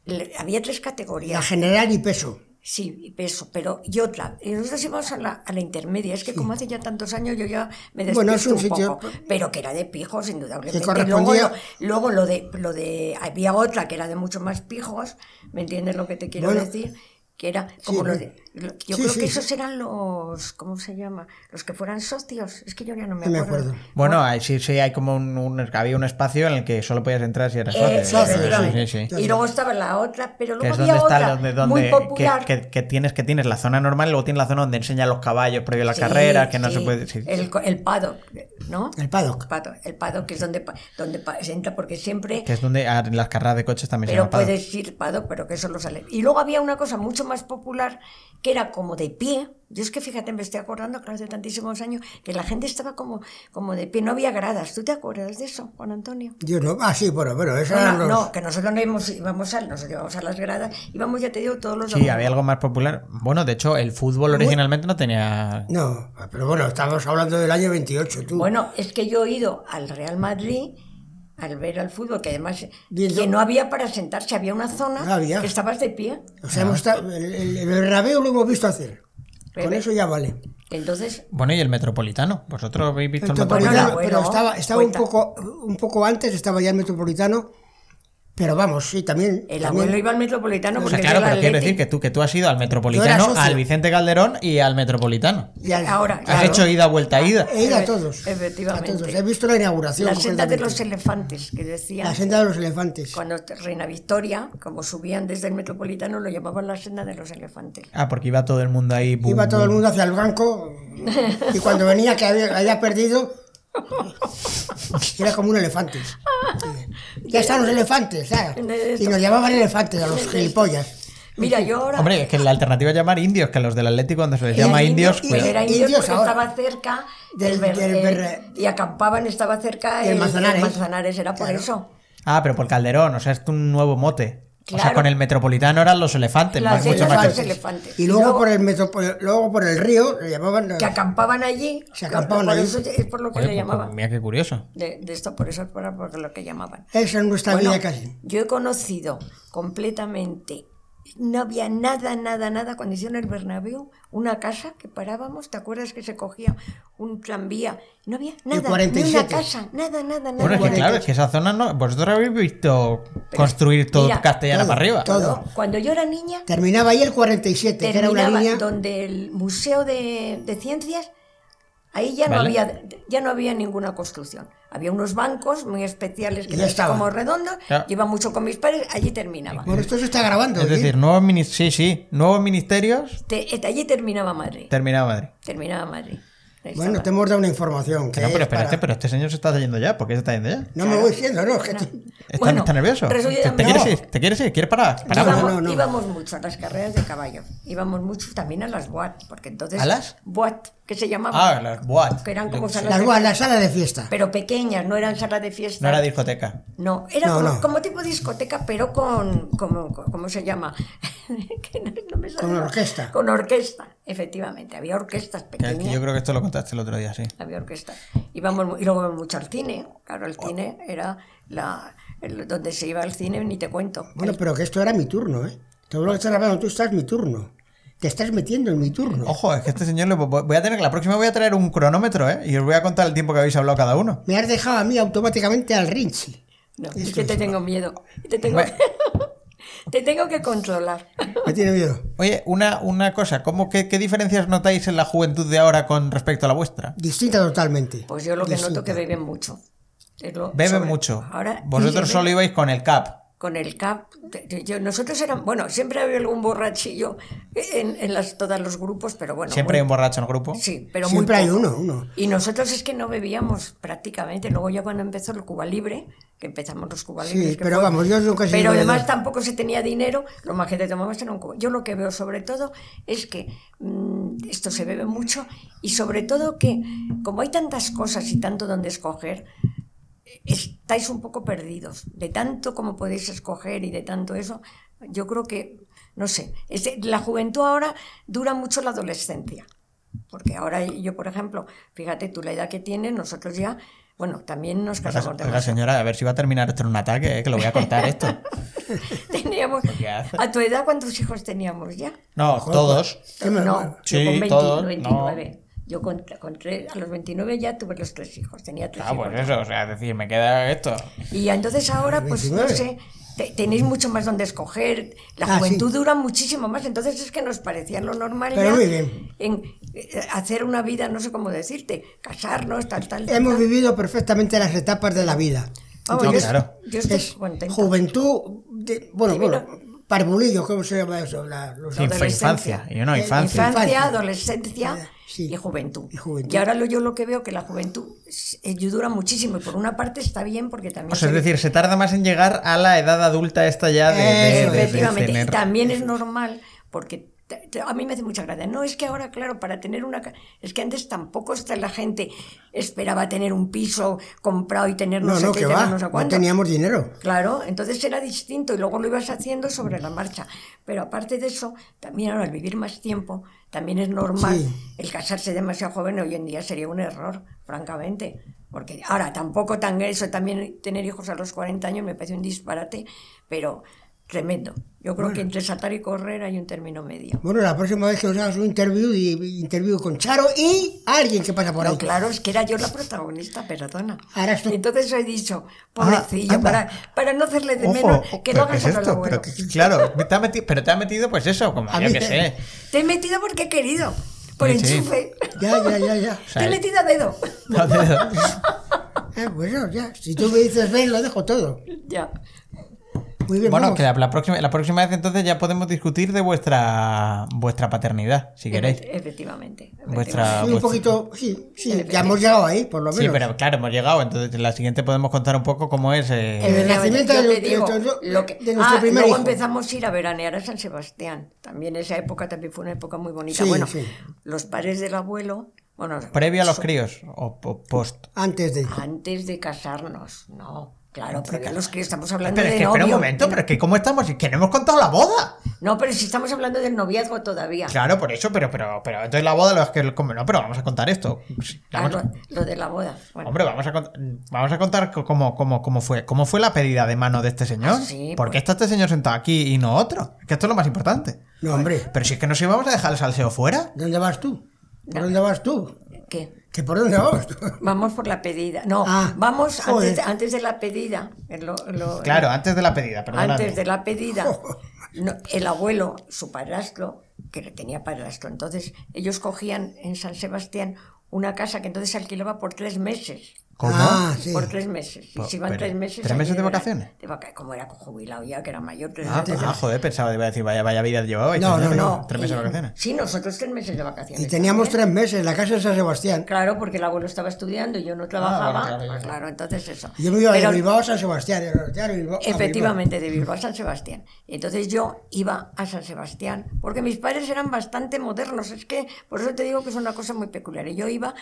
Speaker 3: le- había tres
Speaker 2: La
Speaker 3: categorías.
Speaker 2: general y peso.
Speaker 3: Sí, y peso, pero y otra. Y nosotros íbamos a la, a la intermedia. Es que como hace ya tantos años yo ya me despiste
Speaker 2: Bueno, es un
Speaker 3: un,
Speaker 2: sitio-
Speaker 3: poco. Pero que era de pijos, indudablemente.
Speaker 2: Que
Speaker 3: Y luego,
Speaker 2: correspondía-
Speaker 3: lo, luego lo de lo de había otra que era de mucho más pijos. ¿Me entiendes lo que te quiero
Speaker 2: Bueno.
Speaker 3: decir? Que era como
Speaker 2: Sí,
Speaker 3: los de- lo- yo
Speaker 2: sí,
Speaker 3: creo
Speaker 2: sí.
Speaker 3: que esos eran los ¿cómo se llama? Los que fueran socios. Es que yo ya no me
Speaker 2: No me
Speaker 3: acuerdo.
Speaker 2: acuerdo.
Speaker 1: Bueno, hay- sí, sí, hay como un, un- había un espacio en el que solo podías entrar si eras
Speaker 3: Eh,
Speaker 1: socio.
Speaker 2: socio,
Speaker 1: Sí,
Speaker 3: efectivamente.
Speaker 1: sí, sí.
Speaker 2: sí.
Speaker 3: Y luego estaba la otra, pero
Speaker 1: Que
Speaker 3: luego
Speaker 1: es
Speaker 3: había
Speaker 1: donde
Speaker 3: otra
Speaker 1: está donde, donde
Speaker 3: muy popular.
Speaker 1: que, que- que tienes que tienes la zona normal y luego tienes la zona donde enseñan los caballos previo a la carrera, que no
Speaker 3: sí.
Speaker 1: se puede. sí.
Speaker 3: El, co- el paddock, ¿no?
Speaker 2: El paddock.
Speaker 3: Paddock, el paddock que es donde, pa- donde pa- se entra porque siempre...
Speaker 1: Que es donde ah, las carreras de coches también se
Speaker 3: Pero
Speaker 1: llaman paddock.
Speaker 3: puedes ir paddock, pero que eso lo sale. Y luego había una cosa mucho más popular que era como de pie. Yo es que fíjate, me estoy acordando, claro, hace tantísimos años, que la gente estaba como, como de pie, no había gradas. ¿Tú te acuerdas de eso, Juan Antonio?
Speaker 2: Yo no. Ah, sí, bueno, pero eso
Speaker 3: No,
Speaker 2: eran
Speaker 3: no,
Speaker 2: los.
Speaker 3: no, que nosotros no íbamos, íbamos a, nosotros íbamos a las gradas, íbamos, ya te digo, todos los
Speaker 1: Sí,
Speaker 3: domingos.
Speaker 1: había algo más popular. Bueno, de hecho, el fútbol originalmente no tenía.
Speaker 2: No, pero bueno, estamos hablando del año 28, tú.
Speaker 3: Bueno, es que yo he ido al Real Madrid al ver al fútbol, que además
Speaker 2: Viendo-
Speaker 3: que no había para sentarse, había una zona
Speaker 2: No había.
Speaker 3: que estabas de pie.
Speaker 2: O sea, hemos estado- el, el, el Bernabéu lo hemos visto hacer. Con
Speaker 3: Bebe.
Speaker 2: eso ya vale.
Speaker 3: Entonces,
Speaker 1: Bueno, y el metropolitano. Vosotros habéis visto el,
Speaker 2: Metropolitano,
Speaker 1: metropolitano.
Speaker 3: bueno,
Speaker 2: pero estaba, estaba un,
Speaker 3: cuenta.
Speaker 2: poco, un poco antes, estaba ya el Metropolitano. Pero vamos, sí, también.
Speaker 3: el
Speaker 2: también-
Speaker 3: abuelo iba al Metropolitano
Speaker 1: O
Speaker 3: porque
Speaker 1: sea, claro,
Speaker 3: era el
Speaker 1: pero quiero
Speaker 3: Atleti.
Speaker 1: decir que tú, que tú has ido al
Speaker 2: Yo
Speaker 1: Metropolitano,
Speaker 2: era socio.
Speaker 1: al Vicente Calderón y al Metropolitano.
Speaker 2: ya-
Speaker 3: ahora,
Speaker 1: Has
Speaker 3: Claro.
Speaker 1: hecho ida, vuelta, ida.
Speaker 2: He ido a
Speaker 3: Efe-
Speaker 2: todos.
Speaker 3: efectivamente.
Speaker 2: A todos. He visto la inauguración.
Speaker 3: La senda de
Speaker 2: concretamente.
Speaker 3: los elefantes, que decían
Speaker 2: La senda de los elefantes.
Speaker 3: cuando Reina Victoria, como subían desde el Metropolitano, lo llamaban la senda de los elefantes.
Speaker 1: Ah, porque iba todo el mundo ahí. bum,
Speaker 2: Iba todo el
Speaker 1: bum.
Speaker 2: mundo hacia el banco y cuando venía que había, había perdido, era como un elefante. Ya están los elefantes, ¿sabes? Y nos llamaban elefantes a los gilipollas.
Speaker 3: Mira, yo ahora.
Speaker 1: Hombre, es que la alternativa es llamar indios, que a los del Atlético cuando se les
Speaker 2: Era
Speaker 1: llama
Speaker 2: indio
Speaker 1: indios, pues-
Speaker 2: y
Speaker 1: cuidado.
Speaker 3: Era indio
Speaker 2: Indios
Speaker 3: porque
Speaker 2: ahora.
Speaker 3: estaba cerca
Speaker 2: Del-
Speaker 3: del, ver-
Speaker 2: del
Speaker 3: eh,
Speaker 2: Berre-
Speaker 3: y acampaban, estaba cerca
Speaker 2: Del
Speaker 3: el
Speaker 2: Manzanares.
Speaker 3: el Manzanares, era por
Speaker 2: Claro.
Speaker 3: eso.
Speaker 1: Ah, pero por Calderón, o sea, es un nuevo mote. O sea,
Speaker 3: Claro.
Speaker 1: con el Metropolitano eran los elefantes,
Speaker 3: Las
Speaker 1: más, mucho
Speaker 3: Ah, elefantes,
Speaker 1: más
Speaker 3: los
Speaker 1: que...
Speaker 3: elefantes.
Speaker 2: Y luego, por el metro- por- luego por el río le llamaban
Speaker 3: que acampaban allí.
Speaker 2: Se acampaban
Speaker 3: por
Speaker 2: allí.
Speaker 3: eso es por lo que
Speaker 1: Oye,
Speaker 3: le
Speaker 1: pues,
Speaker 3: llamaban.
Speaker 1: Mira, qué curioso.
Speaker 3: De, de esto, por eso es por, por lo que llamaban.
Speaker 2: esa es nuestra
Speaker 3: Bueno,
Speaker 2: vida casi.
Speaker 3: Yo he conocido completamente, no había nada, nada, nada. Cuando hicieron el Bernabéu, una casa que parábamos, ¿te acuerdas que se cogía un tranvía? No había nada, ni
Speaker 2: 47.
Speaker 3: una casa, nada, nada, nada.
Speaker 1: Bueno, es que
Speaker 2: Igual
Speaker 1: claro,
Speaker 2: que-
Speaker 1: es que esa zona no. Vosotros habéis visto construir todo
Speaker 3: mira,
Speaker 1: castellana
Speaker 2: todo,
Speaker 1: para arriba.
Speaker 2: todo.
Speaker 3: Cuando yo era niña,
Speaker 2: Terminaba ahí el 47, que era una
Speaker 3: terminaba
Speaker 2: línea.
Speaker 3: donde el Museo de, de Ciencias, ahí ya no,
Speaker 1: Vale.
Speaker 3: había, ya no había ninguna construcción. Había unos bancos muy especiales que
Speaker 2: Ya
Speaker 3: eran
Speaker 2: estaba.
Speaker 3: como redondos,
Speaker 1: Ya.
Speaker 3: iba mucho con mis padres, allí terminaba.
Speaker 2: Bueno, esto se está grabando. ¿eh?
Speaker 1: Es
Speaker 2: ¿sí?
Speaker 1: decir, nuevos ministerios. Sí, sí, nuevos ministerios.
Speaker 3: Te- et- allí terminaba Madrid.
Speaker 1: Terminado Madrid.
Speaker 3: Terminaba Madrid. Ahí
Speaker 2: bueno,
Speaker 3: estaba.
Speaker 2: te hemos dado una información. Que
Speaker 1: No,
Speaker 3: Eh,
Speaker 1: pero
Speaker 2: es para-
Speaker 1: espérate, pero este señor se está yendo ya. ¿Por qué se está yendo ya?
Speaker 2: No me voy diciendo, no, es que te-
Speaker 1: ¿Está,
Speaker 3: Bueno,
Speaker 1: está nervioso?
Speaker 3: resulta-
Speaker 1: ¿Te, te
Speaker 3: no.
Speaker 1: quieres ir? ¿Te quieres ir? ¿Quieres parar? Paramos.
Speaker 3: íbamos,
Speaker 2: no, no.
Speaker 3: íbamos mucho a las carreras de caballo. Íbamos mucho también a las boat, porque entonces...
Speaker 1: ¿A las?
Speaker 3: Boat, que se llamaban.
Speaker 1: Ah, las boat.
Speaker 3: que eran como
Speaker 1: Yo-
Speaker 3: salas
Speaker 2: la,
Speaker 3: de-
Speaker 2: rua- la sala de fiesta.
Speaker 3: Pero pequeñas, no eran salas de fiesta.
Speaker 1: No era discoteca.
Speaker 3: No, era
Speaker 2: No,
Speaker 3: como,
Speaker 2: no.
Speaker 3: como tipo discoteca, pero con, como, con- ¿cómo se llama? Que no- no me sale
Speaker 2: Con
Speaker 3: la-
Speaker 2: orquesta.
Speaker 3: Con orquesta, efectivamente. Había orquestas
Speaker 1: Que- que
Speaker 3: pequeñas.
Speaker 1: Yo creo que esto lo contaste el otro día, sí.
Speaker 3: Había orquesta. Íbamos, mu- y luego íbamos mucho al cine. Claro,
Speaker 2: Oh.
Speaker 3: el cine era la, el- donde se iba al cine, ni te cuento.
Speaker 2: Bueno, pero que esto era mi turno, ¿eh? Todo lo que estás hablando tú estás mi turno. Te estás metiendo en mi turno.
Speaker 1: Ojo, es que este señor le voy voy a tener. La próxima voy a traer un cronómetro, ¿eh? Y os voy a contar el tiempo que habéis hablado cada uno.
Speaker 2: Me has dejado a mí automáticamente al rinchi.
Speaker 3: No, es que te tengo miedo. Te tengo,
Speaker 1: Bueno.
Speaker 3: te tengo que controlar.
Speaker 2: Me tiene miedo.
Speaker 1: Oye, una, una cosa, ¿cómo, qué, qué diferencias notáis en la juventud de ahora con respecto a la vuestra?
Speaker 2: Distinta totalmente.
Speaker 3: Pues yo lo que noto
Speaker 2: Distinta.
Speaker 3: que beben mucho. Es lo-
Speaker 1: Beben
Speaker 3: sobre-
Speaker 1: mucho.
Speaker 3: Ahora,
Speaker 1: Vosotros
Speaker 3: y-
Speaker 1: solo ibais con el cap.
Speaker 3: con el CAP. te- te- yo- nosotros eran, bueno, siempre había algún borrachillo en, en las, todos los grupos, pero bueno.
Speaker 1: Siempre hay un
Speaker 3: muy-
Speaker 1: borracho en el grupo.
Speaker 3: Sí, pero muy
Speaker 2: Siempre hay
Speaker 3: poco.
Speaker 2: uno, uno.
Speaker 3: Y nosotros es que no bebíamos prácticamente. Luego ya cuando empezó el Cuba Libre, que empezamos los Cuba
Speaker 2: Sí,
Speaker 3: Libres. que
Speaker 2: pero vamos, yo nunca he sido
Speaker 3: Pero además
Speaker 2: bebedor.
Speaker 3: tampoco se tenía dinero, lo más que te tomabas era un cubo. Yo lo que veo sobre todo es que mm, esto se bebe mucho y sobre todo que como hay tantas cosas y tanto donde escoger, estáis un poco perdidos. De tanto como podéis escoger y de tanto eso, yo creo que, no sé, es- la juventud ahora dura mucho la adolescencia. Porque ahora yo, por ejemplo, fíjate tú la edad que tienes, nosotros ya, bueno, también nos
Speaker 1: Oiga,
Speaker 3: casamos de
Speaker 1: oiga, señora, a ver si va a terminar esto en un ataque, eh, que lo voy a contar esto.
Speaker 3: Teníamos,
Speaker 1: qué hace?
Speaker 3: a tu edad, ¿cuántos hijos teníamos ya?
Speaker 1: No,
Speaker 3: pues,
Speaker 1: todos.
Speaker 2: Qué mal-
Speaker 3: no,
Speaker 1: Sí,
Speaker 3: yo con 20,
Speaker 1: todos,
Speaker 3: 29. Yo con, con tres- a los 29 ya tuve los tres hijos, tenía tres
Speaker 1: Ah,
Speaker 3: hijos.
Speaker 1: pues eso, o sea, es decir, me queda esto.
Speaker 3: Y entonces
Speaker 2: Ah,
Speaker 3: ahora, pues no
Speaker 2: 29.
Speaker 3: sé, te- tenéis mucho más donde escoger. La
Speaker 2: Ah,
Speaker 3: juventud
Speaker 2: sí.
Speaker 3: dura muchísimo más. Entonces es que nos parecía lo normal
Speaker 2: Pero
Speaker 3: ya
Speaker 2: muy bien.
Speaker 3: en eh, hacer una vida, no sé cómo decirte, casarnos, tal, tal. tal,
Speaker 2: Hemos
Speaker 3: tal.
Speaker 2: vivido perfectamente las etapas de la vida.
Speaker 3: Vamos,
Speaker 1: No,
Speaker 3: yo,
Speaker 1: claro.
Speaker 3: yo estoy
Speaker 2: Es
Speaker 3: contenta.
Speaker 2: juventud, de- bueno,
Speaker 3: Divino.
Speaker 2: bueno, parvulillo, ¿cómo se llama eso? La- los-
Speaker 1: Sí. Fue infancia, yo no, infancia.
Speaker 2: Infancia.
Speaker 3: Eh,
Speaker 2: Ah,
Speaker 3: adolescencia
Speaker 2: Sí.
Speaker 3: y, juventud.
Speaker 2: Y juventud.
Speaker 3: Y ahora lo, yo lo que veo que la juventud es- eh, dura muchísimo y por una parte está bien porque también...
Speaker 1: O sea, es
Speaker 3: se-
Speaker 1: decir, se tarda más en llegar a la edad adulta esta ya de, de-
Speaker 2: Eso
Speaker 1: de- de
Speaker 2: es.
Speaker 3: Efectivamente, y
Speaker 1: tener-
Speaker 3: también es normal porque te- te- a mí me hace mucha gracia. No es que ahora, claro, para tener una... ca- Es que antes tampoco está la gente esperaba tener un piso comprado y tener no,
Speaker 2: No,
Speaker 3: sé
Speaker 2: no,
Speaker 3: qué,
Speaker 2: que
Speaker 3: tener
Speaker 2: va,
Speaker 3: no sé
Speaker 2: no
Speaker 3: cuánto.
Speaker 2: teníamos dinero.
Speaker 3: Claro, entonces era distinto y luego lo ibas haciendo sobre la marcha. Pero aparte de eso, también ahora al vivir más tiempo, también es normal
Speaker 2: Sí.
Speaker 3: el casarse demasiado joven hoy en día sería un error, francamente. Porque ahora tampoco tan eso, también tener hijos a los 40 años me parece un disparate, pero tremendo. Yo creo que entre saltar y correr hay un término medio.
Speaker 2: Bueno, la próxima vez que os hagas un interview, y- interview con Charo y alguien que pasa por ahí.
Speaker 3: No, claro, es que era yo la protagonista, perdona.
Speaker 2: Ahora es tú.
Speaker 3: Entonces he dicho,
Speaker 1: Ah,
Speaker 3: pobrecillo,
Speaker 1: anda.
Speaker 3: para, para no hacerle de
Speaker 1: Ojo,
Speaker 3: menos, que lo
Speaker 1: pero ¿qué
Speaker 3: hagas
Speaker 1: es
Speaker 3: solo al
Speaker 1: esto?
Speaker 3: abuelo.
Speaker 1: Pero que- claro, te ha metido- pero te ha metido pues eso, como
Speaker 2: A
Speaker 1: yo
Speaker 2: mí
Speaker 1: que
Speaker 2: te-
Speaker 1: sé.
Speaker 3: Te he metido porque he querido. Por
Speaker 1: Sí, sí.
Speaker 3: enchufe.
Speaker 2: Ya, ya, ya, ya.
Speaker 1: sea,
Speaker 3: Te he
Speaker 1: el-
Speaker 3: metido a dedo.
Speaker 2: Eh, Ah, bueno, ya. Si tú me dices ven, lo dejo todo.
Speaker 3: ya.
Speaker 2: muy bien.
Speaker 1: Bueno,
Speaker 2: vamos.
Speaker 1: que la, la próxima, la próxima vez entonces ya podemos discutir de vuestra vuestra paternidad, si queréis.
Speaker 3: Efe- Efectivamente. efectivamente.
Speaker 1: Vuestra-
Speaker 2: Sí, un
Speaker 1: pues-
Speaker 2: poquito, sí,
Speaker 3: Eh,
Speaker 2: sí, ya hemos llegado ahí, por lo menos.
Speaker 1: Sí, pero claro, hemos llegado. Entonces, en la siguiente podemos contar un poco cómo es. eh,
Speaker 2: El nacimiento
Speaker 3: Yo
Speaker 2: de-
Speaker 3: te digo,
Speaker 2: de- de-
Speaker 3: lo que-
Speaker 2: de nuestro
Speaker 3: Ah,
Speaker 2: primer
Speaker 3: luego
Speaker 2: hijo.
Speaker 3: empezamos a ir a veranear a San Sebastián. También esa época también fue una época muy bonita.
Speaker 2: Sí,
Speaker 3: bueno,
Speaker 2: sí.
Speaker 3: los padres del abuelo, bueno,
Speaker 1: previo a los críos o, o post.
Speaker 2: Antes de.
Speaker 3: antes de casarnos, no. Claro,
Speaker 1: de
Speaker 3: pero a los que estamos
Speaker 1: Pero
Speaker 3: hablando
Speaker 1: es
Speaker 3: de
Speaker 1: que, espera
Speaker 3: novio.
Speaker 1: un momento, pero es que ¿cómo estamos? Es que no hemos contado la boda.
Speaker 3: No, pero si estamos hablando del noviazgo todavía.
Speaker 1: Claro, por eso, pero, pero, pero entonces la boda, los que, como no, pero vamos a contar esto.
Speaker 3: Ah,
Speaker 1: Vamos-
Speaker 3: lo, lo de la boda. Bueno,
Speaker 1: Hombre, vamos a, cont- vamos a contar co- cómo, cómo, cómo fue cómo fue la pedida de mano de este señor.
Speaker 3: Ah, sí,
Speaker 1: ¿Por qué
Speaker 3: pues.
Speaker 1: está este señor sentado aquí y no otro? Es que esto es lo más importante.
Speaker 2: No, hombre,
Speaker 1: Pero si es que nos íbamos a dejar el salseo fuera.
Speaker 2: ¿dónde vas tú? ¿Por dónde vas tú?
Speaker 3: ¿qué?
Speaker 2: ¿Que por dónde vas tú?
Speaker 3: Vamos por la pedida. No,
Speaker 2: Ah,
Speaker 3: vamos antes,
Speaker 2: joder.
Speaker 3: de- antes de la pedida. en lo- lo-
Speaker 1: Claro, antes de la pedida, perdóname.
Speaker 3: antes de la pedida, no, el abuelo, su padrastro, que le tenía padrastro, entonces ellos cogían en San Sebastián una casa que entonces se alquilaba por tres meses.
Speaker 1: ¿Cómo?
Speaker 2: Ah, sí.
Speaker 3: Por tres meses. Y
Speaker 1: Po-
Speaker 3: se iban
Speaker 1: pero,
Speaker 3: tres meses.
Speaker 1: ¿tres
Speaker 3: allí
Speaker 1: meses de
Speaker 3: verano.
Speaker 1: vacaciones?
Speaker 3: De vaca- como era jubilado ya, que era mayor, tres
Speaker 1: Ah,
Speaker 3: meses. de-
Speaker 1: ah, joder, pensaba que iba a decir, vaya, vaya vida llevaba.
Speaker 2: No, no,
Speaker 3: no,
Speaker 1: Tres meses de
Speaker 3: y-
Speaker 1: vacaciones.
Speaker 3: Sí, nosotros tres meses de vacaciones.
Speaker 2: Y teníamos
Speaker 3: también.
Speaker 2: tres meses en la casa de San Sebastián.
Speaker 3: Claro, porque el abuelo estaba estudiando y yo
Speaker 1: Ah,
Speaker 3: no
Speaker 1: bueno,
Speaker 3: trabajaba.
Speaker 1: claro, claro.
Speaker 3: Claro, entonces eso.
Speaker 2: Yo me iba
Speaker 3: Pero-
Speaker 2: de Bilbao a San Sebastián. de San Sebastián a Bilbao- a Bilbao.
Speaker 3: Efectivamente, de Bilbao a San Sebastián. Entonces yo iba a San Sebastián, porque mis padres eran bastante modernos, es que por eso te digo que es una cosa muy peculiar. Y Yo iba,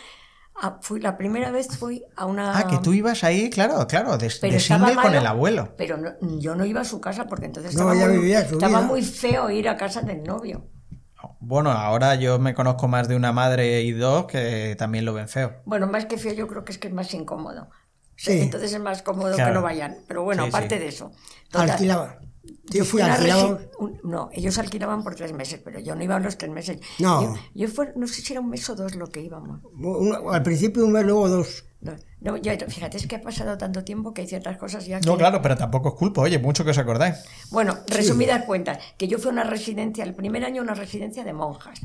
Speaker 3: a- fui, la primera vez fui a una...
Speaker 1: Ah, que tú ibas ahí, claro, claro, de,
Speaker 3: Pero
Speaker 1: de
Speaker 3: estaba
Speaker 1: single con
Speaker 3: malo,
Speaker 1: el abuelo.
Speaker 3: Pero no- yo no iba a su casa porque entonces
Speaker 2: No,
Speaker 3: estaba,
Speaker 2: ella
Speaker 3: muy,
Speaker 2: vivía su
Speaker 3: estaba
Speaker 2: vida.
Speaker 3: muy feo ir a casa del novio.
Speaker 1: Bueno, ahora yo me conozco más de una madre y dos que también lo ven feo.
Speaker 3: Bueno, más que feo yo creo que es que es más incómodo.
Speaker 2: Sí.
Speaker 3: Entonces es más cómodo
Speaker 1: Claro.
Speaker 3: que no vayan. Pero bueno,
Speaker 1: Sí, sí.
Speaker 3: aparte de eso. total,
Speaker 2: Alquilaba. Yo fui,
Speaker 3: Una
Speaker 2: alquilaba.
Speaker 3: resi- un- no, ellos alquilaban por tres meses, pero yo no iba a los tres meses.
Speaker 2: No.
Speaker 3: Yo, yo fue- no sé si era un mes o dos lo que íbamos.
Speaker 2: un- al principio un mes, luego dos.
Speaker 3: No, no, yo- fíjate, es que ha pasado tanto tiempo que hay ciertas cosas ya que...
Speaker 1: No, claro, pero tampoco es culpa, oye, mucho que os acordáis.
Speaker 3: Bueno, resumidas cuentas, que yo fui a una residencia, el primer año una residencia de monjas,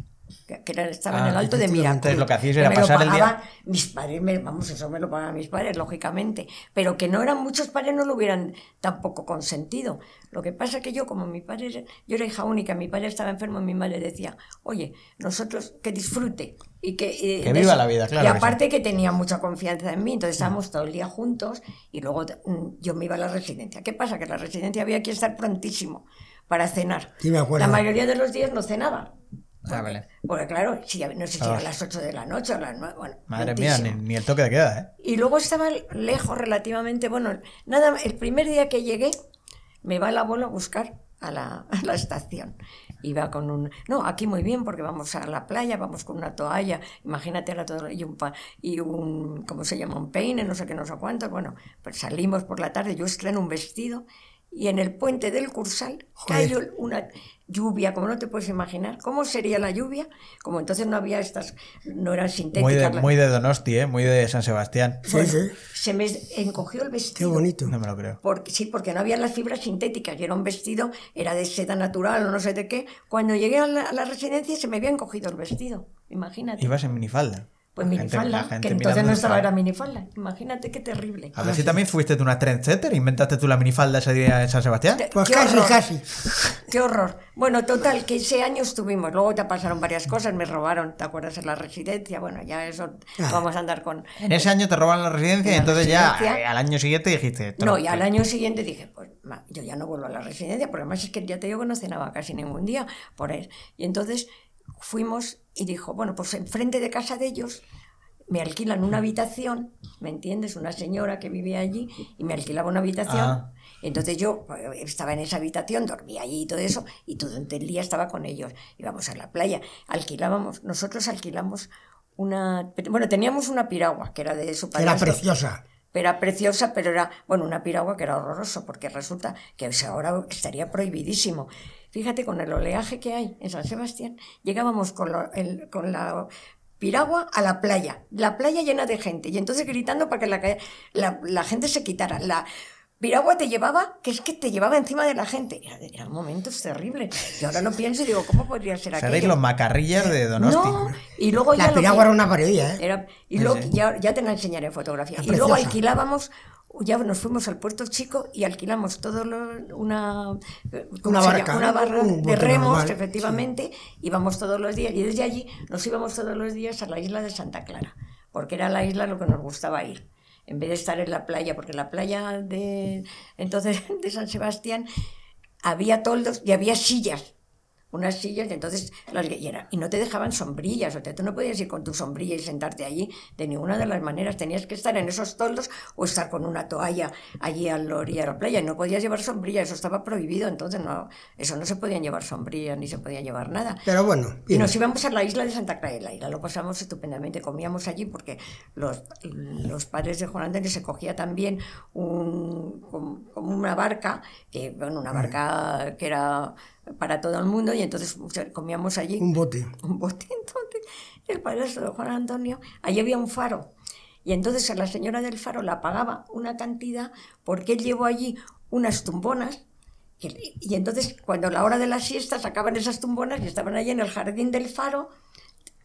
Speaker 3: que, que era- estaba en
Speaker 1: Ah,
Speaker 3: el alto de
Speaker 1: efectivamente,
Speaker 3: Miracruz.
Speaker 1: lo que hacíais
Speaker 3: que
Speaker 1: era
Speaker 3: me lo
Speaker 1: pasar el día-
Speaker 3: pagaban Mis padres, me- vamos, eso me lo pagaban mis padres, lógicamente, pero que no eran muchos padres, no lo hubieran tampoco consentido. Lo que pasa que yo, como mi padre, era- yo era hija única, mi padre estaba enfermo y mi madre decía, oye, nosotros que disfrute y que... eh,
Speaker 1: Que
Speaker 3: de
Speaker 1: viva
Speaker 3: eso".
Speaker 1: la vida, claro que
Speaker 3: Y
Speaker 1: sí.
Speaker 3: aparte que tenía mucha confianza en mí, entonces estábamos todo el día juntos y luego mm, yo me iba a la residencia. ¿Qué pasa? Que en la residencia había que estar prontísimo para cenar.
Speaker 2: Sí, me acuerdo.
Speaker 3: La mayoría de los días no cenaba.
Speaker 1: Ah, vale.
Speaker 3: Porque claro, si, ya- no sé si
Speaker 1: Ah.
Speaker 3: era a las 8 de la noche o a las 9. Bueno,
Speaker 1: Madre mía,
Speaker 3: prontísimo.
Speaker 1: ni, ni el toque de queda, ¿eh?
Speaker 3: Y luego estaba lejos relativamente, bueno, nada, el primer día que llegué me va el abuelo a buscar a la, a la estación. Iba con un, no, aquí muy bien porque vamos a la playa, vamos con una toalla, imagínate ahora todo, y un, pa- y un ¿cómo se llama? Un peine, no sé qué, no sé cuánto. Bueno, pues salimos por la tarde, yo estreno un vestido y en el puente del Cursal
Speaker 2: Joder.
Speaker 3: cayó una lluvia, como no te puedes imaginar, ¿cómo sería la lluvia? Como entonces no había estas, no eran sintéticas.
Speaker 1: Muy de,
Speaker 3: las-
Speaker 1: muy de Donosti, ¿eh? Muy de San Sebastián.
Speaker 2: Sí,
Speaker 3: bueno,
Speaker 2: sí.
Speaker 3: se me encogió el
Speaker 2: Qué
Speaker 3: vestido.
Speaker 2: bonito.
Speaker 1: No me lo creo.
Speaker 3: Porque, sí, porque no había las fibras sintéticas, y era un vestido, era de seda natural o no sé de qué. Cuando llegué a la, a la residencia se me había encogido el vestido, imagínate.
Speaker 1: Ibas en minifalda.
Speaker 3: pues
Speaker 1: La gente-
Speaker 3: minifalda,
Speaker 1: la gente
Speaker 3: que entonces
Speaker 1: mirando Ah.
Speaker 3: no estaba,
Speaker 1: raro.
Speaker 3: era Ah, minifalda. Imagínate qué terrible.
Speaker 1: A ver si también fuiste tú una trendsetter, inventaste tú la minifalda ese día en San Sebastián.
Speaker 3: Te-
Speaker 2: Pues
Speaker 3: qué
Speaker 2: casi,
Speaker 3: horror,
Speaker 2: casi.
Speaker 3: Qué horror. Bueno, total, que ese año estuvimos. Luego te pasaron varias cosas, me robaron, ¿te acuerdas? En la residencia, bueno, ya eso
Speaker 2: Ah.
Speaker 3: vamos a andar con...
Speaker 1: En ese año te roban la residencia y
Speaker 3: En la
Speaker 1: entonces ya
Speaker 3: residencia.
Speaker 1: eh, al año siguiente dijiste... esto
Speaker 3: No, y al año siguiente dije, pues ma, yo ya no vuelvo a la residencia, porque además es que ya te digo que no cenaba casi ningún día por él. Y entonces fuimos y dijo, bueno, pues enfrente de casa de ellos me alquilan una habitación, ¿me entiendes? Una señora que vivía allí y me alquilaba una habitación.
Speaker 1: Ah.
Speaker 3: Entonces yo pues, estaba en esa habitación, dormía allí y todo eso, y todo el día estaba con ellos. Íbamos a la playa, alquilábamos, nosotros alquilamos una... Bueno, teníamos una piragua que era de su
Speaker 2: Que Era
Speaker 3: padrastro.
Speaker 2: preciosa.
Speaker 3: Era preciosa, pero era, bueno, una piragua que era horroroso, porque resulta que eso ahora estaría prohibidísimo. Fíjate, con el oleaje que hay en San Sebastián, llegábamos con, lo- el- con la piragua a la playa, la playa llena de gente, y entonces gritando para que la, ca- la, la gente se quitara. La piragua te llevaba, que es que te llevaba encima de la gente. Era- Eran momentos terribles. Y ahora lo pienso y digo, ¿cómo podría ser
Speaker 1: Seréis
Speaker 3: aquello?
Speaker 1: los macarrillas de Donosti.
Speaker 3: no, y luego ya
Speaker 2: La
Speaker 3: lo que-
Speaker 2: piragua era una paredilla, ¿eh?
Speaker 3: era- y
Speaker 1: Sí,
Speaker 3: luego,
Speaker 1: sí.
Speaker 3: ya, ya te la enseñaré en fotografía.
Speaker 2: Es
Speaker 3: Y luego
Speaker 2: preciosa.
Speaker 3: alquilábamos ya nos fuimos al puerto chico y alquilamos todo lo- una,
Speaker 2: Una
Speaker 3: ¿cómo se llama?
Speaker 2: barca,
Speaker 3: una barra
Speaker 2: un bote
Speaker 3: de remos,
Speaker 2: normal,
Speaker 3: efectivamente, íbamos todos los días y desde allí nos íbamos todos los días a la isla de Santa Clara, porque era la isla lo que nos gustaba ir. En vez de estar en la playa, porque la playa de entonces de San Sebastián había toldos y había sillas unas sillas y entonces las que- y era- y no te dejaban sombrillas, o sea, tú no podías ir con tu sombrilla y sentarte allí de ninguna de las maneras, tenías que estar en esos toldos o estar con una toalla allí a la orilla de la playa, no podías llevar sombrilla, eso estaba prohibido, entonces no, eso no se podían llevar sombrillas ni se podía llevar nada.
Speaker 2: Pero bueno,
Speaker 3: Y
Speaker 2: bien.
Speaker 3: nos íbamos a la isla de Santa Clara de la isla, lo pasamos estupendamente, comíamos allí porque los, los padres de Juan Andrés se cogía también un, com- como una barca, que, bueno, una barca que era para todo el mundo y entonces o sea, comíamos allí
Speaker 2: un bote.
Speaker 3: un bote entonces el palacio de Juan Antonio allí había un faro y entonces a la señora del faro la pagaba una cantidad porque él llevó allí unas tumbonas que- y entonces cuando a la hora de la siesta sacaban esas tumbonas y estaban allí en el jardín del faro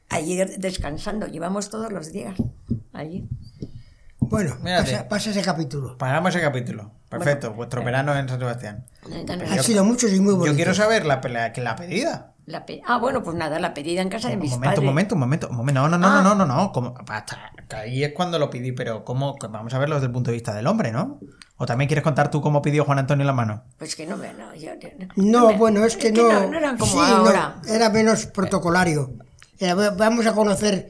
Speaker 3: allí descansando llevamos todos los días allí
Speaker 2: Bueno,
Speaker 1: Mírate.
Speaker 2: pasa, pasa ese capítulo.
Speaker 1: Paramos el capítulo. Perfecto,
Speaker 3: eh,
Speaker 1: vuestro verano en San Sebastián.
Speaker 2: Han sido muchos y muy bonitos.
Speaker 1: Yo quiero saber la, la, que la pedida.
Speaker 3: La pe- ah bueno pues nada la pedida en casa de
Speaker 1: Un
Speaker 3: mis
Speaker 1: momento,
Speaker 3: padres
Speaker 1: un momento, un momento, un momento. No, no, no,
Speaker 3: Ah.
Speaker 1: no, no, no, no. como- Hasta que ahí es cuando lo pedí, pero ¿cómo? Vamos a verlo desde el punto de vista del hombre, ¿no? ¿O también quieres contar tú cómo pidió Juan Antonio la mano?
Speaker 3: pues que no me- no, yo- no,
Speaker 2: No,
Speaker 3: me-
Speaker 2: bueno, es que no.
Speaker 3: no eran como
Speaker 2: sí, no,
Speaker 3: ahora
Speaker 2: era menos protocolario. Era, "Va- vamos a conocer,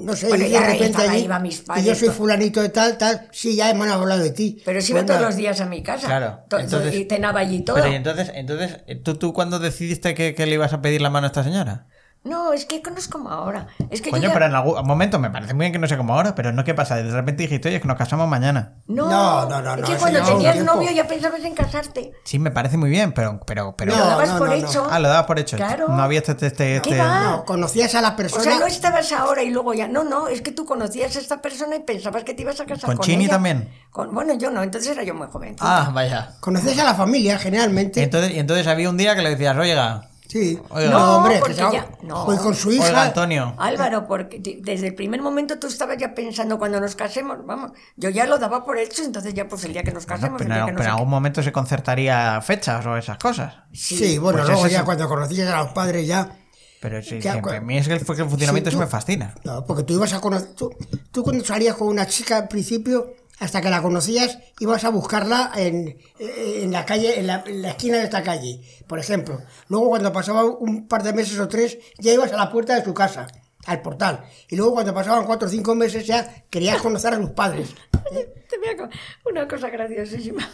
Speaker 2: no sé,
Speaker 3: Bueno,
Speaker 2: y de
Speaker 3: ya
Speaker 2: repente
Speaker 3: estaba,
Speaker 2: allí,
Speaker 3: iba a
Speaker 2: y
Speaker 3: mis
Speaker 2: yo
Speaker 3: padres,
Speaker 2: soy
Speaker 3: todo.
Speaker 2: fulanito de tal, tal, sí, ya me han hablado de ti.
Speaker 3: Pero si iba
Speaker 2: Venga.
Speaker 3: todos los días a mi casa.
Speaker 1: Claro,
Speaker 3: To-
Speaker 1: entonces-
Speaker 3: y cenaba allí todo.
Speaker 1: Pero y entonces, entonces eh, ¿tú, tú cuándo decidiste que, que le ibas a pedir la mano a esta señora?
Speaker 3: No, es que no es como ahora. Es que yo
Speaker 1: Coño,
Speaker 3: ya-
Speaker 1: pero en algún momento me parece muy bien que no sea como ahora, pero no qué pasa. De repente dijiste, oye, que nos casamos mañana.
Speaker 3: No,
Speaker 2: No, no, no,
Speaker 3: Es
Speaker 2: no,
Speaker 3: que
Speaker 2: eso
Speaker 3: cuando
Speaker 2: ya lleva un
Speaker 3: tenías
Speaker 2: tiempo.
Speaker 3: novio ya pensabas en casarte.
Speaker 1: Sí, me parece muy bien, pero. pero, pero...
Speaker 3: Lo
Speaker 2: No,
Speaker 3: dabas por
Speaker 2: no, no.
Speaker 3: hecho.
Speaker 1: Ah, lo dabas por hecho.
Speaker 3: Claro.
Speaker 1: No había este. este, este-
Speaker 3: ¿Qué va?
Speaker 2: No, conocías a la
Speaker 3: O
Speaker 2: persona.
Speaker 3: sea, no estabas ahora y luego ya. No, no, es que tú conocías a esta persona y pensabas que te ibas a casar
Speaker 1: ¿Con
Speaker 3: con,
Speaker 1: Chini
Speaker 3: ella.
Speaker 1: también?
Speaker 3: Con- bueno, yo no, entonces era yo muy joven.
Speaker 1: Ah, vaya.
Speaker 2: Conoces a la familia,
Speaker 1: Y
Speaker 2: generalmente.
Speaker 1: entonces, y entonces había un día que le decías, oiga,
Speaker 2: Sí.
Speaker 1: Oiga.
Speaker 3: No,
Speaker 2: hombre,
Speaker 3: porque
Speaker 2: que
Speaker 3: ya- no.
Speaker 2: voy con su hija.
Speaker 1: oiga Antonio.
Speaker 3: Álvaro, porque te- desde el primer momento tú estabas ya pensando cuando nos casemos, vamos, yo ya lo daba por hecho, entonces ya pues el día que nos
Speaker 1: Bueno,
Speaker 3: casemos, el día
Speaker 1: pero,
Speaker 3: que no
Speaker 1: pero en
Speaker 3: sé
Speaker 1: algún momento se concertaría fechas o esas cosas.
Speaker 2: Sí,
Speaker 3: Sí,
Speaker 2: bueno,
Speaker 1: pues
Speaker 2: luego
Speaker 1: es
Speaker 2: ya
Speaker 1: eso.
Speaker 2: cuando conocías a los padres ya.
Speaker 1: Pero sí,
Speaker 2: Ya,
Speaker 1: siempre.
Speaker 2: cua-
Speaker 1: A mí es que el, fue que el funcionamiento
Speaker 2: Sí,
Speaker 1: eso
Speaker 2: tú-
Speaker 1: me fascina.
Speaker 2: No, porque tú ibas a conocer. Tú, tú cuando salías con una chica al principio, hasta que la conocías, ibas a buscarla en, en la calle, en la, en la esquina de esta calle, por ejemplo. Luego, cuando pasaba un par de meses o tres, ya ibas a la puerta de su casa, al portal. Y luego, cuando pasaban cuatro o cinco meses, ya querías conocer a sus padres.
Speaker 3: Te voy a co- una cosa graciosísima.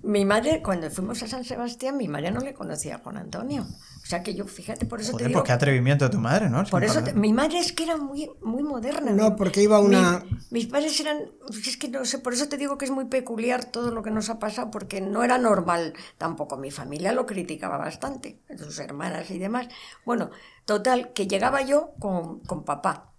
Speaker 3: Mi madre, cuando fuimos a San Sebastián, mi madre no le conocía a Juan Antonio. O sea que yo, fíjate, por eso
Speaker 1: Joder,
Speaker 3: te digo.
Speaker 1: pues qué atrevimiento de tu madre, ¿no?
Speaker 3: Por
Speaker 1: Sin
Speaker 3: eso, te-
Speaker 1: parar.
Speaker 3: mi madre es que era muy, muy moderna.
Speaker 2: No, porque iba una-
Speaker 3: Mi- mis padres eran. Es que no sé, por eso te digo que es muy peculiar todo lo que nos ha pasado, porque no era normal tampoco. Mi familia lo criticaba bastante, sus hermanas y demás. Bueno, total, que llegaba yo con, con papá.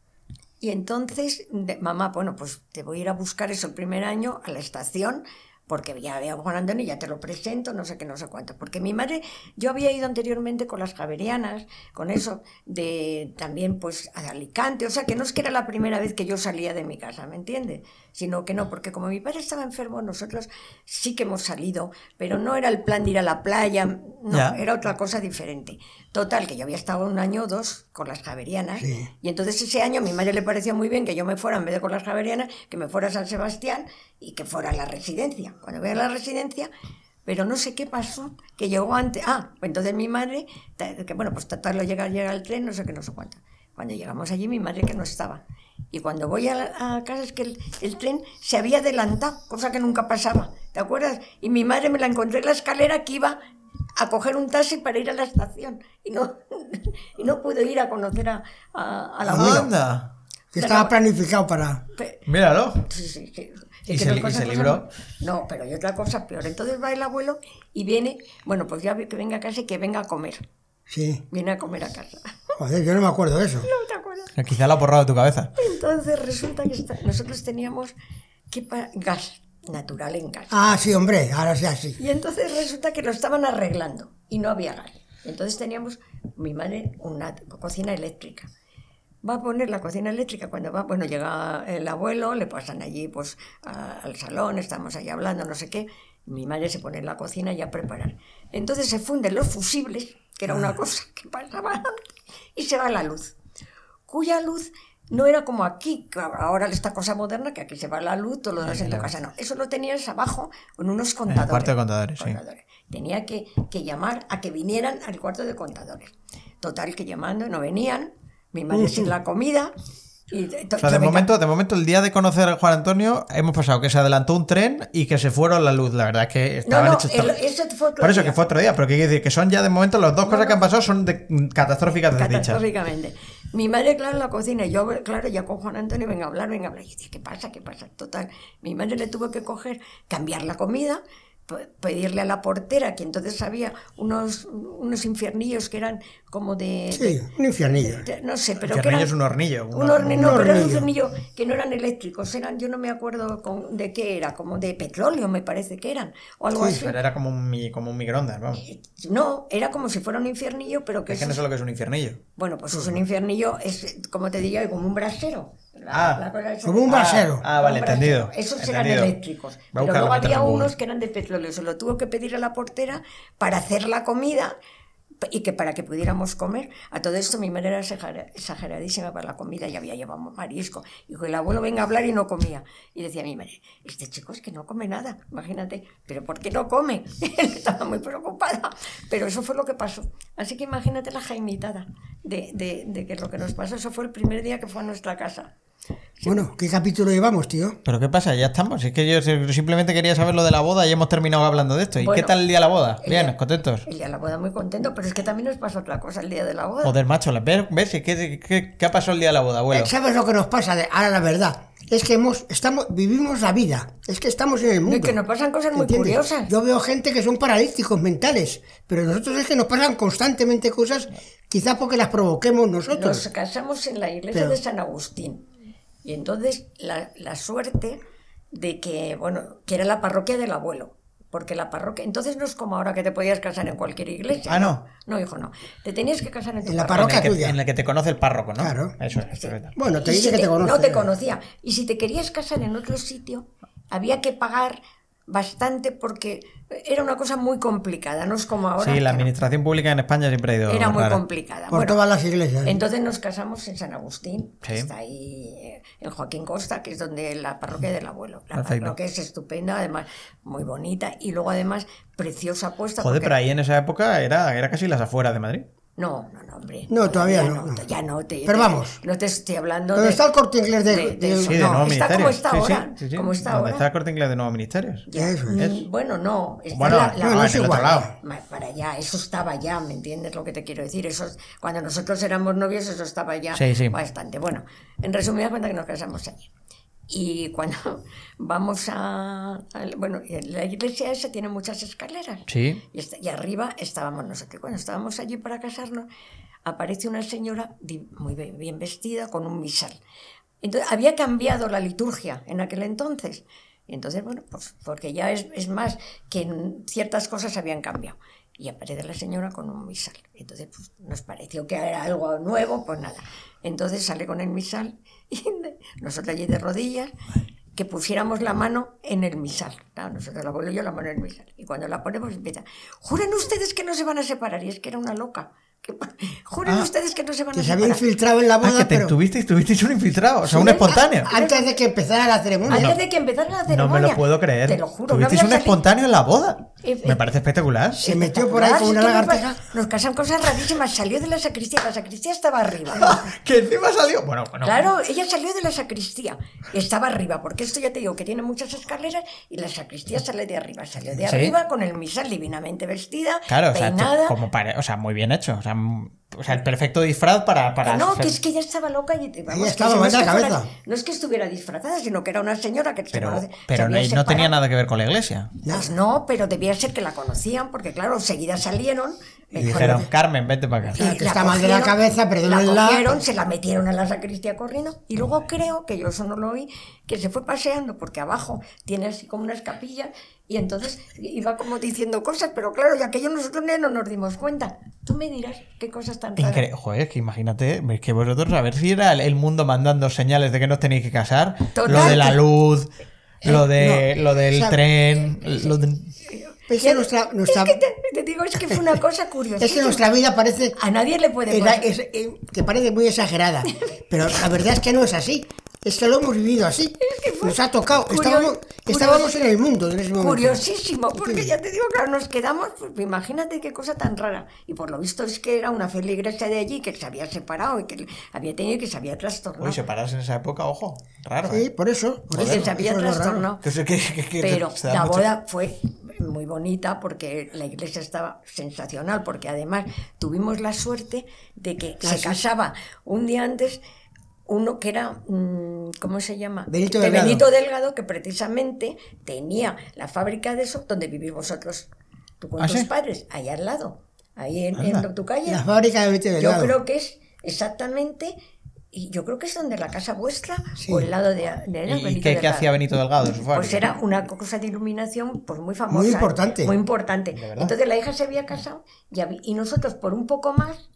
Speaker 3: Y entonces, de- mamá, bueno, pues te voy a ir a buscar eso el primer año a la estación, porque ya veo a Juan Antonio, ya te lo presento, no sé qué, no sé cuánto. Porque mi madre, yo había ido anteriormente con las javerianas, con eso, de también pues a Alicante, o sea que no es que era la primera vez que yo salía de mi casa, ¿me entiendes? Sino que no, porque como mi padre estaba enfermo, nosotros sí que hemos salido, pero no era el plan de ir a la playa, no,
Speaker 1: Ya.
Speaker 3: era otra cosa diferente. Total, que yo había estado un año o dos con las javerianas, y entonces ese año a mi madre le parecía muy bien que yo me fuera, en vez de con las javerianas, que me fuera a San Sebastián y que fuera a la residencia. Cuando voy a la residencia, pero no sé qué pasó, que llegó antes. Ah, pues entonces mi madre, ta- que bueno, pues tratarlo llega, llega el tren, no sé qué, no sé cuánto. Cuando llegamos allí, mi madre que no estaba. Y cuando voy a, la- a casa es que el, el tren se había adelantado, cosa que nunca pasaba, ¿te acuerdas? Y mi madre me la encontré en la escalera que iba a coger un taxi para ir a la estación. Y no, y no pude ir a conocer a, a,
Speaker 1: Ah,
Speaker 3: al abuelo.
Speaker 1: ¡Anda!
Speaker 2: Que estaba planificado para.
Speaker 3: Pe-
Speaker 1: Míralo.
Speaker 3: Sí, sí, sí.
Speaker 1: ¿Y
Speaker 3: Es que
Speaker 1: se
Speaker 3: no hay
Speaker 1: li- y
Speaker 3: cosa
Speaker 1: se
Speaker 3: cosa
Speaker 1: libró?
Speaker 3: más- No, pero hay otra cosa peor. Entonces va el abuelo y viene, bueno, pues ya ve- que venga a casa y que venga a comer.
Speaker 2: Sí.
Speaker 3: Viene a comer a casa.
Speaker 2: Joder, yo no me acuerdo de eso.
Speaker 3: ¿No te acuerdas?
Speaker 1: Quizá lo ha borrado de tu cabeza.
Speaker 3: Entonces resulta que esta- nosotros teníamos que pa- gas natural en casa.
Speaker 2: Ah, sí, hombre, ahora sí, así.
Speaker 1: Eh,
Speaker 3: Y entonces resulta que lo estaban arreglando y no había gas. Entonces teníamos, mi madre, una cocina eléctrica. va a poner la cocina eléctrica cuando va, bueno, llega el abuelo, le pasan allí pues a- al salón, estamos ahí hablando, no sé qué, mi madre se pone en la cocina y a preparar. Entonces se funden los fusibles, que era una cosa que pasaba antes, y se va la luz, cuya luz no era como aquí, que ahora esta cosa moderna, que aquí se va la luz, todo lo das en tu casa, no, eso lo tenías abajo con unos contadores.
Speaker 1: cuarto de contadores, sí.
Speaker 3: Tenía que, que llamar a que vinieran al cuarto de contadores. Total, que llamando no venían, mi madre sin la comida. Y to-
Speaker 1: O sea, de
Speaker 3: venga,
Speaker 1: momento, de momento, el día de conocer a Juan Antonio, hemos pasado que se adelantó un tren y que se fueron la luz. La verdad es que estaban
Speaker 3: no,
Speaker 1: hechos
Speaker 3: el-
Speaker 1: tro-
Speaker 3: eso fue otro
Speaker 1: Por eso
Speaker 3: día.
Speaker 1: que fue otro día, pero que quiere decir que son ya de momento las dos cosas que han pasado son de- catastróficas desdichas.
Speaker 3: catastróficamente. Mi madre, claro, en la cocina, y yo, claro, ya con Juan Antonio, venga a hablar, venga a hablar. Y dice, ¿qué pasa? ¿Qué pasa? Total, mi madre le tuvo que coger, cambiar la comida, pe- pedirle a la portera, que entonces había unos, unos infiernillos que eran como de- de
Speaker 2: Sí, un infiernillo.
Speaker 3: Ya, No sé, pero
Speaker 1: El
Speaker 3: que
Speaker 1: hornillo
Speaker 3: eran-
Speaker 1: es un hornillo,
Speaker 3: Un,
Speaker 1: un hor-
Speaker 3: hornillo,
Speaker 2: un
Speaker 3: pero era un
Speaker 2: hornillo.
Speaker 3: hornillo que no eran eléctricos, eran, yo no me acuerdo con- de qué era, como de petróleo me parece que eran, o algo así.
Speaker 1: Pero era como un, mi- como un microondas, vamos.
Speaker 3: No, era como si fuera un infiernillo, pero que
Speaker 1: Es que no
Speaker 3: es-
Speaker 1: sé lo que es un infiernillo.
Speaker 3: Bueno, pues es un infiernillo, es como te diría, como un brasero. La-
Speaker 1: Ah,
Speaker 3: la cosa esa-
Speaker 2: como un
Speaker 3: Ah,
Speaker 2: brasero.
Speaker 1: Ah, vale,
Speaker 3: un brasero.
Speaker 1: entendido.
Speaker 3: Esos
Speaker 1: entendido.
Speaker 3: eran eléctricos.
Speaker 1: Voy a
Speaker 3: Pero
Speaker 1: buscarlo
Speaker 3: luego
Speaker 1: mientras
Speaker 3: había
Speaker 1: lo
Speaker 3: unos
Speaker 1: busco.
Speaker 3: que eran de petróleo. Se lo tuvo que pedir a la portera para hacer la comida p- y que para que pudiéramos comer. A todo esto mi madre era exagera- exageradísima para la comida y había llevado marisco. Y dijo, el abuelo venga a hablar y no comía. Y decía mi madre, este chico es que no come nada, imagínate. ¿Pero por qué no come? Estaba muy preocupada. Pero eso fue lo que pasó. Así que imagínate la jaimitada de, de, de que lo que nos pasó. Eso fue el primer día que fue a nuestra casa.
Speaker 2: Bueno, ¿qué capítulo llevamos, tío?
Speaker 1: Pero ¿qué pasa? Ya estamos. Es que yo simplemente quería saber lo de la boda y hemos terminado hablando de esto. ¿Y
Speaker 3: Bueno,
Speaker 1: qué tal el día de la boda?
Speaker 3: el
Speaker 1: Bien,
Speaker 3: día-
Speaker 1: contentos.
Speaker 3: El día de la boda muy contento, pero es que también nos pasó otra cosa el día de la boda.
Speaker 1: Joder, macho, la- ¿ves? ¿Ves? ¿Qué, qué, qué- qué ha pasado el día de la boda, abuelo?
Speaker 2: ¿Sabes lo que nos pasa? De- Ahora la verdad. Es que hemos, estamos, vivimos la vida. Es que estamos en el
Speaker 3: No,
Speaker 2: mundo.
Speaker 3: y que nos pasan cosas muy
Speaker 2: ¿Entiendes?
Speaker 3: curiosas.
Speaker 2: Yo veo gente que son paralíticos mentales, pero nosotros es que nos pasan constantemente cosas, quizá porque las provoquemos
Speaker 3: Nos
Speaker 2: nosotros.
Speaker 3: casamos en la iglesia
Speaker 2: Pero-
Speaker 3: de San Agustín. Y entonces la, la suerte de que, bueno, que era la parroquia del abuelo. Porque la parroquia. Entonces no es como ahora que te podías casar en cualquier iglesia.
Speaker 1: Ah,
Speaker 3: No, hijo, no. Te tenías que casar en tu
Speaker 2: En la
Speaker 1: En el
Speaker 2: parroquia
Speaker 1: que-
Speaker 2: tuya.
Speaker 1: En el que te conoce el párroco, ¿no?
Speaker 2: Claro.
Speaker 1: Eso es. eso es.
Speaker 2: Bueno, te
Speaker 3: Y
Speaker 2: dice
Speaker 3: si
Speaker 2: que te conoce.
Speaker 3: No te conocía. Y si te querías casar en otro sitio, había que pagar bastante porque era una cosa muy complicada. No es como
Speaker 1: Sí,
Speaker 3: ahora.
Speaker 1: la
Speaker 3: que no.
Speaker 1: administración pública en España siempre ha ido.
Speaker 3: Era muy
Speaker 1: rara.
Speaker 3: complicada.
Speaker 2: Por
Speaker 3: Bueno,
Speaker 2: todas las iglesias.
Speaker 3: Entonces nos casamos en San Agustín, que
Speaker 1: Sí.
Speaker 3: está ahí eh, en Joaquín Costa, que es donde la parroquia del abuelo. La
Speaker 1: Perfecto.
Speaker 3: parroquia es estupenda, además muy bonita y luego además preciosa puesta.
Speaker 1: Joder,
Speaker 3: porque-
Speaker 1: pero ahí en esa época era, era casi las afueras de Madrid.
Speaker 3: No, no, no, hombre.
Speaker 2: No, todavía
Speaker 3: Ya
Speaker 2: no, no.
Speaker 3: Ya no te.
Speaker 2: Pero
Speaker 3: te-
Speaker 2: vamos.
Speaker 3: No te estoy hablando
Speaker 2: Donde
Speaker 3: de.
Speaker 2: está el corte inglés de,
Speaker 3: de- de-
Speaker 2: de-
Speaker 3: sí.
Speaker 1: de
Speaker 3: No,
Speaker 1: nuevo
Speaker 3: está como
Speaker 1: ministerio.
Speaker 3: está
Speaker 1: Sí, sí,
Speaker 3: ahora,
Speaker 1: sí, sí.
Speaker 3: como está
Speaker 1: Donde
Speaker 3: ahora.
Speaker 1: está el corte inglés de nuevo ministerios.
Speaker 3: Ya,
Speaker 2: Eso
Speaker 3: mm,
Speaker 1: es.
Speaker 3: Bueno, no. está
Speaker 1: Bueno,
Speaker 3: la- la-
Speaker 1: no,
Speaker 2: no,
Speaker 1: en
Speaker 2: es
Speaker 1: el otro
Speaker 2: igual.
Speaker 1: lado.
Speaker 3: Ma- para allá, eso estaba ya, ¿me entiendes lo que te quiero decir? Eso, es- cuando nosotros éramos novios, eso estaba ya
Speaker 1: Sí, sí.
Speaker 3: bastante. Bueno, en resumidas cuentas que nos casamos allí. Y cuando vamos a, al- Bueno, la iglesia esa tiene muchas escaleras.
Speaker 1: Sí.
Speaker 3: Y, esta- y arriba estábamos nosotros. Y Cuando estábamos allí para casarnos, aparece una señora di- muy be- bien vestida con un misal. Entonces, había cambiado la liturgia en aquel entonces. Y entonces, bueno, pues porque ya es, es más que en ciertas cosas habían cambiado. Y aparece la señora con un misal. Entonces, pues nos pareció que era algo nuevo, pues nada. Entonces sale con el misal y nosotros allí de rodillas que pusiéramos la mano en el misal. Claro, nosotros la abuelo y yo la mano en el misal. Y cuando la ponemos empieza, juren ustedes que no se van a separar. Y es que era una loca. Que- juren
Speaker 1: Ah,
Speaker 3: ustedes que no se van
Speaker 2: que
Speaker 3: a
Speaker 2: se había
Speaker 3: separar.
Speaker 2: infiltrado en la
Speaker 1: Ah,
Speaker 2: boda,
Speaker 1: que te
Speaker 2: pero
Speaker 1: tuvisteis, tuvisteis un infiltrado, o sea, un
Speaker 3: Sí,
Speaker 1: espontáneo.
Speaker 3: ah,
Speaker 2: antes de que empezara la ceremonia.
Speaker 3: Antes de que empezara la
Speaker 1: No
Speaker 3: ceremonia.
Speaker 1: me lo puedo creer.
Speaker 3: Te lo juro. no
Speaker 1: Tuvisteis
Speaker 3: había
Speaker 1: un
Speaker 3: salido-
Speaker 1: espontáneo en la boda.
Speaker 3: Eh,
Speaker 1: Me
Speaker 3: eh.
Speaker 1: parece espectacular.
Speaker 2: Se metió por ahí con una
Speaker 3: Ah, Sí, que nos pa-
Speaker 2: lagartija.
Speaker 3: Nos casan cosas rarísimas. Salió de la sacristía. La sacristía estaba arriba.
Speaker 1: que encima salió. Bueno, bueno.
Speaker 3: Claro, ella salió de la sacristía. Estaba arriba, porque esto ya te digo que tiene muchas escaleras y la sacristía sale de arriba. Salió de
Speaker 1: Sí.
Speaker 3: arriba con el misal divinamente vestida,
Speaker 1: Claro, o sea,
Speaker 3: peinada.
Speaker 1: esto- como pare- o sea, muy bien hecho. O sea, m- o sea, el perfecto disfraz para. para
Speaker 3: no,
Speaker 1: ser-
Speaker 3: que es que ella estaba loca y vamos, que
Speaker 2: estaba
Speaker 3: eso no
Speaker 2: mal
Speaker 3: es
Speaker 2: de
Speaker 3: que
Speaker 2: la
Speaker 3: fuera-
Speaker 2: cabeza.
Speaker 3: no es que estuviera disfrazada, sino que era una señora que se
Speaker 1: Pero,
Speaker 3: conoce- se
Speaker 1: pero
Speaker 3: había
Speaker 1: no, no tenía
Speaker 3: separado.
Speaker 1: nada que ver con la iglesia.
Speaker 3: Pues no, pero debía ser que la conocían, porque claro, enseguida salieron.
Speaker 1: Y
Speaker 3: me
Speaker 1: dijeron,
Speaker 3: dijeron-
Speaker 1: Carmen, vete para acá.
Speaker 2: Claro, que está mal de la cabeza,
Speaker 3: La
Speaker 2: perdónenla.
Speaker 3: cogieron, se la metieron a la sacristía corriendo. Y luego creo, que yo eso no lo oí, que se fue paseando porque abajo tiene así como unas capillas y entonces iba como diciendo cosas, pero claro, ya aquello nosotros ya no nos dimos cuenta. Tú me dirás qué cosas tan raras.
Speaker 1: Incre- Joder, que imagínate, es que vosotros, a ver si era el- el mundo mandando señales de que no os tenéis que casar.
Speaker 3: Total, Eh,
Speaker 1: Lo de la
Speaker 3: que-
Speaker 1: luz, lo, de,
Speaker 2: no,
Speaker 1: lo del
Speaker 2: o sea,
Speaker 1: tren.
Speaker 3: eh,
Speaker 1: lo de-
Speaker 2: Es que nuestra, nuestra,
Speaker 3: Es que te, te digo, es que fue una cosa curiosa.
Speaker 2: es que nuestra vida parece
Speaker 3: A nadie le puede
Speaker 2: era-
Speaker 3: contar.
Speaker 2: es- eh, que parece muy exagerada, pero la verdad es que no es así. Es que lo hemos vivido así. Nos ha tocado.
Speaker 3: curio-
Speaker 2: estábamos,
Speaker 3: curio-
Speaker 2: estábamos en el mundo en ese momento.
Speaker 3: Curiosísimo, porque ya te digo, claro, nos quedamos, pues, imagínate qué cosa tan rara. Y por lo visto es que era una feligresia de allí que se había separado y que había tenido y que se había trastornado.
Speaker 1: Uy, separados en esa época, ojo, raro.
Speaker 2: Sí,
Speaker 1: ¿eh?
Speaker 2: por eso. Por
Speaker 3: Y
Speaker 2: eso,
Speaker 3: que se había
Speaker 2: eso es lo raro.
Speaker 3: trastornado.
Speaker 1: Que se- que- que- que
Speaker 3: Pero
Speaker 1: se da
Speaker 3: la
Speaker 1: mucho-
Speaker 3: boda fue muy bonita porque la iglesia estaba sensacional, porque además tuvimos la suerte de que
Speaker 2: Ah,
Speaker 3: se
Speaker 2: sí.
Speaker 3: casaba un día antes uno que era, mm, ¿cómo se llama?
Speaker 2: Benito
Speaker 3: De
Speaker 2: Delgado.
Speaker 3: Benito Delgado, que precisamente tenía la fábrica de eso donde vivís vosotros, tú con
Speaker 1: ¿Ah,
Speaker 3: tus
Speaker 1: sí?
Speaker 3: padres, ahí al lado, ahí en, en
Speaker 1: Anda.
Speaker 3: tu calle.
Speaker 2: La fábrica de Vete
Speaker 3: Yo
Speaker 2: Delgado.
Speaker 3: creo que es exactamente, y yo creo que es donde la casa vuestra
Speaker 2: Sí.
Speaker 3: o el lado de, de
Speaker 1: ¿Y- ¿Y
Speaker 3: ¿eh? Benito
Speaker 1: qué, qué
Speaker 3: Delgado.
Speaker 1: hacía Benito Delgado? en su
Speaker 3: Pues
Speaker 1: fábrica?
Speaker 3: era una cosa de iluminación pues muy famosa.
Speaker 2: Muy importante.
Speaker 3: Muy importante.
Speaker 1: De verdad.
Speaker 3: Entonces la hija se había casado y, habi- y nosotros por un poco más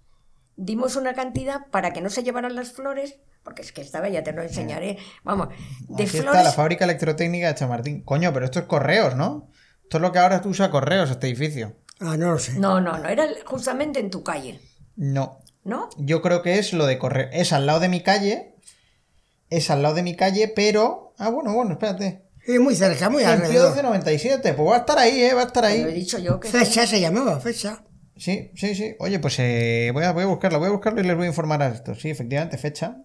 Speaker 3: dimos una cantidad para que no se llevaran las flores, porque es que estaba, ya te lo enseñaré, vamos, de
Speaker 1: Aquí está
Speaker 3: flores.
Speaker 1: la fábrica electrotécnica de Chamartín. Coño, pero esto es correos, ¿no? Esto es lo que ahora usa correos, este edificio.
Speaker 2: Ah, no lo sé.
Speaker 3: No, no, no, era justamente en tu calle,
Speaker 1: No,
Speaker 3: ¿no?
Speaker 1: yo creo que es lo de correo. Es al lado de mi calle. Es al lado de mi calle, pero. Ah, bueno, bueno, espérate.
Speaker 2: Sí, muy cerca, muy alrededor.
Speaker 1: 1297, pues va a estar ahí, ¿eh? Va a estar
Speaker 3: Te Lo he
Speaker 1: ahí.
Speaker 3: dicho yo que...
Speaker 2: Fecha se llamaba, fecha.
Speaker 1: Sí, sí, sí. Oye, pues eh, voy, a, voy a buscarlo, voy a buscarlo y les voy a informar a esto. Sí, efectivamente, fecha.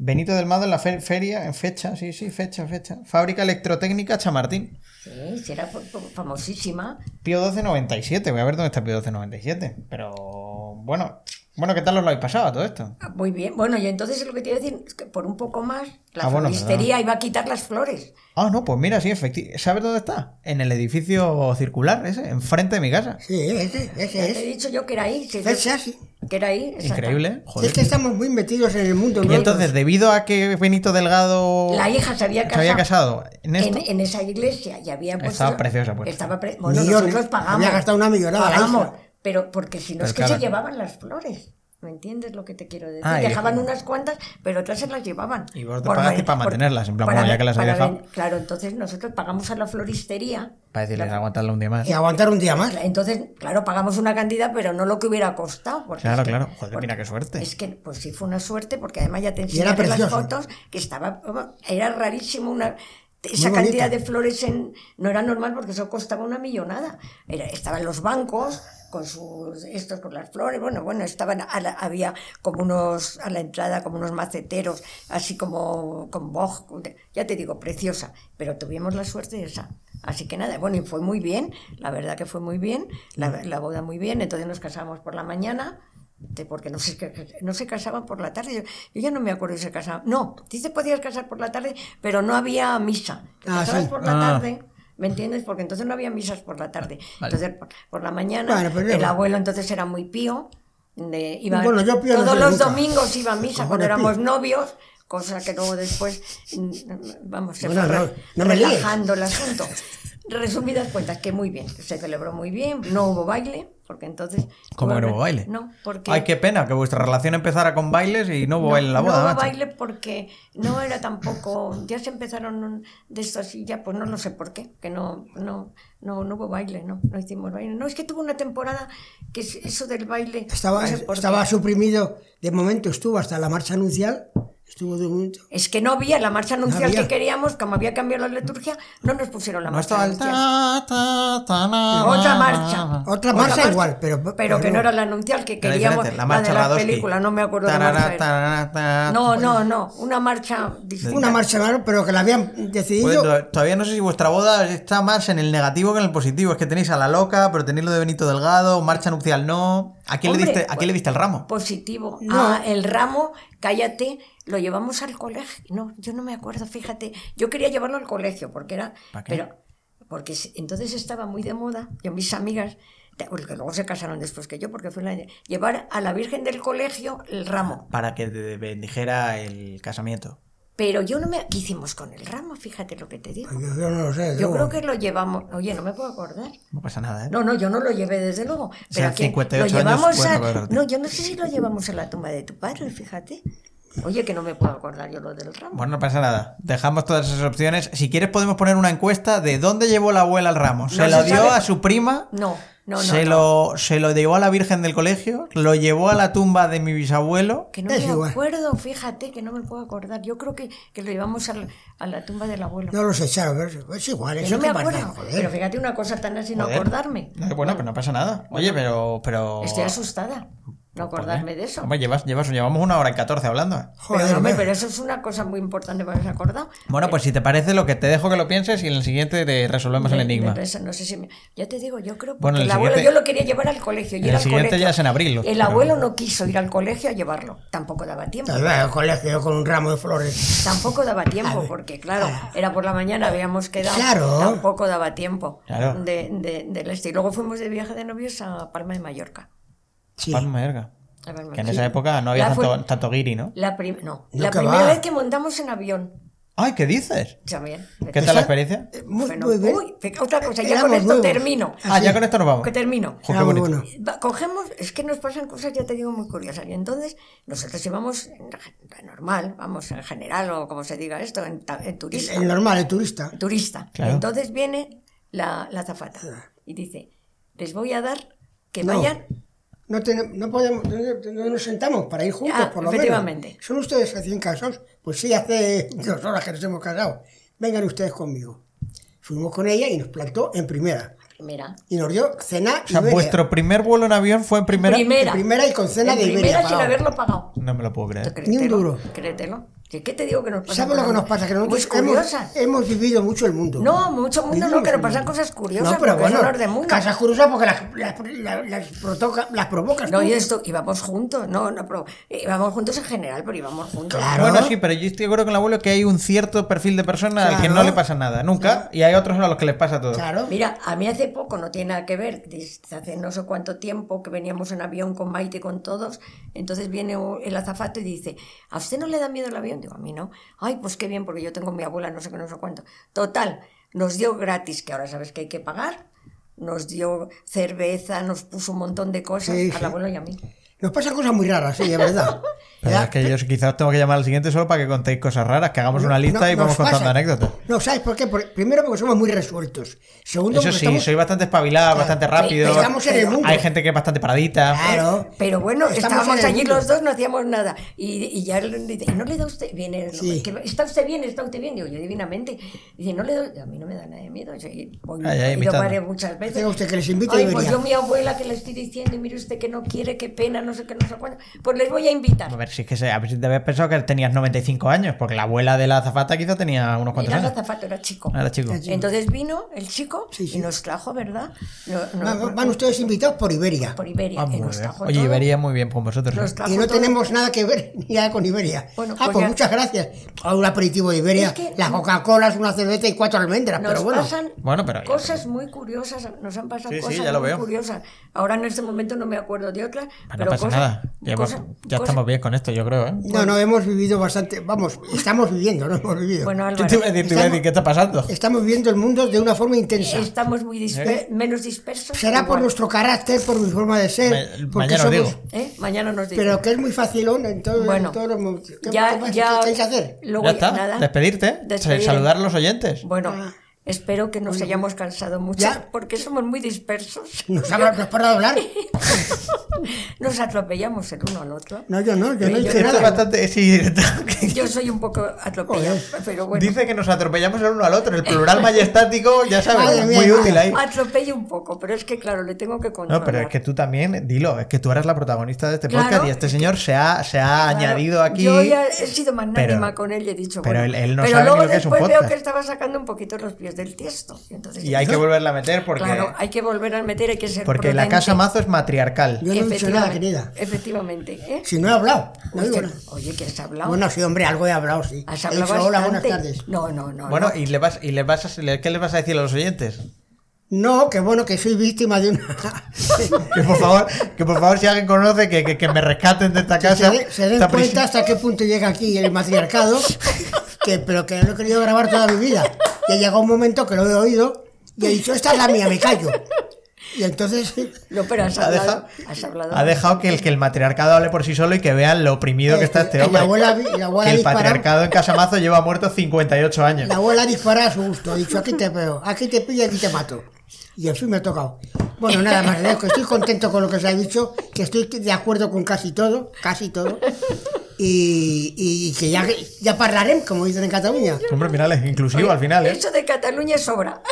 Speaker 1: Benito del Mado en la fe- feria, en fecha, sí, sí, fecha, fecha. Fábrica Electrotécnica Chamartín.
Speaker 3: Sí, sí, era fa- fa- famosísima.
Speaker 1: Pío 1297, voy a ver dónde está Pío 1297. Pero bueno, bueno, ¿qué tal os lo habéis pasado a todo esto?
Speaker 3: Ah, Muy bien. Bueno, y entonces lo que te iba a decir es que por un poco más la
Speaker 1: Ah, bueno,
Speaker 3: floristería iba a quitar las flores.
Speaker 1: Ah, no, pues mira, sí, efectivamente. ¿Sabes dónde está? En el edificio circular ese, enfrente de mi casa.
Speaker 2: Sí, ese,
Speaker 3: Ya
Speaker 2: ese
Speaker 3: te he
Speaker 2: es.
Speaker 3: dicho yo que era ahí. sí,
Speaker 2: Fecha, sí.
Speaker 3: Que era ahí. exacto.
Speaker 1: Increíble,
Speaker 2: Es
Speaker 1: joder.
Speaker 2: que estamos muy metidos en el mundo.
Speaker 1: Y
Speaker 2: ¿no?
Speaker 1: entonces, debido a que Benito Delgado
Speaker 3: La hija se había
Speaker 1: se
Speaker 3: casado.
Speaker 1: había casado en
Speaker 3: En,
Speaker 1: esto,
Speaker 3: en esa iglesia y había puesto-
Speaker 1: Estaba preciosa, pues.
Speaker 3: Estaba pre- bueno,
Speaker 2: Millones.
Speaker 3: nosotros pagamos.
Speaker 2: Había gastado una millonada la
Speaker 3: Pagamos,
Speaker 2: hija.
Speaker 3: pero porque si no
Speaker 1: Pero
Speaker 3: es que
Speaker 1: claro.
Speaker 3: se llevaban las flores. ¿Me entiendes lo que te quiero decir?
Speaker 1: Ah, y-
Speaker 3: Dejaban unas cuantas, pero otras se las llevaban.
Speaker 1: Y vosotros
Speaker 3: Por
Speaker 1: pagaste
Speaker 3: ven-
Speaker 1: para
Speaker 3: por-
Speaker 1: mantenerlas, en plan, bueno, ya que las
Speaker 3: para
Speaker 1: había
Speaker 3: ven-
Speaker 1: dejado.
Speaker 3: Claro, entonces nosotros pagamos a la floristería.
Speaker 1: para decirles
Speaker 3: la-
Speaker 1: aguantarlo un día más.
Speaker 2: Y aguantar un día más.
Speaker 3: Entonces, claro, pagamos una cantidad, pero no lo que hubiera costado. porque
Speaker 1: Claro,
Speaker 3: es que-
Speaker 1: claro. Joder,
Speaker 3: porque-
Speaker 1: mira qué suerte.
Speaker 3: Es que, pues sí, fue una suerte, porque además ya te
Speaker 2: Y era
Speaker 3: enseñaré las
Speaker 2: precioso.
Speaker 3: fotos, que estaba, era rarísimo una... Esa
Speaker 2: bonita.
Speaker 3: cantidad de flores en, no era normal porque eso costaba una millonada. Era, estaban los bancos con sus estos con las flores, bueno, bueno, estaban a la- había como unos a la entrada como unos maceteros, así como con boj, ya te digo, preciosa, pero tuvimos la suerte de esa. Así que nada, bueno, y fue muy bien, la verdad que fue muy bien, la, la boda muy bien, entonces nos casamos por la mañana, de- porque no se, no se casaban por la tarde. Yo, yo ya no me acuerdo si se casaban. No, sí se podías casar por la tarde, pero no había misa. Te
Speaker 2: Ah,
Speaker 3: casabas
Speaker 2: sí.
Speaker 3: por la
Speaker 1: Ah.
Speaker 3: tarde, ¿me entiendes? Porque entonces no había misas por la tarde.
Speaker 1: Vale.
Speaker 3: Entonces, por, por la mañana,
Speaker 2: Bueno, pero
Speaker 3: el
Speaker 2: bueno.
Speaker 3: abuelo entonces era muy pío. de- iba-
Speaker 2: Bueno, yo pío no
Speaker 3: todos
Speaker 2: soy
Speaker 3: los
Speaker 2: nunca.
Speaker 3: domingos iba a misa
Speaker 2: Cojones,
Speaker 3: cuando éramos
Speaker 2: pío.
Speaker 3: novios, cosa que luego después, mm, vamos, se
Speaker 2: Bueno,
Speaker 3: fue
Speaker 2: no-
Speaker 3: re-
Speaker 2: no me líes.
Speaker 3: relajando el asunto. Resumidas cuentas, que muy bien, se celebró muy bien, no hubo baile, porque entonces...
Speaker 1: ¿Cómo que no
Speaker 3: bueno,
Speaker 1: hubo baile?
Speaker 3: No, porque...
Speaker 1: Ay, qué pena que vuestra relación empezara con bailes y no hubo
Speaker 3: No,
Speaker 1: baile en la
Speaker 3: no
Speaker 1: boda.
Speaker 3: hubo
Speaker 1: macho.
Speaker 3: baile porque no era tampoco. Ya se empezaron un- de esto así, ya pues no lo sé por qué, que no, no, no, no hubo baile, no, no hicimos baile. No, es que tuvo una temporada que es- eso del baile.
Speaker 2: Estaba,
Speaker 3: no sé Pues, por qué.
Speaker 2: estaba suprimido, de momento estuvo hasta la marcha nupcial, estuvo de momento.
Speaker 3: Es que no había la marcha nupcial
Speaker 2: había.
Speaker 3: que queríamos, como había cambiado la liturgia, no nos pusieron la
Speaker 1: No
Speaker 3: marcha
Speaker 1: estaba el ta,
Speaker 3: nupcial.
Speaker 1: ta, ta, na,
Speaker 3: Otra
Speaker 1: na,
Speaker 3: marcha.
Speaker 1: na.
Speaker 2: Otra marcha igual, pero-
Speaker 3: pero que
Speaker 2: pero-
Speaker 3: no era la nupcial que
Speaker 1: Era
Speaker 3: queríamos.
Speaker 1: diferente,
Speaker 3: La,
Speaker 1: la marcha
Speaker 3: de la
Speaker 1: Radosky.
Speaker 3: película, no me acuerdo de
Speaker 1: Tarara,
Speaker 3: marcha era.
Speaker 1: tarara, tarara.
Speaker 3: No, no, no, una marcha
Speaker 2: Fue
Speaker 3: distinta.
Speaker 2: Una marcha raro, pero que la habían
Speaker 1: Pues,
Speaker 2: decidido.
Speaker 1: to- todavía no sé si vuestra boda está más en el negativo que en el positivo. Es que tenéis a la loca, pero tenéis lo de Benito Delgado, marcha nupcial no. ¿A quién,
Speaker 3: Hombre, pues,
Speaker 1: le, diste, ¿a quién le diste el ramo?
Speaker 3: Positivo.
Speaker 2: No.
Speaker 3: Ah, el ramo, cállate, lo llevamos al colegio. No, yo no me acuerdo, fíjate. Yo quería llevarlo al colegio porque era.
Speaker 1: ¿Para qué?
Speaker 3: Pero, porque se- entonces estaba muy de moda. Yo, mis amigas, te- porque luego se casaron después que yo, porque fue la. Llevar a la Virgen del colegio el ramo.
Speaker 1: Para que te bendijera el casamiento.
Speaker 3: Pero yo no me... ¿Qué hicimos con el ramo? Fíjate lo que te digo.
Speaker 2: Yo, yo no lo sé.
Speaker 3: Yo
Speaker 2: tú.
Speaker 3: creo que lo llevamos... Oye, no me puedo acordar.
Speaker 1: No pasa nada, ¿eh?
Speaker 3: No, no, yo no lo llevé desde luego. Pero
Speaker 1: sea,
Speaker 3: aquí
Speaker 1: 58
Speaker 3: lo llevamos
Speaker 1: años,
Speaker 3: a-
Speaker 1: bueno, claro.
Speaker 3: No, yo no sé si lo llevamos a la tumba de tu padre, fíjate. Oye, que no me puedo acordar yo lo del ramo.
Speaker 1: Bueno, no pasa nada. Dejamos todas esas opciones. Si quieres, podemos poner una encuesta de dónde llevó la abuela al ramo. ¿Se
Speaker 3: No
Speaker 1: lo
Speaker 3: se
Speaker 1: dio
Speaker 3: sabe.
Speaker 1: a su prima?
Speaker 3: No, no, no.
Speaker 1: se,
Speaker 3: no.
Speaker 1: Lo, ¿Se lo llevó a la Virgen del Colegio? ¿Lo llevó a la tumba de mi bisabuelo?
Speaker 3: Que no
Speaker 2: Es
Speaker 3: me
Speaker 2: igual.
Speaker 3: acuerdo, fíjate, que no me puedo acordar. Yo creo que, que lo llevamos a la, a la tumba del abuelo.
Speaker 2: No los echaron, pero es igual.
Speaker 3: que
Speaker 2: Eso
Speaker 3: no me
Speaker 2: qué más da,
Speaker 3: acuerdo.
Speaker 2: joder.
Speaker 3: pero fíjate una cosa tan así, no
Speaker 1: Joder.
Speaker 3: acordarme.
Speaker 1: No, bueno, pero no pasa nada. Oye, pero... pero...
Speaker 3: Estoy asustada, no acordarme de eso.
Speaker 1: Hombre, llevas, llevas, llevamos una hora y catorce hablando. ¿eh?
Speaker 2: Joder,
Speaker 3: pero, no, hombre,
Speaker 2: no.
Speaker 3: pero eso es una cosa muy importante para haberse acordado.
Speaker 1: Bueno, pues si te parece, lo que te dejo que lo pienses y en el siguiente te resolvemos el
Speaker 3: Me-
Speaker 1: enigma.
Speaker 3: me reza- no sé si me- ya te digo, yo creo que
Speaker 1: Bueno, el
Speaker 3: el, abuelo
Speaker 1: siguiente-
Speaker 3: yo lo quería llevar al colegio. y
Speaker 1: el
Speaker 3: era al
Speaker 1: siguiente
Speaker 3: colegio.
Speaker 1: ya es en abril, lo-
Speaker 3: El
Speaker 1: pero-
Speaker 3: abuelo no quiso ir al colegio a llevarlo. Tampoco daba tiempo.
Speaker 2: Tal vez al colegio con un ramo de flores.
Speaker 3: Tampoco daba tiempo,
Speaker 2: ver.
Speaker 3: porque claro, era por la mañana, habíamos quedado.
Speaker 2: Claro.
Speaker 3: Tampoco daba tiempo
Speaker 1: Claro.
Speaker 3: de, de- del este. Y luego fuimos de viaje de novios a Palma de Mallorca.
Speaker 2: Sí.
Speaker 1: Palma de Mallorca.
Speaker 3: A
Speaker 1: Ah,
Speaker 3: Palma de
Speaker 1: Que en
Speaker 3: Mallorca.
Speaker 1: esa época no había
Speaker 3: La fue-
Speaker 1: tanto, tanto guiri, ¿no?
Speaker 3: La prim- no,
Speaker 2: No,
Speaker 3: la
Speaker 2: que
Speaker 3: primera
Speaker 2: va.
Speaker 3: vez que montamos en avión.
Speaker 1: ¡Ay, qué dices!
Speaker 3: También.
Speaker 1: ¿Qué tal la experiencia?
Speaker 2: Eh, Muy,
Speaker 3: Bueno,
Speaker 2: muy bien.
Speaker 3: uy, fíjate, otra cosa, ya
Speaker 2: Éramos
Speaker 3: con esto
Speaker 2: nuevos.
Speaker 3: termino.
Speaker 1: Ah, ya con esto nos vamos.
Speaker 3: Que termino.
Speaker 1: Jo, qué
Speaker 2: Era muy
Speaker 1: bonito.
Speaker 2: bueno.
Speaker 3: Va- Cogemos, es que nos pasan cosas, ya te digo, muy curiosas. Y entonces nosotros íbamos en la normal, vamos, en general, o como se diga esto, en, ta- en turista.
Speaker 2: El normal, el turista.
Speaker 3: turista.
Speaker 1: Claro.
Speaker 3: Entonces viene la, la azafata y dice, les voy a dar que
Speaker 2: No.
Speaker 3: vayan...
Speaker 2: No, tenem- no podemos, no, no nos sentamos para ir juntos,
Speaker 3: Ah,
Speaker 2: por lo
Speaker 3: efectivamente.
Speaker 2: menos. ¿Son ustedes recién casados? Pues sí, hace dos horas que nos hemos casado. Vengan ustedes conmigo. Fuimos con ella y nos plantó en primera.
Speaker 3: Primera.
Speaker 2: Y nos dio cena
Speaker 1: O sea,
Speaker 2: y media.
Speaker 1: vuestro primer vuelo en avión fue en primera.
Speaker 2: En
Speaker 3: Primera.
Speaker 2: primera y con cena
Speaker 3: En
Speaker 2: de Iberia.
Speaker 3: primera sin
Speaker 2: pagado.
Speaker 3: haberlo pagado.
Speaker 1: No me lo puedo
Speaker 3: Tú
Speaker 1: creer.
Speaker 2: Ni un
Speaker 3: créetelo,
Speaker 2: duro.
Speaker 3: Créetelo. ¿Qué, qué te digo que nos pasa?
Speaker 2: ¿Sabes lo que nos pasa? Que nosotros
Speaker 3: Muy curiosas.
Speaker 2: hemos, hemos vivido mucho el mundo.
Speaker 3: No, mucho mundo
Speaker 2: Vivimos
Speaker 3: no, que nos
Speaker 2: el
Speaker 3: pasan
Speaker 2: mundo.
Speaker 3: cosas curiosas,
Speaker 2: No, pero
Speaker 3: porque
Speaker 2: bueno,
Speaker 3: son las de mundo.
Speaker 2: Casas curiosas porque las, las, las, las protoca- las provocas.
Speaker 3: No,
Speaker 2: tú.
Speaker 3: y esto, íbamos juntos, no, no, pero íbamos juntos en general, pero íbamos juntos.
Speaker 2: Claro.
Speaker 1: Bueno, sí, pero yo estoy de acuerdo con el abuelo que hay un cierto perfil de personas al que
Speaker 2: Claro.
Speaker 1: no le pasa nada, nunca, y hay otros a los que les pasa todo.
Speaker 2: Claro.
Speaker 3: Mira, a mí hace poco, no tiene nada que ver, desde hace no sé cuánto tiempo que veníamos en avión con Maite, con todos, entonces viene u- el azafato y dice, ¿a usted no le da miedo el avión? Digo, a mí no. Ay, pues qué bien, porque yo tengo a mi abuela, no sé qué, no sé cuánto. Total, nos dio gratis, que ahora sabes que hay que pagar, nos dio cerveza, nos puso un montón de cosas,
Speaker 2: Sí,
Speaker 3: al
Speaker 2: sí.
Speaker 3: abuelo y a mí.
Speaker 2: Nos pasan cosas muy raras, sí, es verdad.
Speaker 1: Pero
Speaker 2: Ya,
Speaker 1: es que yo quizás tengo que llamar al siguiente solo para que contéis cosas raras, que hagamos una
Speaker 2: No,
Speaker 1: lista
Speaker 2: no,
Speaker 1: y vamos
Speaker 2: nos
Speaker 1: contando
Speaker 2: pasa.
Speaker 1: anécdotas.
Speaker 2: No, ¿sabes por qué? Por- primero porque somos muy resueltos. Segundo
Speaker 1: Eso
Speaker 2: porque
Speaker 1: sí,
Speaker 2: estamos-
Speaker 1: soy bastante espabilado, bastante rápido.
Speaker 2: Estamos en el mundo.
Speaker 1: Hay gente que es bastante paradita.
Speaker 3: Ah.
Speaker 2: Claro.
Speaker 3: Pero bueno,
Speaker 2: ¿Eh? Estamos en
Speaker 3: estábamos
Speaker 2: el
Speaker 3: allí
Speaker 2: mundo.
Speaker 3: los dos, no hacíamos nada. Y, y ya le dice, ¿no le da usted bien? el-
Speaker 2: Sí.
Speaker 3: que- ¿Está usted bien? ¿Está usted bien? Digo, yo divinamente. Dice, no le doy, a mí no me da nada de miedo. Yo he- voy-
Speaker 1: Ay, ay,
Speaker 3: he ido
Speaker 1: invitando.
Speaker 3: varias- muchas veces.
Speaker 2: Tenga usted que les invite
Speaker 3: Ay,
Speaker 2: y
Speaker 3: pues
Speaker 2: vería.
Speaker 3: yo mi abuela que le estoy diciendo, y mire usted que no quiere, qué pena, no sé qué, no sé cuánto. Pues les voy a invitar.
Speaker 1: A ver, si es que se, a ver si te habías pensado que tenías 95 años, porque la abuela de la azafata quizá tenía unos cuantos
Speaker 3: Era el
Speaker 1: años.
Speaker 3: azafato, era chico.
Speaker 1: Ahora, chico.
Speaker 2: Era chico.
Speaker 3: Entonces vino el chico
Speaker 2: Sí, sí.
Speaker 3: y nos trajo, ¿verdad? No- no-
Speaker 2: Va- va- Van ustedes invitados por Iberia.
Speaker 3: por Iberia.
Speaker 1: Ah,
Speaker 3: y
Speaker 1: muy
Speaker 3: nos
Speaker 1: bien.
Speaker 3: trajo
Speaker 1: Oye,
Speaker 3: todo.
Speaker 1: Iberia muy bien con vosotros. ¿eh?
Speaker 3: Nos trajo
Speaker 2: Y no
Speaker 3: todo.
Speaker 2: tenemos nada que ver ni nada con Iberia.
Speaker 3: Bueno,
Speaker 2: ah,
Speaker 3: pues
Speaker 2: pues
Speaker 3: ya.
Speaker 2: muchas gracias. A Un aperitivo de Iberia,
Speaker 3: Es que-
Speaker 2: las Coca-Colas, una cerveza y cuatro almendras.
Speaker 3: Nos
Speaker 2: pero bueno,
Speaker 3: pasan
Speaker 1: Bueno, pero ya-
Speaker 3: cosas muy curiosas, nos han pasado
Speaker 1: Sí, sí,
Speaker 3: cosas
Speaker 1: ya lo
Speaker 3: muy
Speaker 1: veo.
Speaker 3: curiosas. Ahora en este momento no me acuerdo de otras,
Speaker 1: Bueno,
Speaker 3: pero
Speaker 1: no pasa
Speaker 3: cosas,
Speaker 1: nada. Ya, hemos-
Speaker 3: cosas-
Speaker 1: ya
Speaker 3: cosas-
Speaker 1: estamos bien con esto, yo creo. ¿eh?
Speaker 2: no, no, hemos vivido bastante. Vamos, estamos viviendo, no hemos vivido.
Speaker 3: Bueno,
Speaker 1: Yo te
Speaker 3: Álvaro,
Speaker 1: iba a decir, te iba a decir, ¿qué está pasando?
Speaker 2: Estamos viviendo el mundo de una forma intensa.
Speaker 3: estamos muy disper- menos dispersos.
Speaker 2: ¿Eh? Será Pues por
Speaker 3: igual.
Speaker 2: nuestro carácter, por mi forma de ser.
Speaker 1: Ma-
Speaker 2: porque
Speaker 1: mañana lo
Speaker 2: somos-
Speaker 1: digo.
Speaker 3: ¿Eh? Mañana nos dicen.
Speaker 2: Pero que es muy facilón en, todo,
Speaker 3: Bueno,
Speaker 2: en todos los momentos. ¿Qué, qué
Speaker 3: ya,
Speaker 2: más
Speaker 3: ya.
Speaker 2: queréis hacer?
Speaker 3: luego
Speaker 1: ya está,
Speaker 3: nada.
Speaker 1: despedirte, ¿eh?
Speaker 3: Despedir.
Speaker 1: saludar a los oyentes.
Speaker 3: Bueno,
Speaker 2: Ah.
Speaker 3: espero que nos hayamos cansado mucho,
Speaker 2: Ya.
Speaker 3: porque somos muy dispersos.
Speaker 2: ¿Nos habla- nos para de hablar?
Speaker 3: Nos atropellamos el uno al otro.
Speaker 2: No, yo no, yo no he
Speaker 1: Esto
Speaker 2: dicho
Speaker 1: es
Speaker 2: nada.
Speaker 1: bastante- sí,
Speaker 3: Yo soy un poco atropellado, pero bueno.
Speaker 1: Dice que nos atropellamos el uno al otro. El plural majestático, ya sabes,
Speaker 2: Madre mía,
Speaker 1: muy
Speaker 2: madre.
Speaker 1: útil ahí.
Speaker 3: Atropello un poco, pero es que claro, le tengo que controlar.
Speaker 1: No, pero es que tú también, dilo, es que tú eres la protagonista de este
Speaker 3: Claro,
Speaker 1: podcast y este
Speaker 3: es que-
Speaker 1: señor se ha, se ha
Speaker 3: Claro,
Speaker 1: añadido aquí.
Speaker 3: Yo ya he sido magnánima
Speaker 1: Pero-
Speaker 3: con él y he dicho,
Speaker 1: pero
Speaker 3: bueno,
Speaker 1: él- él no
Speaker 3: pero
Speaker 1: sabe ni
Speaker 3: luego
Speaker 1: lo que es un
Speaker 3: después veo
Speaker 1: podcast.
Speaker 3: que estaba sacando un poquito los pies del tiesto. Y, entonces,
Speaker 1: Y hay que volverla a meter porque,
Speaker 3: Claro, hay que volver a meter, hay que ser
Speaker 1: porque la
Speaker 3: prudente.
Speaker 1: casa mazo es matriarcal.
Speaker 2: Yo no he dicho nada,
Speaker 3: Efectivamente,
Speaker 2: querida.
Speaker 3: Efectivamente, ¿eh?
Speaker 2: Si no he hablado. No digo
Speaker 3: Usted-
Speaker 2: nada.
Speaker 3: oye, que has hablado.
Speaker 2: Bueno, sí, hombre, algo he hablado, sí.
Speaker 3: has
Speaker 2: He
Speaker 3: hablado
Speaker 2: dicho, hola, buenas
Speaker 3: bastante".
Speaker 2: tardes.
Speaker 3: No, no, no.
Speaker 1: Bueno,
Speaker 3: no.
Speaker 1: y le vas, y le vas a- le- ¿qué les vas a decir a los oyentes?
Speaker 2: No, que bueno, que soy víctima de una...
Speaker 1: Que por favor, que por favor si alguien conoce, que, que, que me rescaten de esta
Speaker 2: Que se,
Speaker 1: casa.
Speaker 2: de- se den
Speaker 1: Esta prisión-
Speaker 2: cuenta hasta qué punto llega aquí el matriarcado que, pero que lo he querido grabar toda mi vida. Y ha llegado un momento que lo he oído y he dicho, esta es la mía, me callo. Y entonces,
Speaker 3: No, pero has
Speaker 1: Ha
Speaker 3: hablado.
Speaker 1: dejado,
Speaker 3: Has hablado.
Speaker 1: ha dejado que, el, que el matriarcado hable por sí solo y que vean lo
Speaker 3: Eh,
Speaker 1: oprimido que está este
Speaker 2: Y Eh, la
Speaker 1: hombre.
Speaker 2: abuela vi- y la abuela
Speaker 1: que el
Speaker 2: disparado.
Speaker 1: patriarcado en Casamazo lleva muerto 58 años.
Speaker 2: la abuela dispara a su gusto. Ha dicho, aquí te veo, aquí te pillo y aquí te mato. Y en fin, me ha tocado. Bueno, nada más, lejos, estoy contento con lo que se ha dicho, que estoy de acuerdo con casi todo, casi todo. Y, y que ya, ya parlaré, como dicen en Cataluña.
Speaker 1: Hombre, mira, es inclusivo al final, ¿eh?
Speaker 3: Eso de Cataluña es obra.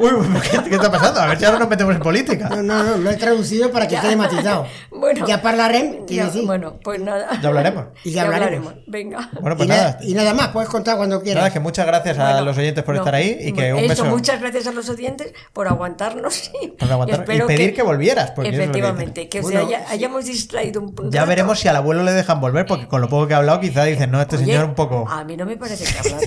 Speaker 1: Uy, ¿qué, qué está pasando? A ver si ahora nos metemos en política.
Speaker 2: No, no, no, lo he traducido para que quede matizado.
Speaker 3: Bueno.
Speaker 2: ya parlaré,
Speaker 3: Ya, bueno, pues nada.
Speaker 1: Ya hablaremos.
Speaker 2: Y ya hablaremos.
Speaker 3: Venga.
Speaker 1: Bueno, pues
Speaker 2: y,
Speaker 1: nada.
Speaker 2: nada, y nada más, puedes contar cuando
Speaker 1: Nada,
Speaker 2: quieras.
Speaker 1: que muchas gracias a
Speaker 3: Bueno,
Speaker 1: Ah, los oyentes por
Speaker 3: no,
Speaker 1: estar ahí y que
Speaker 3: bueno,
Speaker 1: un
Speaker 3: eso,
Speaker 1: beso.
Speaker 3: muchas gracias a los oyentes por aguantarnos y,
Speaker 1: Por aguantarnos.
Speaker 3: espero
Speaker 1: Y pedir que volvieras, porque eso es lo que
Speaker 3: efectivamente, que, os
Speaker 2: Bueno,
Speaker 3: haya- hayamos distraído un poco.
Speaker 1: Ya veremos si al abuelo le dejan volver, porque con lo poco que ha hablado, quizá dicen, no, este señor un poco.
Speaker 3: A mí no me parece que habla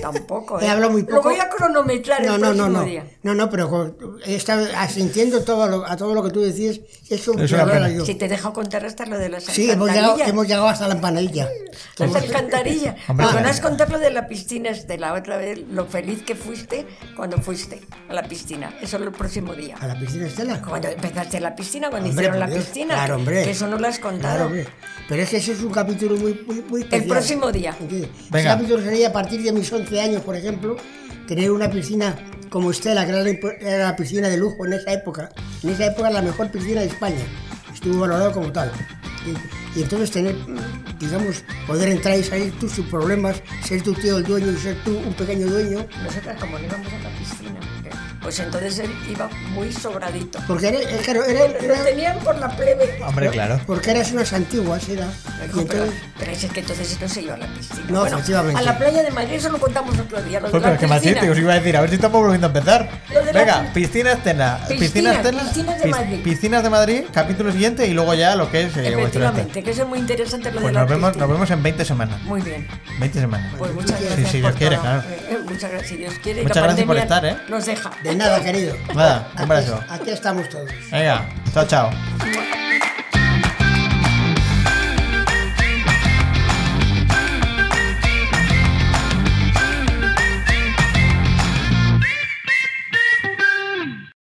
Speaker 3: tampoco.
Speaker 2: He
Speaker 3: ¿eh?
Speaker 2: hablado muy
Speaker 3: Lo
Speaker 2: poco.
Speaker 3: voy a cronometrar
Speaker 2: no,
Speaker 3: el
Speaker 2: no, no,
Speaker 3: próximo
Speaker 2: no.
Speaker 3: día.
Speaker 2: No, no, pero con- he estado asintiendo todo lo- a todo lo que tú decís. Es un
Speaker 1: Es una
Speaker 2: verdadero
Speaker 1: pena.
Speaker 2: ayudo.
Speaker 3: Si te dejo contar hasta lo de las
Speaker 2: Sí, hemos llegado,
Speaker 3: alcantarillas.
Speaker 2: hemos llegado hasta la empanadilla.
Speaker 3: Las alcantarillas.
Speaker 1: Hombre,
Speaker 3: Cuando
Speaker 1: claro.
Speaker 3: no has contado lo de la piscina es de la otra vez, lo feliz que fuiste cuando fuiste a la piscina. Eso es el próximo día.
Speaker 2: ¿A la piscina Estela?
Speaker 3: Cuando empezaste la piscina, cuando
Speaker 2: Hombre,
Speaker 3: hicieron
Speaker 2: por
Speaker 3: la
Speaker 2: Dios.
Speaker 3: piscina.
Speaker 2: Claro, hombre.
Speaker 3: Que eso no lo has
Speaker 2: Claro,
Speaker 3: contado.
Speaker 2: hombre. Pero es que ese es un capítulo muy, muy, muy especial.
Speaker 3: próximo día.
Speaker 2: ¿Entiendes?
Speaker 1: Venga.
Speaker 2: Ese capítulo sería a partir de mis 11 años, por ejemplo, tener una piscina como Estela, que era la impo- era la piscina de lujo en esa época. En esa época era la mejor piscina de España. Estuvo valorado como tal. Y, y entonces tener, mm, digamos, poder entrar y salir tú sin problemas, ser tu tío el dueño y ser tú un pequeño dueño.
Speaker 3: Nosotras, como no íbamos a la piscina, eh, pues entonces él iba muy sobradito. Ah,
Speaker 2: Porque era, es que era- era-
Speaker 3: Lo
Speaker 2: era-
Speaker 3: tenían por la plebe.
Speaker 1: Hombre, claro.
Speaker 3: Pues
Speaker 2: porque eras unas antiguas, era. Y
Speaker 3: Pero,
Speaker 2: entonces,
Speaker 3: pero es que entonces no se iba a la piscina.
Speaker 2: No, efectivamente.
Speaker 3: A la playa de Madrid eso lo contamos otro día. Lo de
Speaker 1: Pues,
Speaker 3: la
Speaker 1: pero qué
Speaker 3: piscina.
Speaker 1: machiste, os iba a decir, a ver si estamos volviendo a empezar.
Speaker 3: Lo de la
Speaker 1: Venga,
Speaker 3: pi-
Speaker 1: piscina Estela.
Speaker 3: Piscinas,
Speaker 1: Estela,
Speaker 3: piscinas de
Speaker 1: pis-
Speaker 3: Madrid.
Speaker 1: Piscinas de Madrid, capítulo siguiente y luego ya lo que es. eh, vuestro este.
Speaker 3: Efectivamente, que eso es muy interesante lo
Speaker 1: Pues
Speaker 3: de la
Speaker 1: nos vemos,
Speaker 3: piscina.
Speaker 1: nos vemos en 20 semanas.
Speaker 3: Muy bien.
Speaker 1: 20 semanas.
Speaker 3: Pues muchas
Speaker 1: Sí,
Speaker 3: gracias.
Speaker 1: si
Speaker 3: por
Speaker 1: Dios quiere,
Speaker 3: todo.
Speaker 1: claro.
Speaker 3: Eh, eh, Muchas gracias, si Dios quiere. y
Speaker 1: Muchas
Speaker 3: la
Speaker 1: gracias por
Speaker 3: pandemia
Speaker 1: estar, ¿eh?
Speaker 3: Nos deja.
Speaker 2: de nada, querido.
Speaker 1: Nada, un
Speaker 2: Aquí-
Speaker 1: abrazo.
Speaker 2: Aquí estamos todos.
Speaker 1: Venga, chao, chao.
Speaker 3: Mua.